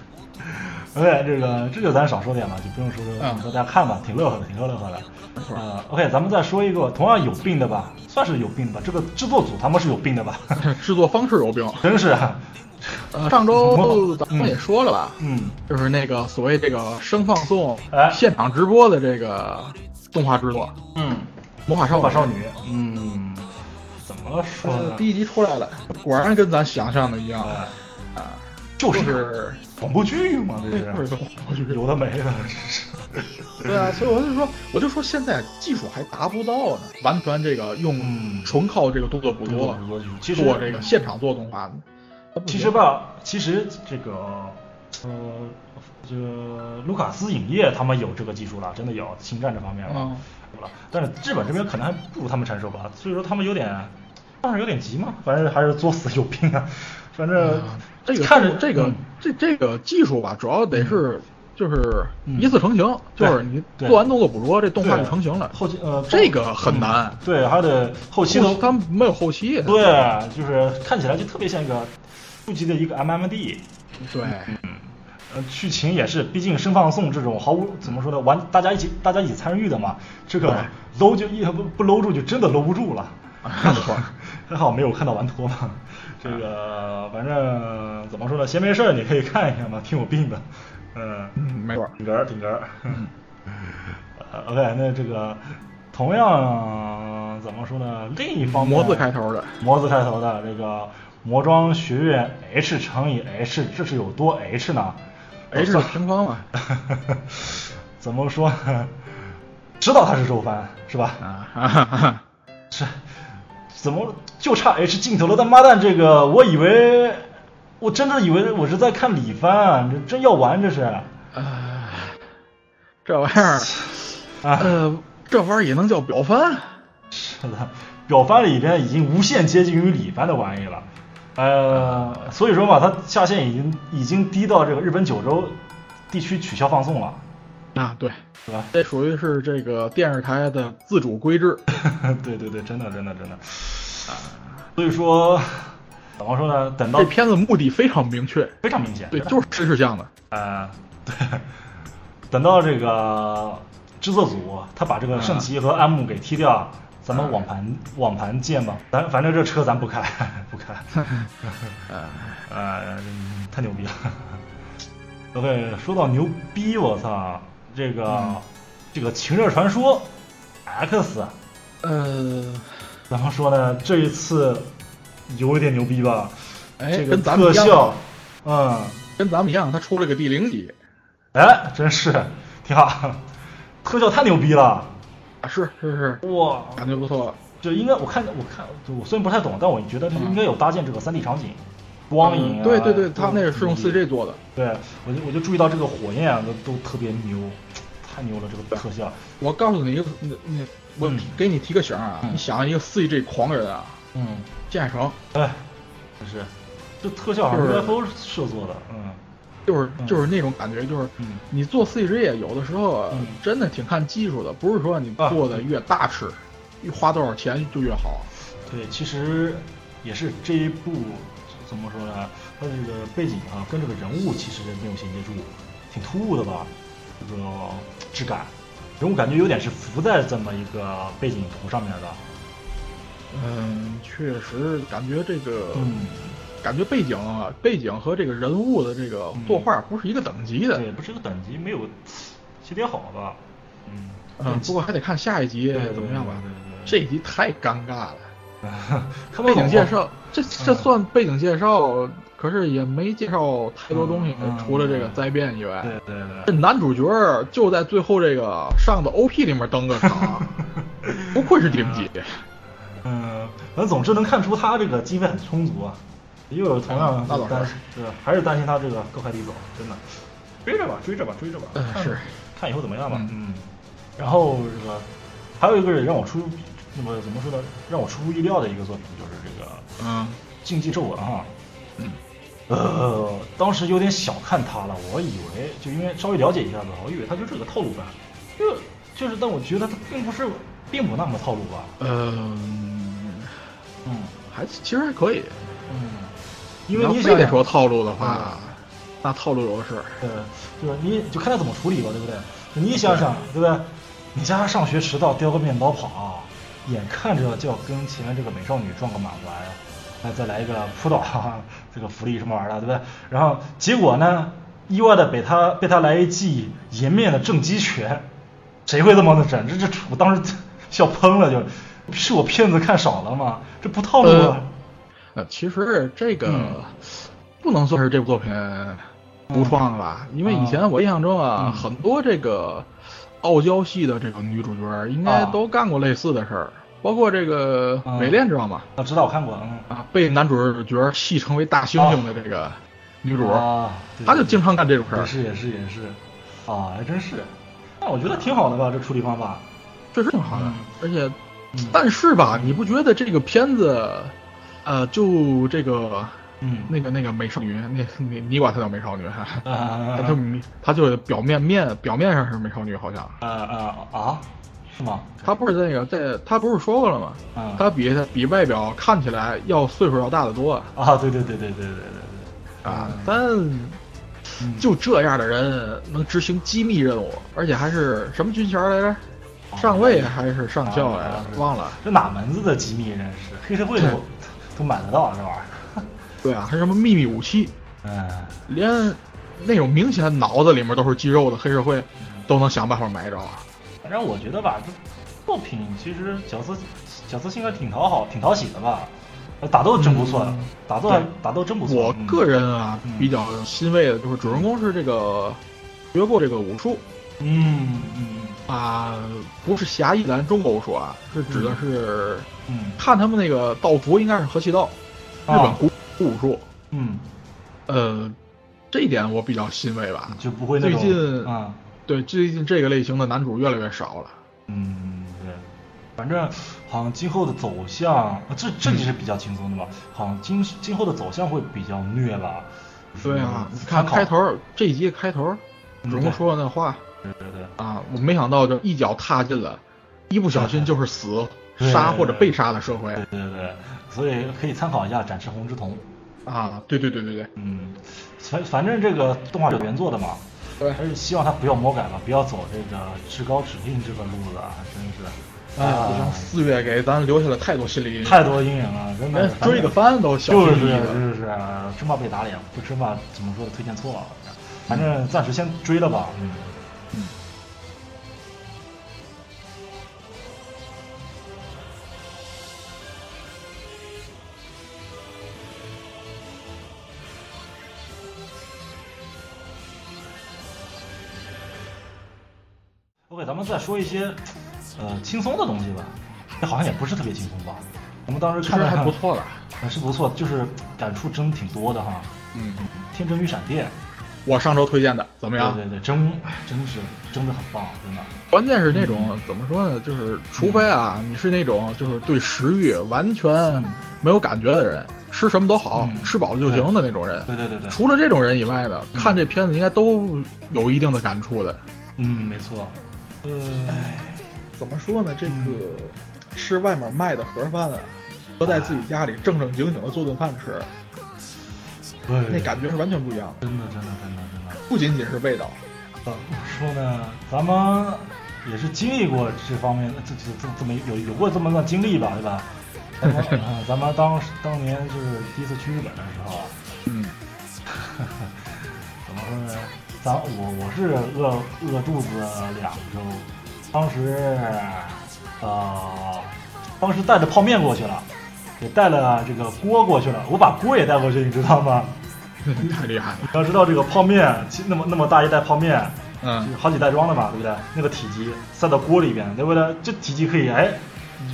Speaker 1: OK，这个这就咱少说点吧，就不用说
Speaker 2: 嗯
Speaker 1: 大家看吧，挺乐呵的，挺乐呵的。呃，OK，咱们再说一个同样有病的吧，算是有病吧，这个制作组他们是有病的吧， <laughs>
Speaker 2: 制作方式有病。
Speaker 1: 真是啊，
Speaker 2: 呃，上周咱们也说了吧，
Speaker 1: 嗯，
Speaker 2: 就是那个所谓这个声放送、
Speaker 1: 哎
Speaker 2: 现场直播的这个动画制作，
Speaker 1: 嗯，
Speaker 2: 《魔法少
Speaker 1: 魔
Speaker 2: 女
Speaker 1: 法少女，嗯，怎么说
Speaker 2: 呃
Speaker 1: 呢？
Speaker 2: 第一集出来了，果然跟咱想象的一样，
Speaker 1: 呃，
Speaker 2: 啊，
Speaker 1: 就
Speaker 2: 就是是
Speaker 1: 广播剧嘛，这
Speaker 2: 就是是我觉得
Speaker 1: 有的没的，真是。
Speaker 2: 对啊，所以我就说，我就说现在技术还达不到呢，完全这个用
Speaker 1: 嗯
Speaker 2: 纯靠这个动作捕
Speaker 1: 动作捕
Speaker 2: 捉
Speaker 1: 捉技术，其实
Speaker 2: 做这个现场做动画的，它不
Speaker 1: 其
Speaker 2: 行
Speaker 1: 实，吧，其实这个呃，这个卢卡斯影业他们有这个技术了，真的有星战这方面了，
Speaker 2: 嗯
Speaker 1: 有了。但是日本这边可能还不如他们成熟吧，所以说他们有点，但是有点急嘛，反正还是作死有病啊， <laughs> 反正
Speaker 2: 啊这个
Speaker 1: 看着
Speaker 2: 这个
Speaker 1: 嗯
Speaker 2: 这这个技术吧，主要得是就是
Speaker 1: 嗯
Speaker 2: 一次成型，就
Speaker 1: 对
Speaker 2: 是你
Speaker 1: 对
Speaker 2: 做完动作捕捉，这动画就
Speaker 1: 对
Speaker 2: 成型了。
Speaker 1: 后期呃
Speaker 2: 这个很难
Speaker 1: 嗯对，还得后期
Speaker 2: 后
Speaker 1: 都
Speaker 2: 他们没有后期，
Speaker 1: 对，就是看起来就特别像一个初级的一个 MMD。
Speaker 2: 对，
Speaker 1: 呃，剧情也是，毕竟《生放送》这种毫无怎么说呢，玩大家一起大家一起参与的嘛，这个搂就一不不搂住就真的搂不住
Speaker 2: <laughs>
Speaker 1: 了。
Speaker 2: 没错
Speaker 1: 还好没有看到玩脱嘛。这个反正怎么说呢，闲没事儿你可以看一看嘛，挺有病的。嗯，
Speaker 2: 嗯，没错。嗯
Speaker 1: 顶哏儿顶哏儿。 <laughs> 呃 OK，那这个同样怎么说呢？另一方面，
Speaker 2: 模字开头的
Speaker 1: 模字开头的这个魔装学院 H 乘以 H，这是有多 H 呢
Speaker 2: H 是平方嘛？
Speaker 1: <laughs> 怎么说呢？知道它是肉番是吧？
Speaker 2: 啊哈哈哈，
Speaker 1: 是，怎么就差 H 镜头了？他妈蛋，这个我以为，我真的以为我是在看李帆，这真要完这是。
Speaker 2: 啊，这玩意儿，
Speaker 1: 啊 <laughs>
Speaker 2: 呃，这玩意儿也能叫表翻？
Speaker 1: 是的，表翻里边已经无限接近于里翻的玩意了。呃，所以说嘛，它下限已经已经低到这个日本九州地区取消放送了，
Speaker 2: 啊，对，
Speaker 1: 是吧？ <laughs>
Speaker 2: 这属于是这个电视台的自主规制。
Speaker 1: 对对对，真的真的真的。所以说，怎么说呢？等到
Speaker 2: 这片子目的非常明确，
Speaker 1: 非常明显，
Speaker 2: 对，
Speaker 1: 真的
Speaker 2: 就是知识向的。
Speaker 1: 呃，对，等到这个制作组他把这个圣骑和安木给踢掉，咱们网盘网盘见吧。咱反正这车咱不开， <laughs> 不开。
Speaker 2: 呃，
Speaker 1: 呃，嗯太牛逼了。OK，说到牛逼，我操，这个、
Speaker 2: 嗯
Speaker 1: 这个《情热传说 X》
Speaker 2: 呃，
Speaker 1: 怎么说呢？这一次有一点牛逼吧？
Speaker 2: 哎，
Speaker 1: 这个
Speaker 2: 跟咱们
Speaker 1: 特
Speaker 2: 一样
Speaker 1: 效，嗯，
Speaker 2: 跟咱们一样，他出了个第零集
Speaker 1: 哎，真是挺好，特效太牛逼了，
Speaker 2: 啊，是是是，
Speaker 1: 哇！
Speaker 2: 感觉不错。
Speaker 1: 就应该我看我看我虽然不太懂，但我觉得它应该有搭建这个三 D 场景，光影、啊
Speaker 2: 嗯嗯对对对，他那
Speaker 1: 个
Speaker 2: 个是用 CG 做的。
Speaker 1: 对，我就我就注意到这个火焰啊，都都特别牛，太牛了这个特效。
Speaker 2: 我告诉你一个，你你我
Speaker 1: 嗯
Speaker 2: 给你提个醒啊，
Speaker 1: 嗯
Speaker 2: 你想一个 CG 狂人啊，
Speaker 1: 嗯，
Speaker 2: 金海诚
Speaker 1: 哎，真是，这特效好像是 UFO 制作的，嗯
Speaker 2: 就是
Speaker 1: 嗯
Speaker 2: 就是那种感觉，就是
Speaker 1: 嗯，
Speaker 2: 你做 CG 有的时候啊
Speaker 1: 嗯
Speaker 2: 真的挺看技术的，不是说你
Speaker 1: 啊
Speaker 2: 做的越大尺，越花多少钱就越好。
Speaker 1: 对，其实也是这一部怎么说呢？它这个背景啊，跟这个人物其实没有衔接住，挺突兀的吧？这个质感，人物感觉有点是浮在这么一个背景图上面的，
Speaker 2: 嗯，确实感觉这个，
Speaker 1: 嗯，
Speaker 2: 感觉背景啊，背景和这个人物的这个
Speaker 1: 嗯
Speaker 2: 作画不是一个等级的。
Speaker 1: 对，不是个等级没有协调好吧？嗯，
Speaker 2: 嗯，不过还得看下一集怎么样吧。这
Speaker 1: 对对对
Speaker 2: 一集太尴尬了，
Speaker 1: 看不
Speaker 2: 背
Speaker 1: 懂
Speaker 2: 景介绍，这这
Speaker 1: 嗯
Speaker 2: 算背景介绍，可是也没介绍太多东西
Speaker 1: 嗯嗯，
Speaker 2: 除了这个灾变以
Speaker 1: 对
Speaker 2: 外。
Speaker 1: 对
Speaker 2: 这男主角就在最后这个上的 OP 里面登
Speaker 1: <laughs>
Speaker 2: 个场，啊不愧是顶级。
Speaker 1: 对，嗯，反正总之能看出他这个经费很充足啊，又有同样
Speaker 2: 嗯那倒是
Speaker 1: 担心，对，还是担心他这个高开低走，真的，追着吧，追着吧，追着吧，
Speaker 2: 嗯
Speaker 1: 看
Speaker 2: 是，
Speaker 1: 看以后怎么样吧，
Speaker 2: 嗯
Speaker 1: 嗯，然后这个还有一个让我出那么怎么说呢，让我出乎意料的一个作品就是这个
Speaker 2: 嗯
Speaker 1: 竞技皱纹哈，
Speaker 2: 嗯，
Speaker 1: 呃，当时有点小看他了，我以为就因为稍微了解一下子，我以为他就是个套路番，就就是，但我觉得他并不是，并不那么套路吧。
Speaker 2: 嗯，
Speaker 1: 嗯
Speaker 2: 还其实还可以，
Speaker 1: 嗯，因为
Speaker 2: 要
Speaker 1: 你
Speaker 2: 非
Speaker 1: 想嗯
Speaker 2: 得
Speaker 1: 想
Speaker 2: 说，套路的话，那套路有的是。
Speaker 1: 呃，就是你就看他怎么处理吧，对不对？你想想，对不对？你家上学迟到，叼个面包跑，眼看着就要跟前面这个美少女撞个满怀，那再来一个扑倒， <laughs> 哈哈，这个福利什么玩意儿的，对不对？然后结果呢，意外的被他被他来一记颜面的正击拳，谁会这么的整？这这我当时 <laughs> 笑喷了就，是我骗子看少了吗？这不套路啊！
Speaker 2: 呃，其实这个、
Speaker 1: 嗯
Speaker 2: 不能算是这部作品独创的吧，因为以前我印象中啊，
Speaker 1: 嗯
Speaker 2: 很多这个傲娇系的这个女主角应该
Speaker 1: 啊
Speaker 2: 都干过类似的事儿，包括这个
Speaker 1: 啊
Speaker 2: 美恋知道吗？
Speaker 1: 我知道我看过，嗯。
Speaker 2: 啊，被男主角戏称为大猩猩的这个女主，
Speaker 1: 啊，对
Speaker 2: 她就经常干这种事
Speaker 1: 也
Speaker 2: 儿，
Speaker 1: 是也是也是，啊，还真是。但我觉得挺好的吧，这处理方法。
Speaker 2: 确实挺好的
Speaker 1: 嗯，
Speaker 2: 而且
Speaker 1: 嗯
Speaker 2: 但是吧，你不觉得这个片子，呃，就这个
Speaker 1: 嗯，
Speaker 2: 那个那个美少女，那你你管她叫美少女？哈哈
Speaker 1: 啊啊
Speaker 2: 她就迷她就表面面表面上是美少女，好像
Speaker 1: 啊啊啊，是吗？
Speaker 2: 她不是那个在她不是说过了吗？
Speaker 1: 嗯
Speaker 2: 她比她比外表看起来要岁数要大得多
Speaker 1: 啊，对对对对对对对对，
Speaker 2: 啊，但
Speaker 1: 嗯
Speaker 2: 就这样的人能执行机密任务，而且还是什么军衔来着？
Speaker 1: 哦
Speaker 2: 上尉还是上校来
Speaker 1: 啊
Speaker 2: 着？忘了。
Speaker 1: 这哪门子的机密人士，黑社会都都买得到这玩意儿。
Speaker 2: 对啊，还什么秘密武器？
Speaker 1: 嗯，
Speaker 2: 连那种明显脑子里面都是肌肉的黑社会
Speaker 1: 嗯，
Speaker 2: 都能想办法埋着啊。
Speaker 1: 反正我觉得吧，这作品其实角色角色性格挺讨好，挺讨喜的吧。呃打斗真不错，
Speaker 2: 嗯
Speaker 1: 打斗还
Speaker 2: 对
Speaker 1: 打斗真不错。
Speaker 2: 我
Speaker 1: 嗯
Speaker 2: 个人啊
Speaker 1: 嗯
Speaker 2: 比较欣慰的就是主人公是这个学过这个武术
Speaker 1: 嗯嗯
Speaker 2: 啊，不是狭义咱中国武术啊，是指的是
Speaker 1: 嗯
Speaker 2: 看他们那个道服应该是和气道，日
Speaker 1: 啊
Speaker 2: 本古古武术，
Speaker 1: 嗯，
Speaker 2: 呃，这一点我比较欣慰吧。
Speaker 1: 嗯就不会那种
Speaker 2: 最近
Speaker 1: 啊
Speaker 2: 对，最近这个类型的男主越来越少了。
Speaker 1: 嗯对，反正好像今后的走向，呃这这里是比较轻松的吧？好像今今后的走向会比较虐吧？
Speaker 2: 对啊，
Speaker 1: 嗯
Speaker 2: 你看
Speaker 1: 考
Speaker 2: 开头这一集开头，
Speaker 1: 嗯
Speaker 2: 主人公说的那话
Speaker 1: 对对对，
Speaker 2: 啊，我没想到就一脚踏进了，一不小心就是死、
Speaker 1: 对
Speaker 2: 杀或者被杀的社会
Speaker 1: 对对对，所以可以参考一下《展翅红之瞳》。
Speaker 2: 啊！对对对对对，
Speaker 1: 嗯，反反正这个动画有原作的嘛，
Speaker 2: 对
Speaker 1: 还是希望他不要魔改吧，不要走这个至高指令这个路子啊，真是，啊
Speaker 2: 哎呀，这张四月给咱留下了太多心理阴影，
Speaker 1: 太多阴影了，真的
Speaker 2: 连
Speaker 1: 是。
Speaker 2: 哎追个
Speaker 1: 反
Speaker 2: 番都小
Speaker 1: 正
Speaker 2: 心
Speaker 1: 就是
Speaker 2: 翼翼
Speaker 1: 就
Speaker 2: 的。
Speaker 1: 是是，生怕被打脸，不生怕怎么说推荐错了，反正暂时先追了吧，嗯。OK，咱们再说一些呃轻松的东西吧，好像也不是特别轻松吧。我们当时
Speaker 2: 其
Speaker 1: 看
Speaker 2: 实
Speaker 1: 的
Speaker 2: 还不，错了。
Speaker 1: 还是不错，就是感触真挺多的哈。
Speaker 2: 嗯，
Speaker 1: 天真与闪电，
Speaker 2: 我上周推荐的怎么样？
Speaker 1: 对对对，真哎真是真的很棒，真的。
Speaker 2: 关键是那种怎么说呢？就是除非啊，你是那种就是对食欲完全没有感觉的人，吃什么都好，
Speaker 1: 嗯
Speaker 2: 吃饱就行的那种人。
Speaker 1: 对对对对，
Speaker 2: 除了这种人以外的，
Speaker 1: 嗯
Speaker 2: 看这片子应该都有一定的感触的。
Speaker 1: 嗯，没错。呃，
Speaker 2: 怎么说呢？这
Speaker 1: 个
Speaker 2: 吃外面卖的盒饭啊，和在自己家里正正经经的做顿饭吃，
Speaker 1: 对，
Speaker 2: 觉是完全不一样的。
Speaker 1: 真的真的真的真的。
Speaker 2: 不仅仅是味道，
Speaker 1: 怎么说呢？咱们也是经历过这方面，这这这这么有有过这么段经历吧，对吧？咱们、呃、咱们当时当年就是第一次去日本的时候，啊
Speaker 2: 嗯， <laughs>
Speaker 1: 怎么说呢？咱我我是饿饿肚子两周，当时呃，当时带着泡面过去了，也带了这个锅过去了，我把锅也带过去，你知道吗？
Speaker 2: 太厉害了。
Speaker 1: 你要知道这个泡面，其那么那么大一袋泡面，
Speaker 2: 嗯
Speaker 1: 就是好几袋装的嘛，对不对？那个体积塞到锅里边，对不对？这体积可以哎，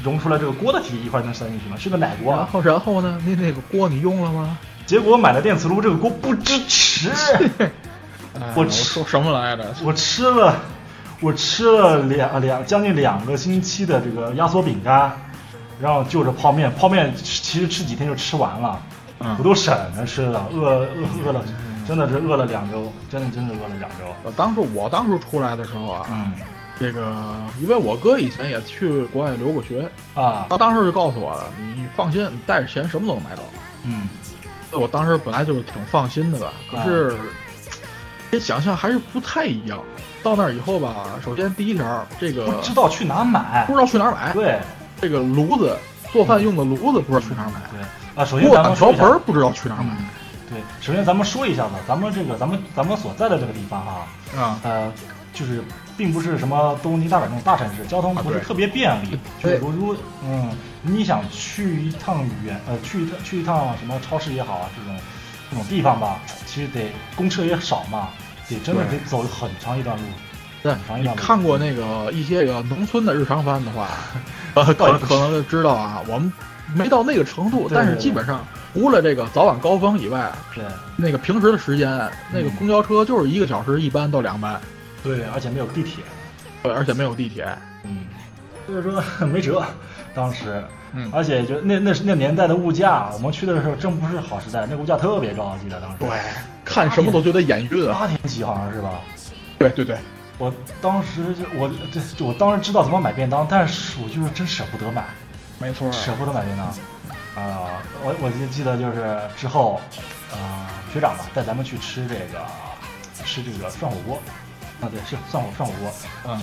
Speaker 1: 融出来这个锅的体积一块能塞进去吗？是个奶锅
Speaker 2: 然
Speaker 1: 啊。
Speaker 2: 后然后呢？那那个锅你用了吗？
Speaker 1: 结果买的电磁炉，这个锅不支
Speaker 2: <laughs>
Speaker 1: 持。
Speaker 2: 哎
Speaker 1: 我
Speaker 2: 我说什么来着？
Speaker 1: 我吃了，我吃了两两将近两个星期的这个压缩饼干，然后就着泡面，泡面其实吃几天就吃完了，
Speaker 2: 嗯
Speaker 1: 我都省着吃了，饿饿饿了，真的是饿了两周，真的真的饿了两周。
Speaker 2: 我当初我当初出来的时候啊，
Speaker 1: 嗯
Speaker 2: 这个因为我哥以前也去国外留过学，
Speaker 1: 啊
Speaker 2: 他当时就告诉我了，你放心，你带着钱什么都能买到。
Speaker 1: 嗯
Speaker 2: 我当时本来就挺放心的吧，可是跟想象还是不太一样。到那儿以后吧，首先第一条，这个
Speaker 1: 不知道去哪买
Speaker 2: 不，知道去哪儿买，
Speaker 1: 对
Speaker 2: 这个炉子做饭用的炉子不知道去哪儿买，
Speaker 1: 对啊，首先
Speaker 2: 锅
Speaker 1: 咱
Speaker 2: 碗
Speaker 1: 们
Speaker 2: 瓢
Speaker 1: 说一
Speaker 2: 盆儿
Speaker 1: 下，
Speaker 2: 不知道去哪儿买
Speaker 1: 嗯对，首先咱们说一下吧，咱们这个咱们咱们所在的这个地方哈，
Speaker 2: 啊。
Speaker 1: 呃，就是并不是什么东京、大阪这种大城市，交通不是
Speaker 2: 啊对
Speaker 1: 特别便利。就
Speaker 2: 对
Speaker 1: 是如如嗯，你想去一趟远呃，去一趟去一趟什么超市也好啊，这种这种地方吧，其实得公车也少嘛，得真的得
Speaker 2: 对
Speaker 1: 走很长一段路。
Speaker 2: 对
Speaker 1: 很长一
Speaker 2: 你
Speaker 1: 段路
Speaker 2: 看过那个一些个农村的日常番的 <laughs> 话，呃，可可能就知道啊，我们没到那个程度，
Speaker 1: 对
Speaker 2: 但是
Speaker 1: 对对
Speaker 2: 基本上除了这个早晚高峰以外，
Speaker 1: 对
Speaker 2: 那个平时的时间，那个公交车就是一个小时一班到两班，
Speaker 1: 对，而且没有地铁，
Speaker 2: 对，而且没有地铁。
Speaker 1: 嗯，所以说没辙，当时。
Speaker 2: 嗯
Speaker 1: 而且就那那是那年代的物价，我们去的时候真不是好时代，那个物价特别高，记得当时。
Speaker 2: 对，看什么都觉得眼晕啊。
Speaker 1: 八点几好像是吧？
Speaker 2: 对对对，
Speaker 1: 我当时就我这就我当时知道怎么买便当，但是我就是真舍不得买，
Speaker 2: 没错
Speaker 1: 舍不得买便当。啊、我我就记得就是之后，呃，学长吧带咱们去吃这个吃这个涮火锅，啊对是涮火涮火锅，
Speaker 2: 嗯，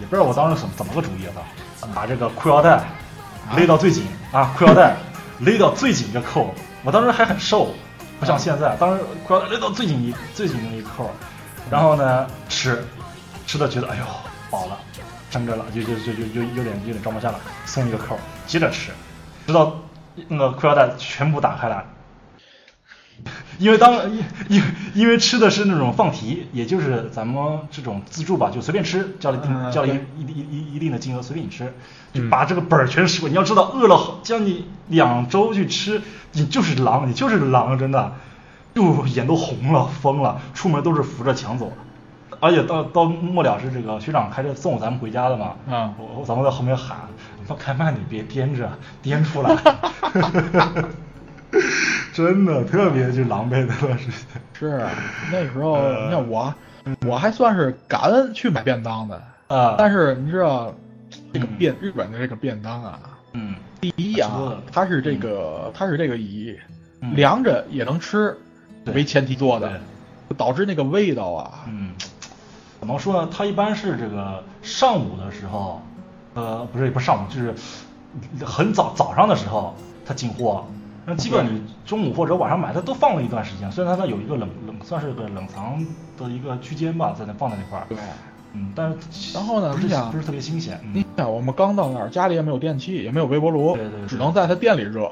Speaker 1: 也不知道我当时怎么怎么个主意啊，把这个裤腰带勒到最紧啊，裤腰带勒到最紧这扣，我当时还很瘦，不像现在，当时裤腰带勒到最紧一最紧的一扣，然后呢吃，吃的觉得哎呦饱了，撑着了，就就就就就有点有点装不下了，松一个扣，接着吃，直到那个裤腰带全部打开来， <laughs> 因为当因因因为吃的是那种放题，也就是咱们这种自助吧，就随便吃，叫了一定
Speaker 2: 嗯
Speaker 1: 叫了一
Speaker 2: 对
Speaker 1: 一一一一定的金额随便你吃，就
Speaker 2: 嗯
Speaker 1: 把这个本儿全吃过。你要知道，饿了好将近两周去吃，你就是狼，你就是狼，真的，就眼都红了，疯了，出门都是扶着墙走。而且到到末了是这个学长开车送咱们回家的嘛，
Speaker 2: 嗯
Speaker 1: 我我咱们在后面喊，他开慢点，别颠着，颠出来， <laughs> 真的特别就狼狈的段时间。
Speaker 2: <laughs> 是呃那时候，你看我，我还算是感恩去买便当的，呃
Speaker 1: 啊，
Speaker 2: 但是你知道，这个
Speaker 1: 嗯
Speaker 2: 便日本的这个便当啊，
Speaker 1: 嗯
Speaker 2: 第一
Speaker 1: 说
Speaker 2: 啊
Speaker 1: 了，
Speaker 2: 它是这个它是这个以
Speaker 1: 嗯
Speaker 2: 凉着也能吃
Speaker 1: 对
Speaker 2: 为前提做的，导致那个味道啊，
Speaker 1: 嗯，怎么说呢？它一般是这个上午的时候，呃，不是也不是上午，就是很早早上的时候它进货，那基本你中午或者晚上买它都放了一段时间，虽然它有一个冷冷算是个冷藏的一个区间吧，在那放在那块儿，
Speaker 2: 对。
Speaker 1: 嗯，但是
Speaker 2: 然后呢
Speaker 1: 不
Speaker 2: 你
Speaker 1: 是
Speaker 2: 想
Speaker 1: 不是特别新鲜，嗯
Speaker 2: 你，想，哎我们刚到那儿，家里也没有电器，也没有微波炉，
Speaker 1: 对对对
Speaker 2: 只能在他店里热。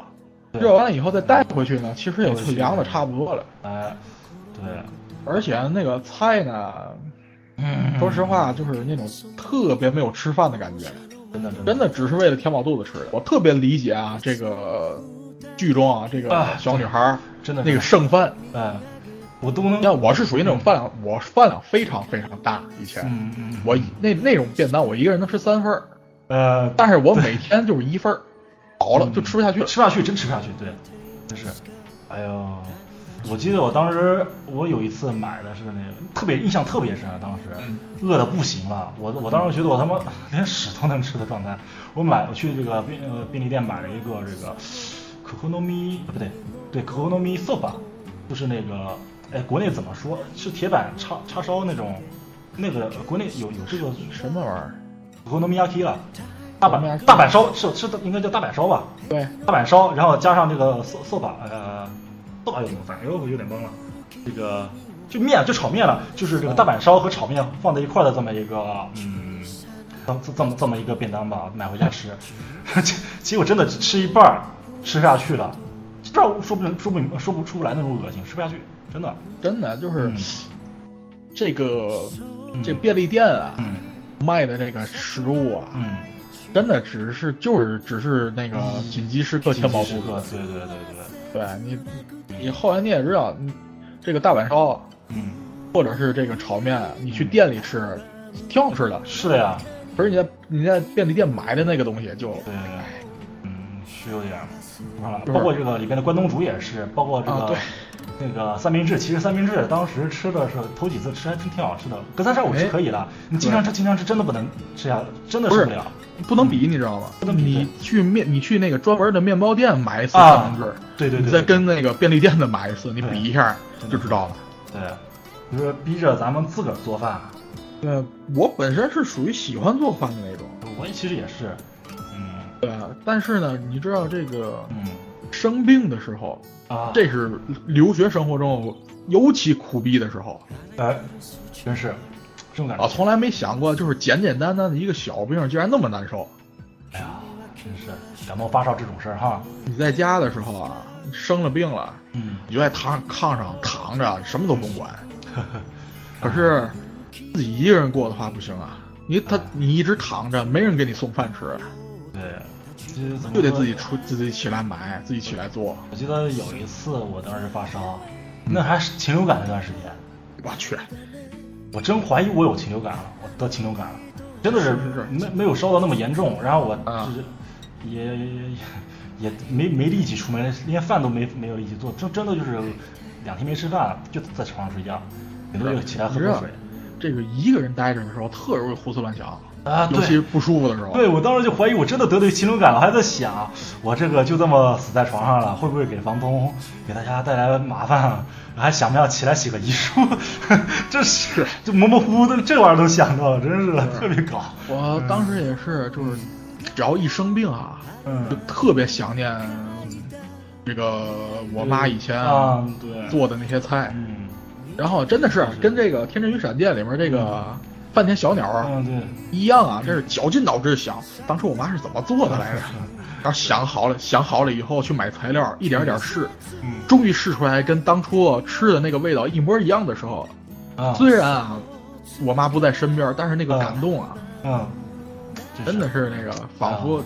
Speaker 1: 对
Speaker 2: 热完了以后再带回去呢，其实也
Speaker 1: 带回
Speaker 2: 就
Speaker 1: 去
Speaker 2: 凉的差不多了。
Speaker 1: 哎，对，
Speaker 2: 而且那个菜呢，
Speaker 1: 嗯
Speaker 2: 说实话就是那种特别没有吃饭的感觉，
Speaker 1: 真的真的
Speaker 2: 真的只是为了填饱肚子吃的。我特别理解啊，这个剧中啊，这个
Speaker 1: 啊
Speaker 2: 小女孩儿
Speaker 1: 真的
Speaker 2: 那个
Speaker 1: 是
Speaker 2: 剩饭，
Speaker 1: 哎，我都能，
Speaker 2: 像我是属于那种饭量，我饭量非常非常大。以前、
Speaker 1: 嗯嗯，嗯
Speaker 2: 我一那那种便当，我一个人能吃三份儿，
Speaker 1: 呃，
Speaker 2: 但是我每天就是一份儿，饱了就吃不下去。
Speaker 1: 吃不下去，真吃不下去，对，真是，哎呦，我记得我当时我有一次买的是那个特别印象特别深，啊当时
Speaker 2: 嗯
Speaker 1: 饿的不行了，我我当时觉得我他妈 <laughs> 连屎都能吃的状态，我买我去这个便呃便利店买了一个这个可可糯米呃不对对可可糯米 s o 就是那个哎国内怎么说是铁板叉叉烧那种。那个国内有有这个
Speaker 2: 什么玩意儿？
Speaker 1: 可可糯米亚 k 了，大阪
Speaker 2: okonomiyaki
Speaker 1: 大阪烧是是应该叫大阪烧吧？
Speaker 2: 对，
Speaker 1: 大阪烧，然后加上这个寿寿把，呃，寿把有什么？反正我有点懵了。这个就面就炒面了，就是这个大阪烧和炒面放在一块儿的这么一个，嗯，这这这么这么一个便当吧，买回家吃。 <laughs> 结结果真的吃一半儿吃不下去了，不知道说不能说不明说不出不来那种恶心，吃不下去，真的。
Speaker 2: 真的就是、
Speaker 1: 嗯
Speaker 2: 这个
Speaker 1: 嗯
Speaker 2: 这便利店啊、
Speaker 1: 嗯
Speaker 2: 卖的这个食物啊，
Speaker 1: 嗯，
Speaker 2: 真的只是就是只是那个嗯紧急时刻填饱
Speaker 1: 时
Speaker 2: 肚
Speaker 1: 刻
Speaker 2: 子。，
Speaker 1: 对对对对，
Speaker 2: 对你，你后来你也知道，你这个大阪烧
Speaker 1: 嗯，
Speaker 2: 或者是这个炒面，你去店里吃，挺好吃的。
Speaker 1: 是的呀，
Speaker 2: 可是你在你在便利店买的那个东西就
Speaker 1: 对，嗯，是有点儿，
Speaker 2: 就是
Speaker 1: 包括这个里面的关东煮也是，包括这个、
Speaker 2: 啊对
Speaker 1: 那个三明治，其实三明治当时吃的时候，头几次吃还真挺好吃的，隔三差五吃
Speaker 2: 哎
Speaker 1: 可以了，你经常吃经常吃真的不能吃下，真的
Speaker 2: 不
Speaker 1: 吃
Speaker 2: 是
Speaker 1: 不了。
Speaker 2: 不能比，你知道吗？
Speaker 1: 不能比
Speaker 2: 你去面，你去那个专门的面包店买一次
Speaker 1: 啊
Speaker 2: 三明治，
Speaker 1: 对对
Speaker 2: 你
Speaker 1: 对
Speaker 2: 再
Speaker 1: 对，
Speaker 2: 跟那个便利店的买一次，你比一下
Speaker 1: 对
Speaker 2: 就知道了。
Speaker 1: 对，就是逼着咱们自个儿做饭，
Speaker 2: 对，我本身是属于喜欢做饭的那种，
Speaker 1: 我也其实也是，嗯
Speaker 2: 对，但是呢，你知道这个
Speaker 1: 嗯
Speaker 2: 生病的时候，
Speaker 1: 啊，
Speaker 2: 这是留学生活中尤其苦逼的时候
Speaker 1: 哎，真是这种感觉
Speaker 2: 啊，，从来没想过，就是简简单单的一个小病，竟然那么难受。
Speaker 1: 哎呀，真是感冒发烧这种事儿哈，
Speaker 2: 你在家的时候啊，生了病了，
Speaker 1: 嗯，
Speaker 2: 你就在躺炕上躺着，什么都甭
Speaker 1: <laughs>
Speaker 2: 管。可是自己一个人过的话不行啊，你他
Speaker 1: 嗯
Speaker 2: 你一直躺着，没人给你送饭吃，
Speaker 1: 对，就是怎么
Speaker 2: 就得
Speaker 1: 说
Speaker 2: 自己出自己起来买，自己起来做。
Speaker 1: 我记得有一次我当时发烧，那还是禽流感那段时间，
Speaker 2: 我去，
Speaker 1: 我真怀疑我有禽流感了，我得禽流感了，真的是
Speaker 2: 是是是
Speaker 1: 没没有烧到那么严重，然后我
Speaker 2: 啊
Speaker 1: 就是也也也也没没力气出门，连饭都没没有力气做，真真的就是两天没吃饭，就在床上睡觉，顶多就起来喝
Speaker 2: 你知
Speaker 1: 口
Speaker 2: 道
Speaker 1: 水。
Speaker 2: 这个一个人待着的时候特容易胡思乱想
Speaker 1: 啊对
Speaker 2: 尤其不舒服的时候。
Speaker 1: 对，我当时就怀疑我真的得了禽流感了，还在想我这个就这么死在床上了，会不会给房东给大家带来麻烦？还想不想起来写个遗书？ <laughs> 这是这模模糊糊的这玩意儿都想到了，真是的，特别搞。
Speaker 2: 我当时也是，就是只要一生病啊，
Speaker 1: 嗯
Speaker 2: 就特别想念这个我妈以前
Speaker 1: 啊，对，
Speaker 2: 做的那些菜，
Speaker 1: 嗯
Speaker 2: 然后真的是跟这个《天真与闪电》里面这个饭田小鸟
Speaker 1: 嗯嗯对，
Speaker 2: 啊
Speaker 1: 嗯
Speaker 2: 一样啊，真是绞尽脑汁想，当初我妈是怎么做的来着？然后想好了，想好了以后去买材料，一点一点试，
Speaker 3: 嗯
Speaker 2: 终于试出来跟当初吃的那个味道一模一样的时候，
Speaker 1: 啊，
Speaker 2: 虽然啊，我妈不在身边，但是那个感动啊，
Speaker 1: 嗯，
Speaker 2: 真的是那个仿佛，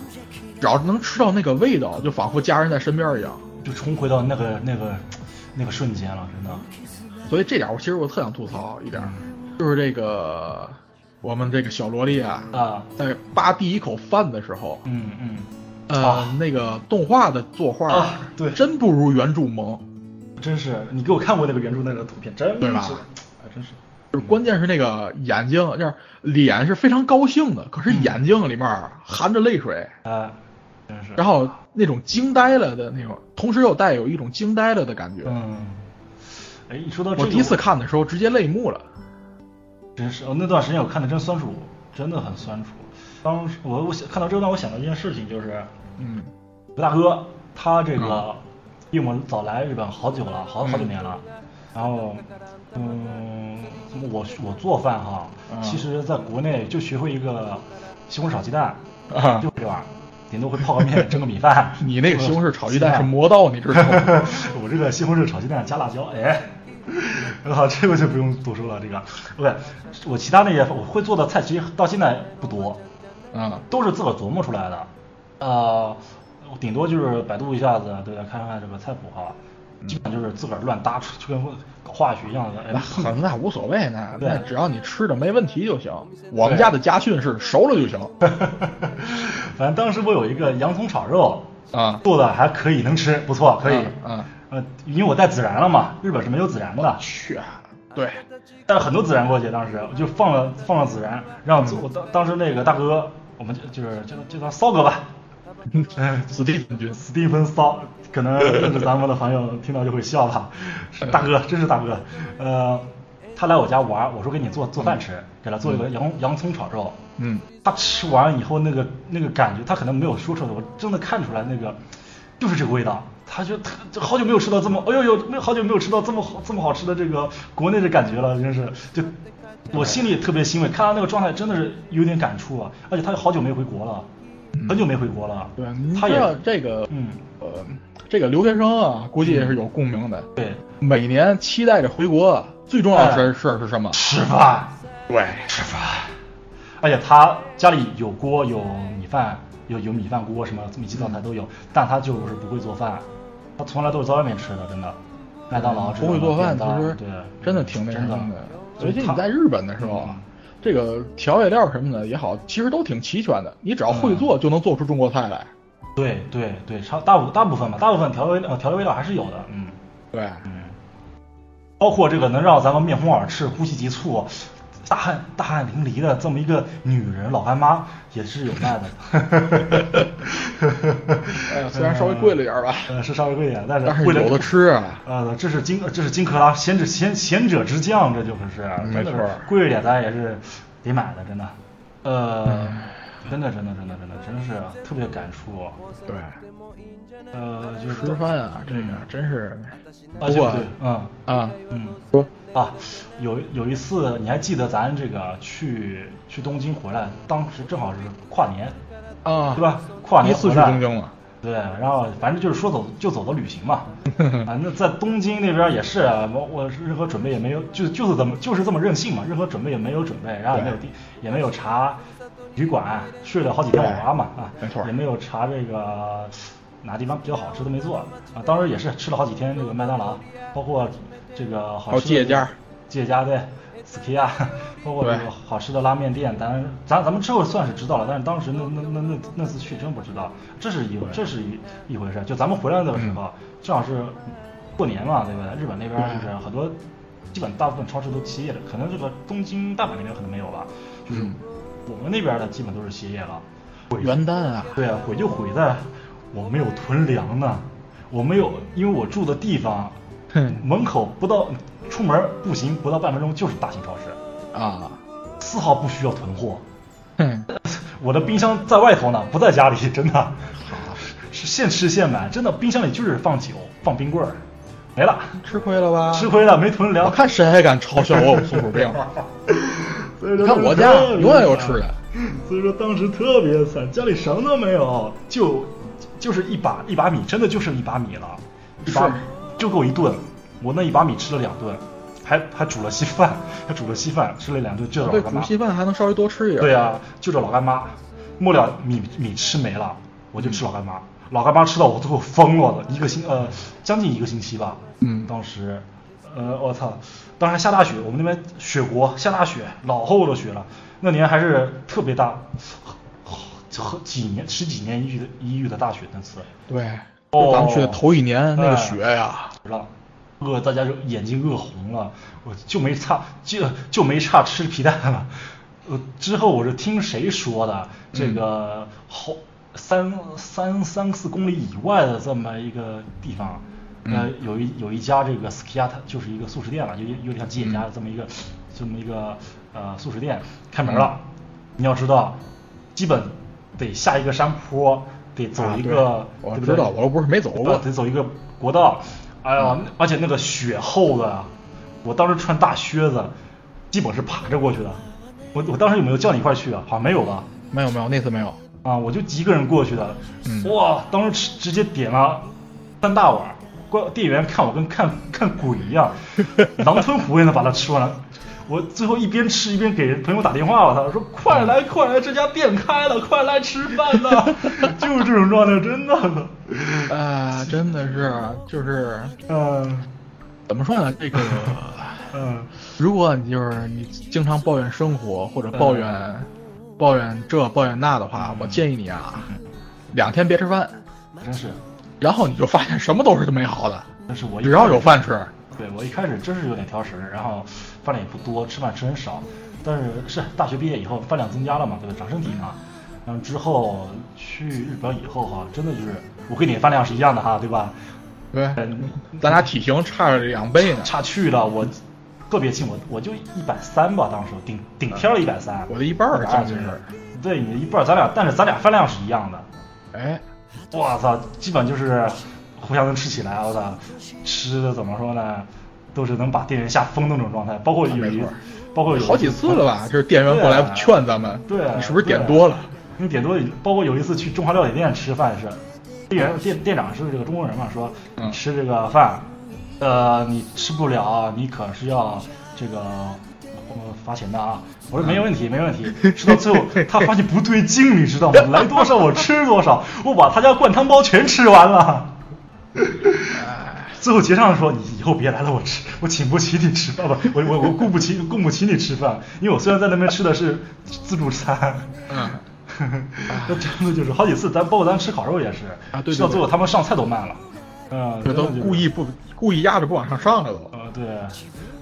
Speaker 2: 只要能吃到那个味道，就仿佛家人在身边一样。
Speaker 1: 就重回到那个那个那个瞬间了，真的。
Speaker 2: 嗯所以这点我其实我特想吐槽一点，
Speaker 1: 嗯
Speaker 2: 就是这个我们这个小萝莉啊，
Speaker 1: 啊，
Speaker 2: 在扒第一口饭的时候，
Speaker 1: 嗯嗯，
Speaker 2: 呃
Speaker 1: 啊，
Speaker 2: 那个动画的作画
Speaker 1: 啊对
Speaker 2: 真不如原著萌。
Speaker 1: 真是你给我看过那个原著那个图片，真是
Speaker 2: 对吧
Speaker 1: 哎，真是，
Speaker 2: 就是关键是那个眼睛，就是脸是非常高
Speaker 1: 嗯
Speaker 2: 兴的，可是眼睛里面含着泪水，
Speaker 1: 哎，真是。
Speaker 2: 然后那种惊呆了的那种，同时又带有一种惊呆了的感觉。
Speaker 1: 嗯，哎，一说到这
Speaker 2: 我
Speaker 1: 个，
Speaker 2: 第一次，看的时候直接泪目了。
Speaker 1: 真是，哦，那段时间我看的真酸楚，真的很酸楚。当时我我想看到这段，我想到一件事情，就是
Speaker 2: 嗯
Speaker 1: 刘大哥他这个比我们早来日本好久了，好
Speaker 2: 嗯
Speaker 1: 好久年了。然后，嗯，我我做饭哈，
Speaker 2: 嗯
Speaker 1: 其实在国内就学会一个西红柿炒鸡蛋，
Speaker 2: 啊
Speaker 1: 就，这玩意儿，顶多会泡个面，蒸个米饭。
Speaker 2: <laughs> 你那个西红柿炒
Speaker 1: <laughs>
Speaker 2: 鸡蛋是
Speaker 1: 磨。
Speaker 2: 魔道，你知道吗？
Speaker 1: 我这个西红柿炒鸡蛋加辣椒，哎， <laughs> 好，这个就不用多说了。这个，对，我其他那些我会做的菜，其实到现在不多，
Speaker 2: 啊，
Speaker 1: 都是自个儿琢磨出来的。呃，我顶多就是百度一下子，对，看看这个菜谱哈，基本上就是自个儿乱搭出，就跟搞化学一样的。哎
Speaker 2: 嗯那，啊很那无所谓，那
Speaker 1: 对
Speaker 2: 那只要你吃的没问题就行。我们家的家训是熟了就行。
Speaker 1: <laughs> <laughs> 反正当时我有一个洋葱炒肉，
Speaker 2: 啊，
Speaker 1: 做的还可以，能吃，不错，可以。
Speaker 2: 嗯嗯
Speaker 1: 呃，因为我带孜然了嘛，日本是没有孜然的。
Speaker 2: 去，啊对，
Speaker 1: 带了很多孜然过去，当时我就放了放了孜然，让
Speaker 2: 嗯
Speaker 1: 我我当当时那个大哥，我们就就是就就叫骚哥
Speaker 2: <laughs>
Speaker 1: 吧，
Speaker 2: 子弟平均
Speaker 1: 斯蒂芬骚，可能认识咱们的朋友听到就会笑吧，是大哥，真是大哥，呃，他来我家玩，我说给你做做饭吃，给他做一个洋洋葱炒肉，
Speaker 2: 嗯，
Speaker 1: 他吃完以后那个那个感觉，他可能没有说出来，我真的看出来那个就是这个味道。他就他就好久没有吃到这么，哎呦呦，没有好久没有吃到这么好这么好吃的这个国内的感觉了，真是就我心里特别欣慰，看他那个状态真的是有点感触啊，而且他好久没回国了，很久没回国了，
Speaker 2: 嗯对，啊你
Speaker 1: 他
Speaker 2: 知道
Speaker 1: 也
Speaker 2: 这个，
Speaker 1: 嗯
Speaker 2: 呃，这个留学生啊，估计也是有共鸣的。
Speaker 1: 对
Speaker 2: 每年期待着回国，最重要的
Speaker 1: 哎
Speaker 2: 事儿是什么？
Speaker 1: 吃饭
Speaker 2: 对，
Speaker 1: 吃饭，而且他家里有锅有米饭有有米饭锅什么米其灶台都有，但他就是不会做饭，他从来都是在外面吃的，真的，麦当劳
Speaker 2: 不会啊做饭，
Speaker 1: 这
Speaker 2: 其
Speaker 1: 种
Speaker 2: 实
Speaker 1: 便当对，
Speaker 2: 真的挺那什么
Speaker 1: 真
Speaker 2: 的。尤其
Speaker 1: 他嗯
Speaker 2: 你在日本的时候啊，这个调味料什么的也好，其实都挺齐全的。你只要
Speaker 1: 嗯
Speaker 2: 会做，就能做出中国菜来。
Speaker 1: 对对对，差大部大部分吧，大部分调味料呃调味料还是有的，嗯
Speaker 2: 对，
Speaker 1: 嗯，包括这个能让咱们面红耳赤、呼吸急促、大汗大汗淋漓的这么一个女人老干妈也是有
Speaker 2: <laughs>
Speaker 1: 卖的，
Speaker 2: 哎呀，虽然稍微贵了点儿吧，
Speaker 1: 呃是稍微贵一点，但是
Speaker 2: 但是
Speaker 1: 贵了
Speaker 2: 有的吃啊。
Speaker 1: 呃，这是金，这是金克拉贤者贤贤者之将，这就是
Speaker 2: 没
Speaker 1: 真的
Speaker 2: 错
Speaker 1: 是
Speaker 2: 儿
Speaker 1: 贵一点咱也是得买的，真的，呃，
Speaker 2: 嗯
Speaker 1: 真的真的真的真的真是啊特别感触，
Speaker 2: 对，
Speaker 1: 呃，就是
Speaker 2: 吃饭啊，这个
Speaker 1: 嗯
Speaker 2: 真是
Speaker 1: 而且
Speaker 2: 不过
Speaker 1: 对，嗯
Speaker 2: 啊，
Speaker 1: 嗯
Speaker 2: 说
Speaker 1: 啊，有有一次你还记得咱这个去去东京回来，当时正好是跨年，
Speaker 2: 啊，
Speaker 1: 对吧？跨
Speaker 2: 一
Speaker 1: 年
Speaker 2: 次去
Speaker 1: 回来
Speaker 2: 东京了。
Speaker 1: 对，然后反正就是说走就走的旅行
Speaker 2: <laughs>
Speaker 1: 嘛，反正在东京那边也是啊，我我是任何准备也没有，就就是这么就是这么任性嘛，任何准备也没有准备，然后也没有地也没有查旅馆，睡了好几天网吧嘛啊，
Speaker 2: 没错
Speaker 1: 也没有查这个哪地方比较好吃都没做啊，当时也是吃了好几天这个麦当劳，包括这个好
Speaker 2: 还有
Speaker 1: 吃的
Speaker 2: 吉野家，
Speaker 1: 吉野家对。斯皮亚，包括这
Speaker 2: 对
Speaker 1: 个好吃的拉面店，咱咱咱们之后算是知道了，但是当时那那那那那次去真不知道，这是一回这是一一回事儿。就咱们回来的时候，正好是过年嘛，对吧？日本那边就是很多，基本大部分超市都歇业了，可能这个东京、大阪那边可能没有吧，就是
Speaker 2: 嗯
Speaker 1: 我们那边的基本都是歇业了。
Speaker 2: 元旦啊，
Speaker 1: 对啊，毁就毁在我没有囤粮呢，我没有，因为我住的地方
Speaker 2: 哼
Speaker 1: 门口不到，出门步行不到半分钟就是大型超市。
Speaker 2: 啊，
Speaker 1: 丝毫不需要囤货。
Speaker 2: 哼，
Speaker 1: 我的冰箱在外头呢，不在家里， <laughs> 真的，是现吃现买，真的，冰箱里就是放酒、放冰棍儿，没了，
Speaker 2: 吃亏了吧？
Speaker 1: 吃亏了，没囤粮
Speaker 2: 我。看谁还敢嘲笑我有松鼠病？
Speaker 1: 所以
Speaker 2: 你
Speaker 1: 说
Speaker 2: 看
Speaker 1: 当时 <laughs>
Speaker 2: 我家
Speaker 1: 特别
Speaker 2: 永远有
Speaker 1: 惨
Speaker 2: 吃的。
Speaker 1: 所以说当时特别惨，家里什么都没有，就就是一把一把米，真的就剩一把米了，一把米就给我一顿，我那一把米吃了两顿，还还煮了稀饭，还煮了稀饭吃了两顿，就着
Speaker 2: 对，
Speaker 1: 老干
Speaker 2: 煮
Speaker 1: 妈。
Speaker 2: 稀饭还能稍微多吃一点。
Speaker 1: 对啊，就着老干妈，末了米米吃没了，我就吃老干妈，老干妈吃到我都给我疯了的，一个星呃将近一个星期吧。
Speaker 2: 嗯
Speaker 1: 当时，呃我操，当时还下大雪，我们那边雪国下大雪，老厚的雪了，那年还是特别大，好几年十几年一遇的一遇的大雪那次，
Speaker 2: 对，
Speaker 1: 哦
Speaker 2: 咱们去的头一年那
Speaker 1: 哎
Speaker 2: 个雪呀，
Speaker 1: 让饿大家就眼睛饿红了，我就没差就就没差吃皮蛋了。呃，之后我是听谁说的，这个好三三三四公里以外的这么一个地方，呃，有一有一家这个 skiat 就是一个素食店了，有有点像吉野家的这么一个、这么一个呃素食店开门了。你要知道，基本得下一个山坡，得走
Speaker 2: 啊
Speaker 1: 一
Speaker 2: 对
Speaker 1: 个，
Speaker 2: 我
Speaker 1: 对不
Speaker 2: 知
Speaker 1: 对
Speaker 2: 道我又不是没走过嗯
Speaker 1: 对得走一个国道。哎呀，那而且那个雪厚的，我当时穿大靴子，基本是爬着过去的。我我当时有没有叫你一块儿去啊？好像没有吧？
Speaker 2: 没有没有，那次没有。
Speaker 1: 啊，我就一个人过去的。
Speaker 2: 嗯
Speaker 1: 哇，当时吃直接点了三大碗儿，怪店员看我跟看看鬼一
Speaker 2: <laughs>
Speaker 1: 样，狼吞虎咽的把它吃完了。我最后一边吃一边给朋友打电话，我操，说快
Speaker 2: 嗯
Speaker 1: 来快来，这家店开了，快来吃饭呐！
Speaker 2: <laughs>
Speaker 1: 就是这种状态，真的。
Speaker 2: 啊，真的是，就是
Speaker 1: 嗯
Speaker 2: 怎么说呢？这个，
Speaker 1: 嗯
Speaker 2: 如果你就是你经常抱怨生活或者抱怨、
Speaker 1: 嗯
Speaker 2: 抱怨这抱怨那的话，我建议你啊，
Speaker 1: 嗯
Speaker 2: 两天别吃饭，
Speaker 1: 真是，
Speaker 2: 然后你就发现什么都是美好的，
Speaker 1: 但是我一
Speaker 2: 只要有饭吃。
Speaker 1: 对我一开始真是有点挑食，然后饭量也不多，吃饭吃很少。但是是大学毕业以后饭量增加了嘛，对吧？长身体嘛。然后之后去日本以后哈，真的就是我跟你饭量是一样的哈，对吧？
Speaker 2: 对，
Speaker 1: 嗯，
Speaker 2: 咱俩体型差了两倍呢。
Speaker 1: 差去了，我特别轻，我我就一百三吧，当时顶顶天了一百三，
Speaker 2: 我的一半儿
Speaker 1: 120
Speaker 2: 将近是。
Speaker 1: 对你的一半儿，咱俩但是咱俩饭量是一样的。
Speaker 2: 哎，
Speaker 1: 我操，基本就是互相能吃起来，我操，吃的怎么说呢，都是能把店员吓疯的那种状态，包括有
Speaker 2: 啊没
Speaker 1: 一
Speaker 2: 错，
Speaker 1: 包哦括有一
Speaker 2: 好几次了吧？就是店员过来劝咱们，
Speaker 1: 对啊
Speaker 2: 你是不是点多了？
Speaker 1: 你点多，包括有一次去中华料理店吃饭也是，店员店店长是这个中国人嘛，说
Speaker 2: 嗯
Speaker 1: 你吃这个饭，呃，你吃不了，你可是要这个呃罚钱的啊。我
Speaker 2: 嗯
Speaker 1: 说没问题，没问题。吃到最
Speaker 2: <laughs>
Speaker 1: 后，他发现不对劲，你知道吗？来多少我吃多少，我把他家灌汤包全吃完了。最后结账的时候，你以后别来了，我吃我请不起你吃饭吧，我我我供不起供不起你吃饭，因为我虽然在那边吃的是自助餐， <laughs>
Speaker 2: 嗯，
Speaker 1: 那真的就是好几次，咱包括咱吃烤肉也是，
Speaker 2: 啊对对
Speaker 1: 吃到
Speaker 2: 对
Speaker 1: 最后他们上菜都慢了，嗯，
Speaker 2: 这
Speaker 1: 真的
Speaker 2: 都
Speaker 1: 就是
Speaker 2: 故，意不故意压着不往上上了都。
Speaker 1: 呃，对，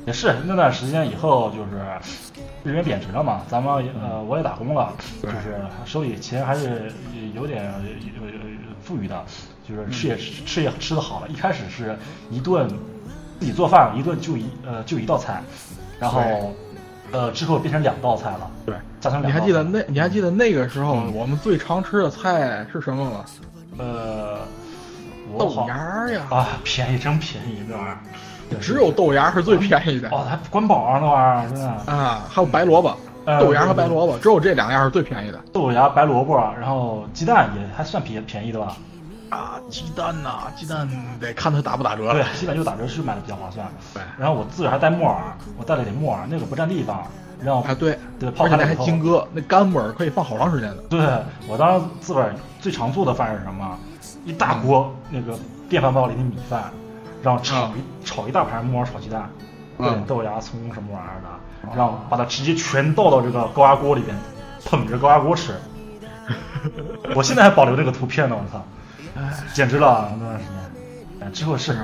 Speaker 1: 也是那段时间以后就是日元贬值了嘛，咱们也呃我也打工了，就
Speaker 2: 嗯对
Speaker 1: 是手里钱还是有点有有有富裕的，
Speaker 2: 嗯
Speaker 1: 就是吃也吃吃也吃的好了，一开始是一顿自己做饭一顿就一呃就一道菜，然后
Speaker 2: 对
Speaker 1: 呃之后变成两道菜了，
Speaker 2: 对，
Speaker 1: 加成
Speaker 2: 你
Speaker 1: 两道菜，
Speaker 2: 还记得那你还记得那个时候
Speaker 1: 嗯
Speaker 2: 我们最常吃的菜是什么吗？
Speaker 1: 呃，我
Speaker 2: 豆
Speaker 1: 好
Speaker 2: 芽儿呀，
Speaker 1: 啊，便宜真便宜那玩意儿，
Speaker 2: 只有豆芽儿是最便宜的
Speaker 1: 哦，它管饱啊那玩意儿真的，
Speaker 2: 啊，还有白萝卜，
Speaker 1: 嗯
Speaker 2: 豆芽儿和白萝卜，只有这两样是最便宜的
Speaker 1: 豆芽、白萝卜，然后鸡蛋也还算便便宜的吧？
Speaker 2: 啊。鸡蛋呐，鸡蛋得看它打不打折
Speaker 1: 对
Speaker 2: 了。，
Speaker 1: 鸡蛋就打折是买的比较划算。
Speaker 2: 对
Speaker 1: 然后我自个儿还带木耳，我带了点木耳，那个不占地方，然后
Speaker 2: 啊，对，
Speaker 1: 对泡
Speaker 2: 而且
Speaker 1: 开了
Speaker 2: 那还
Speaker 1: 以后
Speaker 2: 金哥，那干木耳可以放好长时间的。
Speaker 1: 对我当时自个儿最常做的饭是什么？一大锅那个电饭煲里的米饭，然后炒
Speaker 2: 啊
Speaker 1: 一、炒一大盘木耳炒鸡蛋，各
Speaker 2: 嗯
Speaker 1: 种豆芽、葱什么玩意儿的，然后把它直接全倒到这个高压锅里边，捧着高压锅吃。 <laughs> 我现在还保留这个图片呢，我操，简直了那段时间。哎之后是，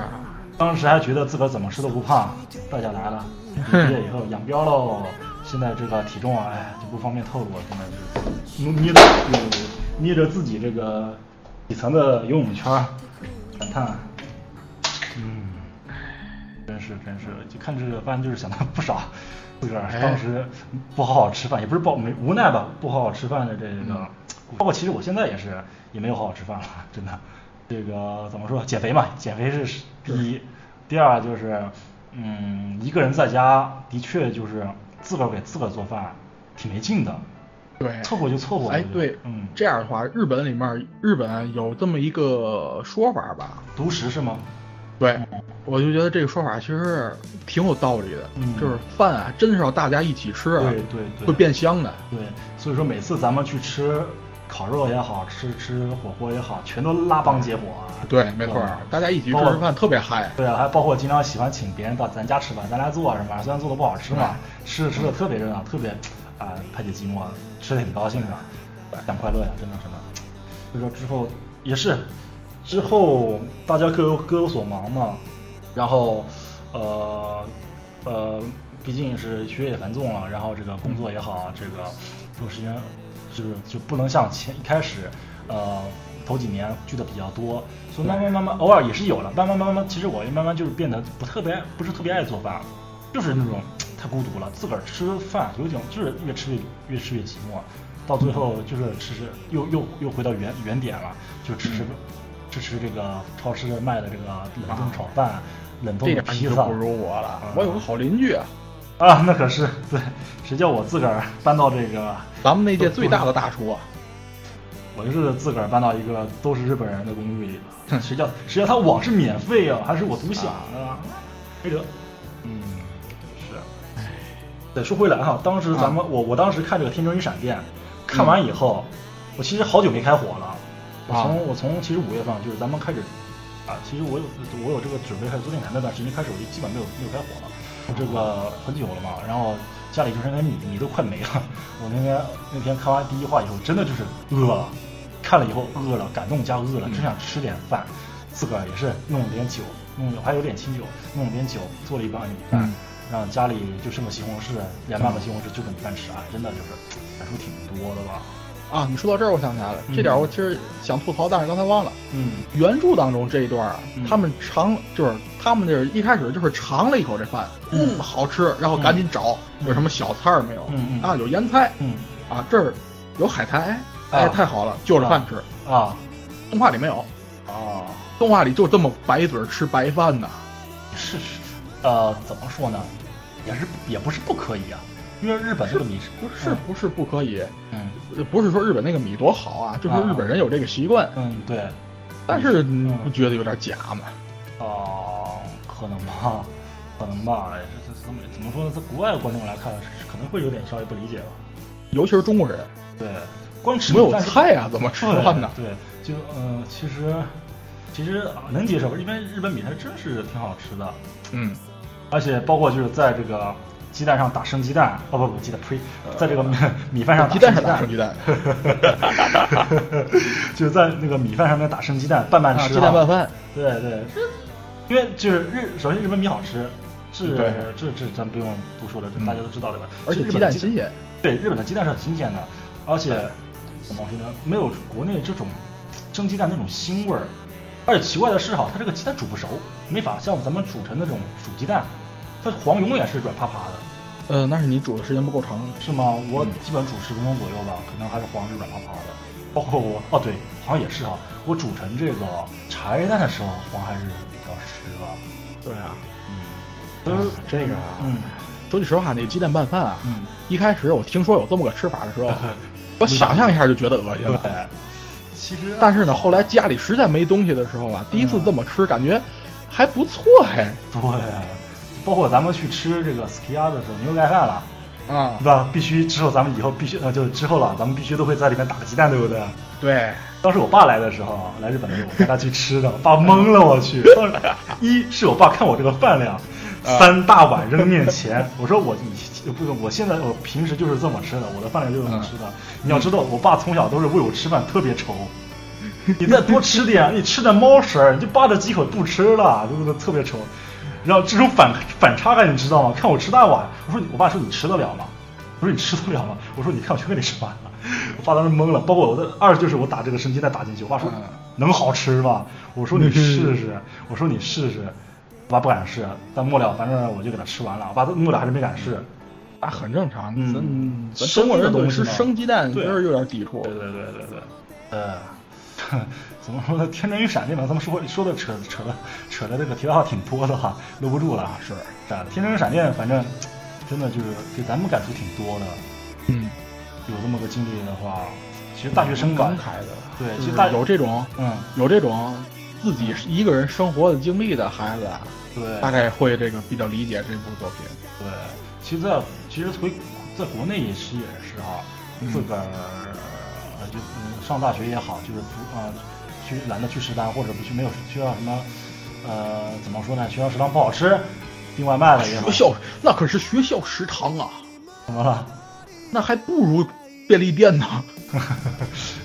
Speaker 1: 当时还觉得自个儿怎么吃都不胖，代价来了，毕业以后养膘喽。现在这个体重啊，哎，就不方便透露了。现在是努捏着自己捏着自己这个底层的游泳圈儿，感叹，啊嗯，真是真是，就看这个饭就是想到不少， <laughs> 自个儿
Speaker 2: 哎
Speaker 1: 当时不好好吃饭，也不是抱没无奈吧，不好好吃饭的这个，
Speaker 2: 嗯
Speaker 1: 包括其实我现在也是也没有好好吃饭了，真的。这个怎么说？减肥嘛，减肥是第一，第二就是，嗯，一个人在家的确就是自个儿给自个儿做饭，挺没劲的。
Speaker 2: 对，
Speaker 1: 凑合就凑合。
Speaker 2: 哎
Speaker 1: 我觉得
Speaker 2: 对
Speaker 1: 嗯，
Speaker 2: 这样的话，日本里面日本有这么一个说法吧？
Speaker 1: 独食是吗？
Speaker 2: 对，我就觉得这个说法其实挺有道理的，
Speaker 1: 嗯
Speaker 2: 就是饭啊，真是要大家一起吃啊，
Speaker 1: 对对对
Speaker 2: 会变香的。
Speaker 1: 对，所以说每次咱们去吃烤肉也好吃吃火锅也好，全都拉帮结伙啊。
Speaker 2: 对，没错儿，大家一起去吃饭特别嗨。
Speaker 1: 对啊，还包括经常喜欢请别人到咱家吃饭，咱俩做是吧？虽然做的不好吃嘛，吃着吃的特别热闹，特别啊、排解寂寞，吃的挺高兴的，很快乐呀，真的真的。所以说之后也是，之后大家各有各有所忙嘛，然后呃呃，毕竟是学业繁重了，然后这个工作也好，啊这个这个时间就是就不能像前一开始呃头几年聚的比较多，所以慢慢慢慢偶尔也是有了，慢慢慢慢，其实我也慢慢就是变得不特别不是特别爱做饭，就是那种太孤独了，自个儿吃饭有一种就是越吃越越吃越寂寞，到最后就是吃吃又又又回到原原点了，就吃
Speaker 2: 嗯
Speaker 1: 吃。吃吃这个超市卖的这个冷冻炒饭、冷冻
Speaker 2: 这
Speaker 1: 的
Speaker 2: 点你
Speaker 1: 披
Speaker 2: 就
Speaker 1: 萨
Speaker 2: 不，如我了
Speaker 1: 嗯，
Speaker 2: 我有个好邻居啊，
Speaker 1: 啊，那可是对，谁叫我自个儿搬到这个，
Speaker 2: 咱们那届最大的大厨啊，
Speaker 1: 我就是自个儿搬到一个都是日本人的公寓里 <laughs> 了。谁叫谁叫他网是免费啊，还是我独享啊？没辙，嗯，是。得说回来哈、当时咱们、我我当时看这个《天真与闪电》，看完以后，我其实好久没开火了。我从、
Speaker 2: 啊
Speaker 1: 我从其实五月份就是咱们开始啊，其实我有我有这个准备开始做电台那段时间开始，我就基本没有没有开火了，这个很久了嘛。然后家里就是那米米都快没了。我那天那天看完第一话以后，真的就是饿了，看了以后饿了，感动加饿了，
Speaker 2: 嗯
Speaker 1: 真想吃点饭。自个儿也是弄了点酒，弄了还有点清酒，弄了点酒做了一碗米饭。
Speaker 2: 嗯
Speaker 1: 让家里就剩个西红柿，两半个西红柿就跟米饭吃啊，真的就是感触挺多的吧？
Speaker 2: 啊，你说到这儿，我想起来了，
Speaker 1: 嗯
Speaker 2: 这点我其实想吐槽，但是刚才忘了。
Speaker 1: 嗯，
Speaker 2: 原著当中这一段啊
Speaker 1: 嗯，
Speaker 2: 他们尝就是他们这一开始就是尝了一口这饭，嗯，好吃，然后赶紧找
Speaker 1: 嗯
Speaker 2: 有什么小菜儿没有
Speaker 1: 嗯嗯？
Speaker 2: 啊，有腌菜
Speaker 1: 嗯
Speaker 2: 啊，这儿有海苔，
Speaker 1: 啊
Speaker 2: 哎，太好了，就着饭吃。
Speaker 1: 啊
Speaker 2: 动画里没有，
Speaker 1: 啊，
Speaker 2: 动画里就这么白嘴儿吃白饭呢。
Speaker 1: 是是，呃，怎么说呢？也是也不是不可以啊，因为日本这个米
Speaker 2: 不是不是不可以，
Speaker 1: 嗯
Speaker 2: 呃不是说日本那个米多好啊，就是
Speaker 1: 啊
Speaker 2: 日本人有这个习惯，
Speaker 1: 嗯对，
Speaker 2: 但是你不觉得有点假吗？
Speaker 1: 哦、可能吧，可能吧，这这怎么怎么说呢？在国外观众来看，可能会有点稍微不理解吧。
Speaker 2: 尤其是中国人，
Speaker 1: 对，光吃
Speaker 2: 没
Speaker 1: 米
Speaker 2: 有
Speaker 1: 饭是
Speaker 2: 菜啊，怎么吃
Speaker 1: 对
Speaker 2: 饭呢？
Speaker 1: 对，就呃，其实其实啊能接受，因为日本米还真是挺好吃的，
Speaker 2: 嗯，
Speaker 1: 而且包括就是在这个鸡蛋上打生鸡蛋，哦不不，鸡蛋呸，在这个米米饭上
Speaker 2: 呃鸡蛋上
Speaker 1: 打
Speaker 2: 打生嗯鸡蛋，
Speaker 1: 蛋， <laughs> 就是在那个米饭上面打生鸡蛋，拌拌
Speaker 2: 啊，
Speaker 1: 吃、
Speaker 2: 鸡蛋拌，饭，
Speaker 1: 对对，因为就是日首先日本米好吃。是，
Speaker 2: 对嗯
Speaker 1: 这这咱不用多说了，这大家都知道对吧？
Speaker 2: 而且
Speaker 1: 日本
Speaker 2: 鸡
Speaker 1: 的
Speaker 2: 蛋新鲜。
Speaker 1: 对，日本的鸡蛋是很新鲜的，而且怎么说呢，没有国内这种蒸鸡蛋那种腥味儿。而且奇怪的是哈，它这个鸡蛋煮不熟，没法像咱们煮成那种煮鸡蛋，它黄永远是软趴趴的，
Speaker 2: 呃，那是你煮的时间不够长。
Speaker 1: 是吗？我基本煮十分钟左右吧，可能还是黄是软趴趴的。包括我哦对，好像也是哈，我煮成这个茶叶蛋的时候，黄还是比较实吧。
Speaker 2: 对啊，
Speaker 1: 嗯，
Speaker 2: 嗯这个啊
Speaker 1: 嗯
Speaker 2: 说句实话，那鸡蛋拌饭啊，
Speaker 1: 嗯
Speaker 2: 一开始我听说有这么个吃法的 <laughs> 时候，我想象一下就觉得恶心
Speaker 1: 对
Speaker 2: 了。，
Speaker 1: 其实
Speaker 2: 但是呢，后来家里实在没东西的时候啊，第一次这么吃，感觉还不错哎。
Speaker 1: 对，包括咱们去吃这个 skia 的时候，牛肉盖饭了，
Speaker 2: 啊
Speaker 1: 对，吧？必须之后咱们以后必须呃，就是之后了，咱们必须都会在里面打个鸡蛋，对不对？
Speaker 2: 对，
Speaker 1: 当时我爸来的时候啊， <laughs> 来日本的时候，我带他去吃的，我爸懵了，我去。当时一是我爸看我这个饭量，
Speaker 2: 啊
Speaker 1: 三大碗扔面前，我说我以不是我现在我平时就是这么吃的，我的饭量就是这么吃的。你要知道，我爸从小都是喂我吃饭特别愁， <laughs> 你再多吃点，你吃点猫食儿，你就扒着几口不吃了，对不对？特别愁。然后这种反反差感你知道吗？看我吃大碗，我说你我爸说你吃得了吗？我说你吃得了吗？我说你看我全给你吃完了。我爸当时懵了，包括我的二就是我打这个生鸡蛋打进去，我爸说
Speaker 2: 嗯
Speaker 1: 能好吃吗？我说你试试，我说你试试，我爸不敢试，但末了反正我就给他吃完了，我爸末了还是没敢试。
Speaker 2: 啊，很正常。
Speaker 1: 嗯
Speaker 2: 咱咱
Speaker 1: 生
Speaker 2: 中国
Speaker 1: 的
Speaker 2: 人
Speaker 1: 东
Speaker 2: 对
Speaker 1: 西
Speaker 2: 吃
Speaker 1: 嘛
Speaker 2: 生鸡蛋
Speaker 1: 对
Speaker 2: 确实有点抵触
Speaker 1: 对。对对对对，呃， <laughs> 怎么说呢？天真与闪电吧，咱们说说的扯扯的扯的这个题外话挺多的哈，搂不住了啊。
Speaker 2: 是，
Speaker 1: 是啊，天真与闪电，反正真的就是给咱们感触挺多的。
Speaker 2: 嗯，
Speaker 1: 有这么个经历的话，其实大学生感
Speaker 2: 感，慨的，
Speaker 1: 对，
Speaker 2: 就
Speaker 1: 其实
Speaker 2: 是
Speaker 1: 大
Speaker 2: 有这种
Speaker 1: 嗯，
Speaker 2: 有这种自己一个人生活的经历的孩子，啊，
Speaker 1: 对，
Speaker 2: 大概会这个比较理解这部作品。
Speaker 1: 对，其实在其实回在国内也是也是哈、
Speaker 2: 嗯
Speaker 1: 自个儿呃就嗯上大学也好，就是不啊、去懒得去食堂，或者不去没有学校什么呃怎么说呢？学校食堂不好吃，订外卖了也好
Speaker 2: 学，校那可是学校食堂啊，
Speaker 1: 怎么了？
Speaker 2: 那还不如便利店呢。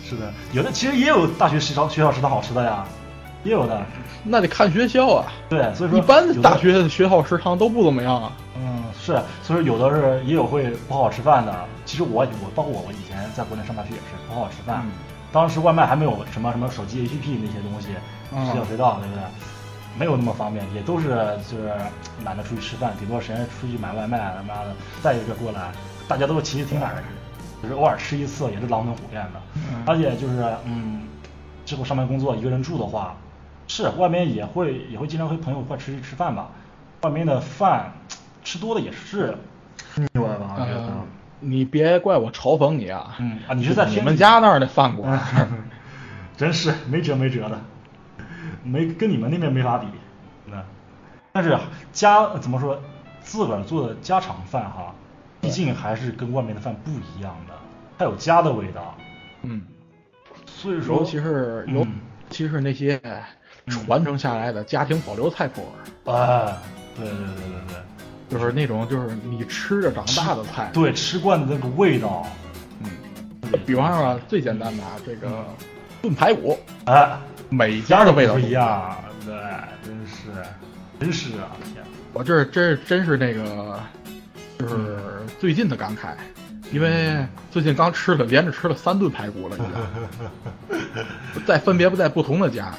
Speaker 1: 是的，有的其实也有大学食堂学校食堂好吃的呀，也有的。
Speaker 2: <laughs> 那得看学校啊，
Speaker 1: 对，所以说
Speaker 2: 一般的
Speaker 1: 有
Speaker 2: 大学的学校食堂都不怎么样啊。
Speaker 1: 嗯，是，所以说有的是也有会不好好吃饭的。其实我我包括我以前在国内上大学也是不好好吃饭，
Speaker 2: 嗯
Speaker 1: 当时外卖还没有什么什么手机 APP 那些东西，
Speaker 2: 嗯
Speaker 1: 随叫随到，对不对？没有那么方便，也都是就是懒得出去吃饭，顶多时间出去买外卖，啊他妈的带一个过来，大家都其实挺懒的，就是偶尔吃一次也是狼吞虎咽的。
Speaker 2: 嗯
Speaker 1: 而且就是嗯，之后上班工作一个人住的话，是外面也会也会经常和朋友一块出去吃饭吧，外面的饭吃多了也是腻歪吧，我觉得。
Speaker 2: 嗯，你别怪我嘲讽你啊。
Speaker 1: 嗯啊你是在
Speaker 2: 你
Speaker 1: 天
Speaker 2: 们
Speaker 1: 津
Speaker 2: 家那儿的饭馆，
Speaker 1: <laughs>
Speaker 2: <laughs>
Speaker 1: 真是没辙没辙的，没跟你们那边没法比。那，但是啊家怎么说，自个儿做的家常饭哈，毕竟还是跟外面的饭不一样的，它有家的味道。
Speaker 2: 嗯，
Speaker 1: 所以说，
Speaker 2: 尤其是尤
Speaker 1: 嗯
Speaker 2: 其是那些传承下来的家庭保留菜谱，
Speaker 1: 哎，对对对对对，
Speaker 2: 就是那种就是你吃着长大的菜。，
Speaker 1: 对吃惯的那个味道，
Speaker 2: 嗯，比方说最简单的啊，这个
Speaker 1: 嗯
Speaker 2: 炖排骨，
Speaker 1: 哎，
Speaker 2: 每家的味道
Speaker 1: 不
Speaker 2: 都
Speaker 1: 一。样，对，真是，真是啊，天，
Speaker 2: 我这这真是那个，就是
Speaker 1: 嗯
Speaker 2: 最近的感慨，因为最近刚吃了连着吃了三顿排骨了，已经
Speaker 1: <laughs>
Speaker 2: 在分别在不同的家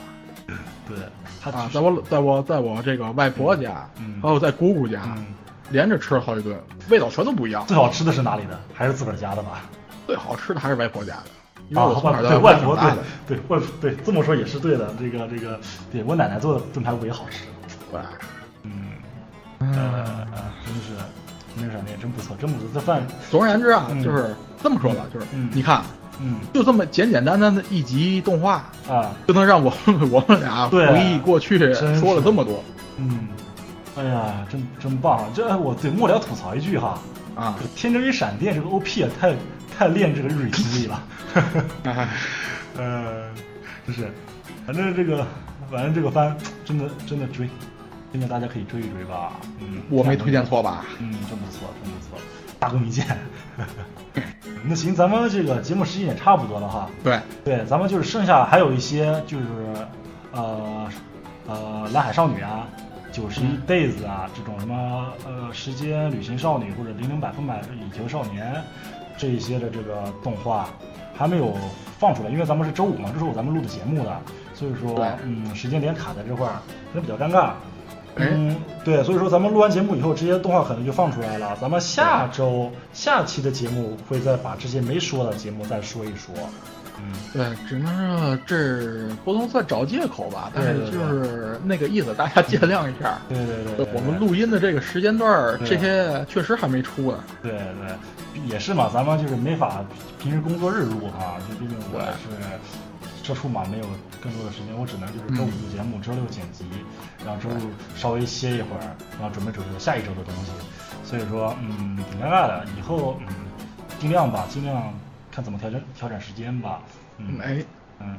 Speaker 1: 对，他
Speaker 2: 啊，在我在我在我这个外婆家，
Speaker 1: 嗯
Speaker 2: 还有在姑姑家，
Speaker 1: 嗯
Speaker 2: 连着吃了好几顿，味道全都不一样。
Speaker 1: 最好吃的是哪里的？还是自个儿家的吧？
Speaker 2: 最好吃的还是外婆家的，因为
Speaker 1: 啊，
Speaker 2: 我从小
Speaker 1: 外
Speaker 2: 在
Speaker 1: 对外
Speaker 2: 婆
Speaker 1: 婆
Speaker 2: 家长大
Speaker 1: 对
Speaker 2: 的。
Speaker 1: 对外对这么说也是对的，这个这个对我奶奶做的炖排骨也好吃，
Speaker 2: 对，
Speaker 1: 嗯，
Speaker 2: 嗯，
Speaker 1: 呃，真是那啥那真不错，真不错，这饭，
Speaker 2: 总而言之啊，
Speaker 1: 嗯
Speaker 2: 就是这么说吧，就是
Speaker 1: 嗯
Speaker 2: 你看，
Speaker 1: 嗯
Speaker 2: 就这么简简单单的一集动画，
Speaker 1: 啊，
Speaker 2: 就能让我们 <laughs> 我们俩
Speaker 1: 对
Speaker 2: 回忆过去，
Speaker 1: 真
Speaker 2: 说了
Speaker 1: 是
Speaker 2: 这么多
Speaker 1: 嗯，哎呀，真真棒！这哎我对末了吐槽一句哈，
Speaker 2: 啊
Speaker 1: 这个，天真与闪电这个 OP 啊，太太练这个日语听力了，
Speaker 2: <laughs> 哎
Speaker 1: 呃，就是，反正这个反正这个番真的真的追，真的大家可以追一追吧，嗯，
Speaker 2: 我没推荐错吧？
Speaker 1: 嗯，真不错，真不错，大功一件。 <laughs> 那行，咱们这个节目时间也差不多了哈。
Speaker 2: 对，
Speaker 1: 对，咱们就是剩下还有一些就是，呃，呃，蓝海少女啊，九十
Speaker 2: 嗯
Speaker 1: 一 days 啊，这种什么呃，时间旅行少女或者零零百分百以球少年这一些的这个动画还没有放出来，因为咱们是周五嘛，这是我咱们录的节目的，所以说
Speaker 2: 对
Speaker 1: 嗯，时间点卡在这块儿，可能比较尴尬。
Speaker 2: 哎
Speaker 1: 嗯，对，所以说咱们录完节目以后，这些动画可能就放出来了。咱们下周下期的节目会再把这些没说的节目再说一说。嗯，
Speaker 2: 对，只能说这不能算找借口吧，但
Speaker 1: 对
Speaker 2: 是
Speaker 1: 对
Speaker 2: 就
Speaker 1: 对
Speaker 2: 是那个意思，大家见谅一下。
Speaker 1: 对对对对，对
Speaker 2: 我们录音的这个时间段儿，
Speaker 1: 对
Speaker 2: 这些确实还没出啊呢。
Speaker 1: 对对也是嘛，咱们就是没法平时工作日录哈、就毕竟我也是社畜嘛，没有更多的时间，我只能就是周五录节目，周六剪辑，然后周日稍微歇一会儿，然后准备准备下一周的东西。所以说，嗯，挺尴尬的，以后嗯，尽量吧，尽量看怎么调整调整时间吧。嗯
Speaker 2: 嗯，，哎，
Speaker 1: 嗯，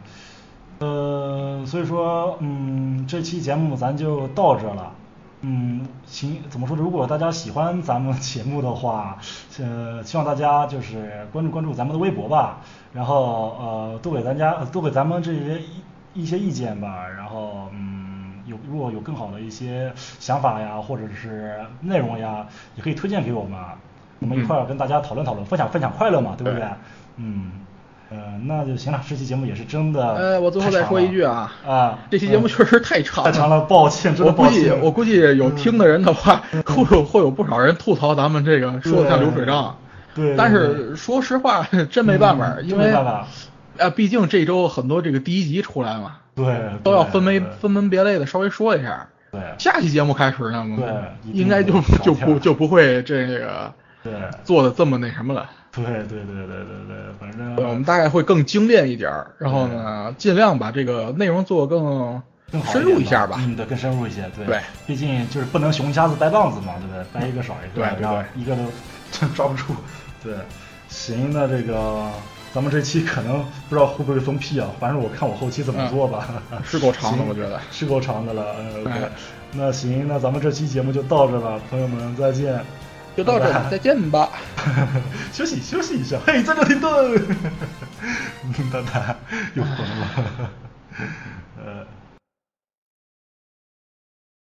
Speaker 1: 呃，所以说，嗯，这期节目咱就到这了。嗯，行，怎么说？如果大家喜欢咱们节目的话，呃，希望大家就是关注关注咱们的微博吧，然后呃，多给咱家多给咱们这些一一些意见吧，然后嗯，有如果有更好的一些想法呀，或者是内容呀，也可以推荐给我们，啊我们一块儿跟大家讨论讨论，分享分享快乐嘛，对不对
Speaker 2: 对？
Speaker 1: 嗯，呃，那就行了。这期节目也是真的。
Speaker 2: 呃，我最后再说一句
Speaker 1: 啊，
Speaker 2: 啊，
Speaker 1: 啊，
Speaker 2: 这期节目确实太
Speaker 1: 嗯
Speaker 2: 长
Speaker 1: 太长了，抱歉，真
Speaker 2: 我
Speaker 1: 的
Speaker 2: 估
Speaker 1: 抱
Speaker 2: 计，
Speaker 1: 歉。嗯
Speaker 2: 我估计有听的人的话， <laughs> 会有会有不少人吐槽咱们这个说的像流水账。
Speaker 1: 对，
Speaker 2: 但是说实话，真没办法，
Speaker 1: 嗯
Speaker 2: 因
Speaker 1: 真没
Speaker 2: 为
Speaker 1: 办法
Speaker 2: 啊，毕竟这周很多这个第一集出来嘛，
Speaker 1: 对对
Speaker 2: 都要分门
Speaker 1: 对
Speaker 2: 分门别类的稍微说一下。
Speaker 1: 对
Speaker 2: 下期节目开始呢，我们
Speaker 1: 对一定
Speaker 2: 应该就
Speaker 1: 会少
Speaker 2: 就
Speaker 1: 点儿
Speaker 2: 不就不会这个
Speaker 1: 对
Speaker 2: 做的这么那什么了。
Speaker 1: 对对对对对对，反正
Speaker 2: 呃对，我们大概会更精炼一点儿，然后呢，尽量把这个内容做更
Speaker 1: 嗯更好
Speaker 2: 深入
Speaker 1: 一
Speaker 2: 一
Speaker 1: 点
Speaker 2: 下吧。
Speaker 1: 嗯，对，更深入一些，对，
Speaker 2: 对
Speaker 1: 毕竟就是不能熊瞎子掰棒子嘛，对不对？掰一个少一个，
Speaker 2: 对对
Speaker 1: 然后一个都 <laughs> 真抓不住，对，行，那这个咱们这期可能不知道会不会封批啊，反正我看我后期怎么做吧，
Speaker 2: 嗯是够长的
Speaker 1: 行
Speaker 2: 我觉得
Speaker 1: 是够长的了，嗯，OK，、
Speaker 2: 哎
Speaker 1: 那行，那咱们这期节目就到这了，朋友们再见，
Speaker 2: 就到这
Speaker 1: 拜
Speaker 2: 儿，
Speaker 1: 拜
Speaker 2: 再见吧。
Speaker 1: 休 <laughs> 息休息一下，嘿，在这停顿，嗯，蛋蛋又疯了。 <laughs> 呃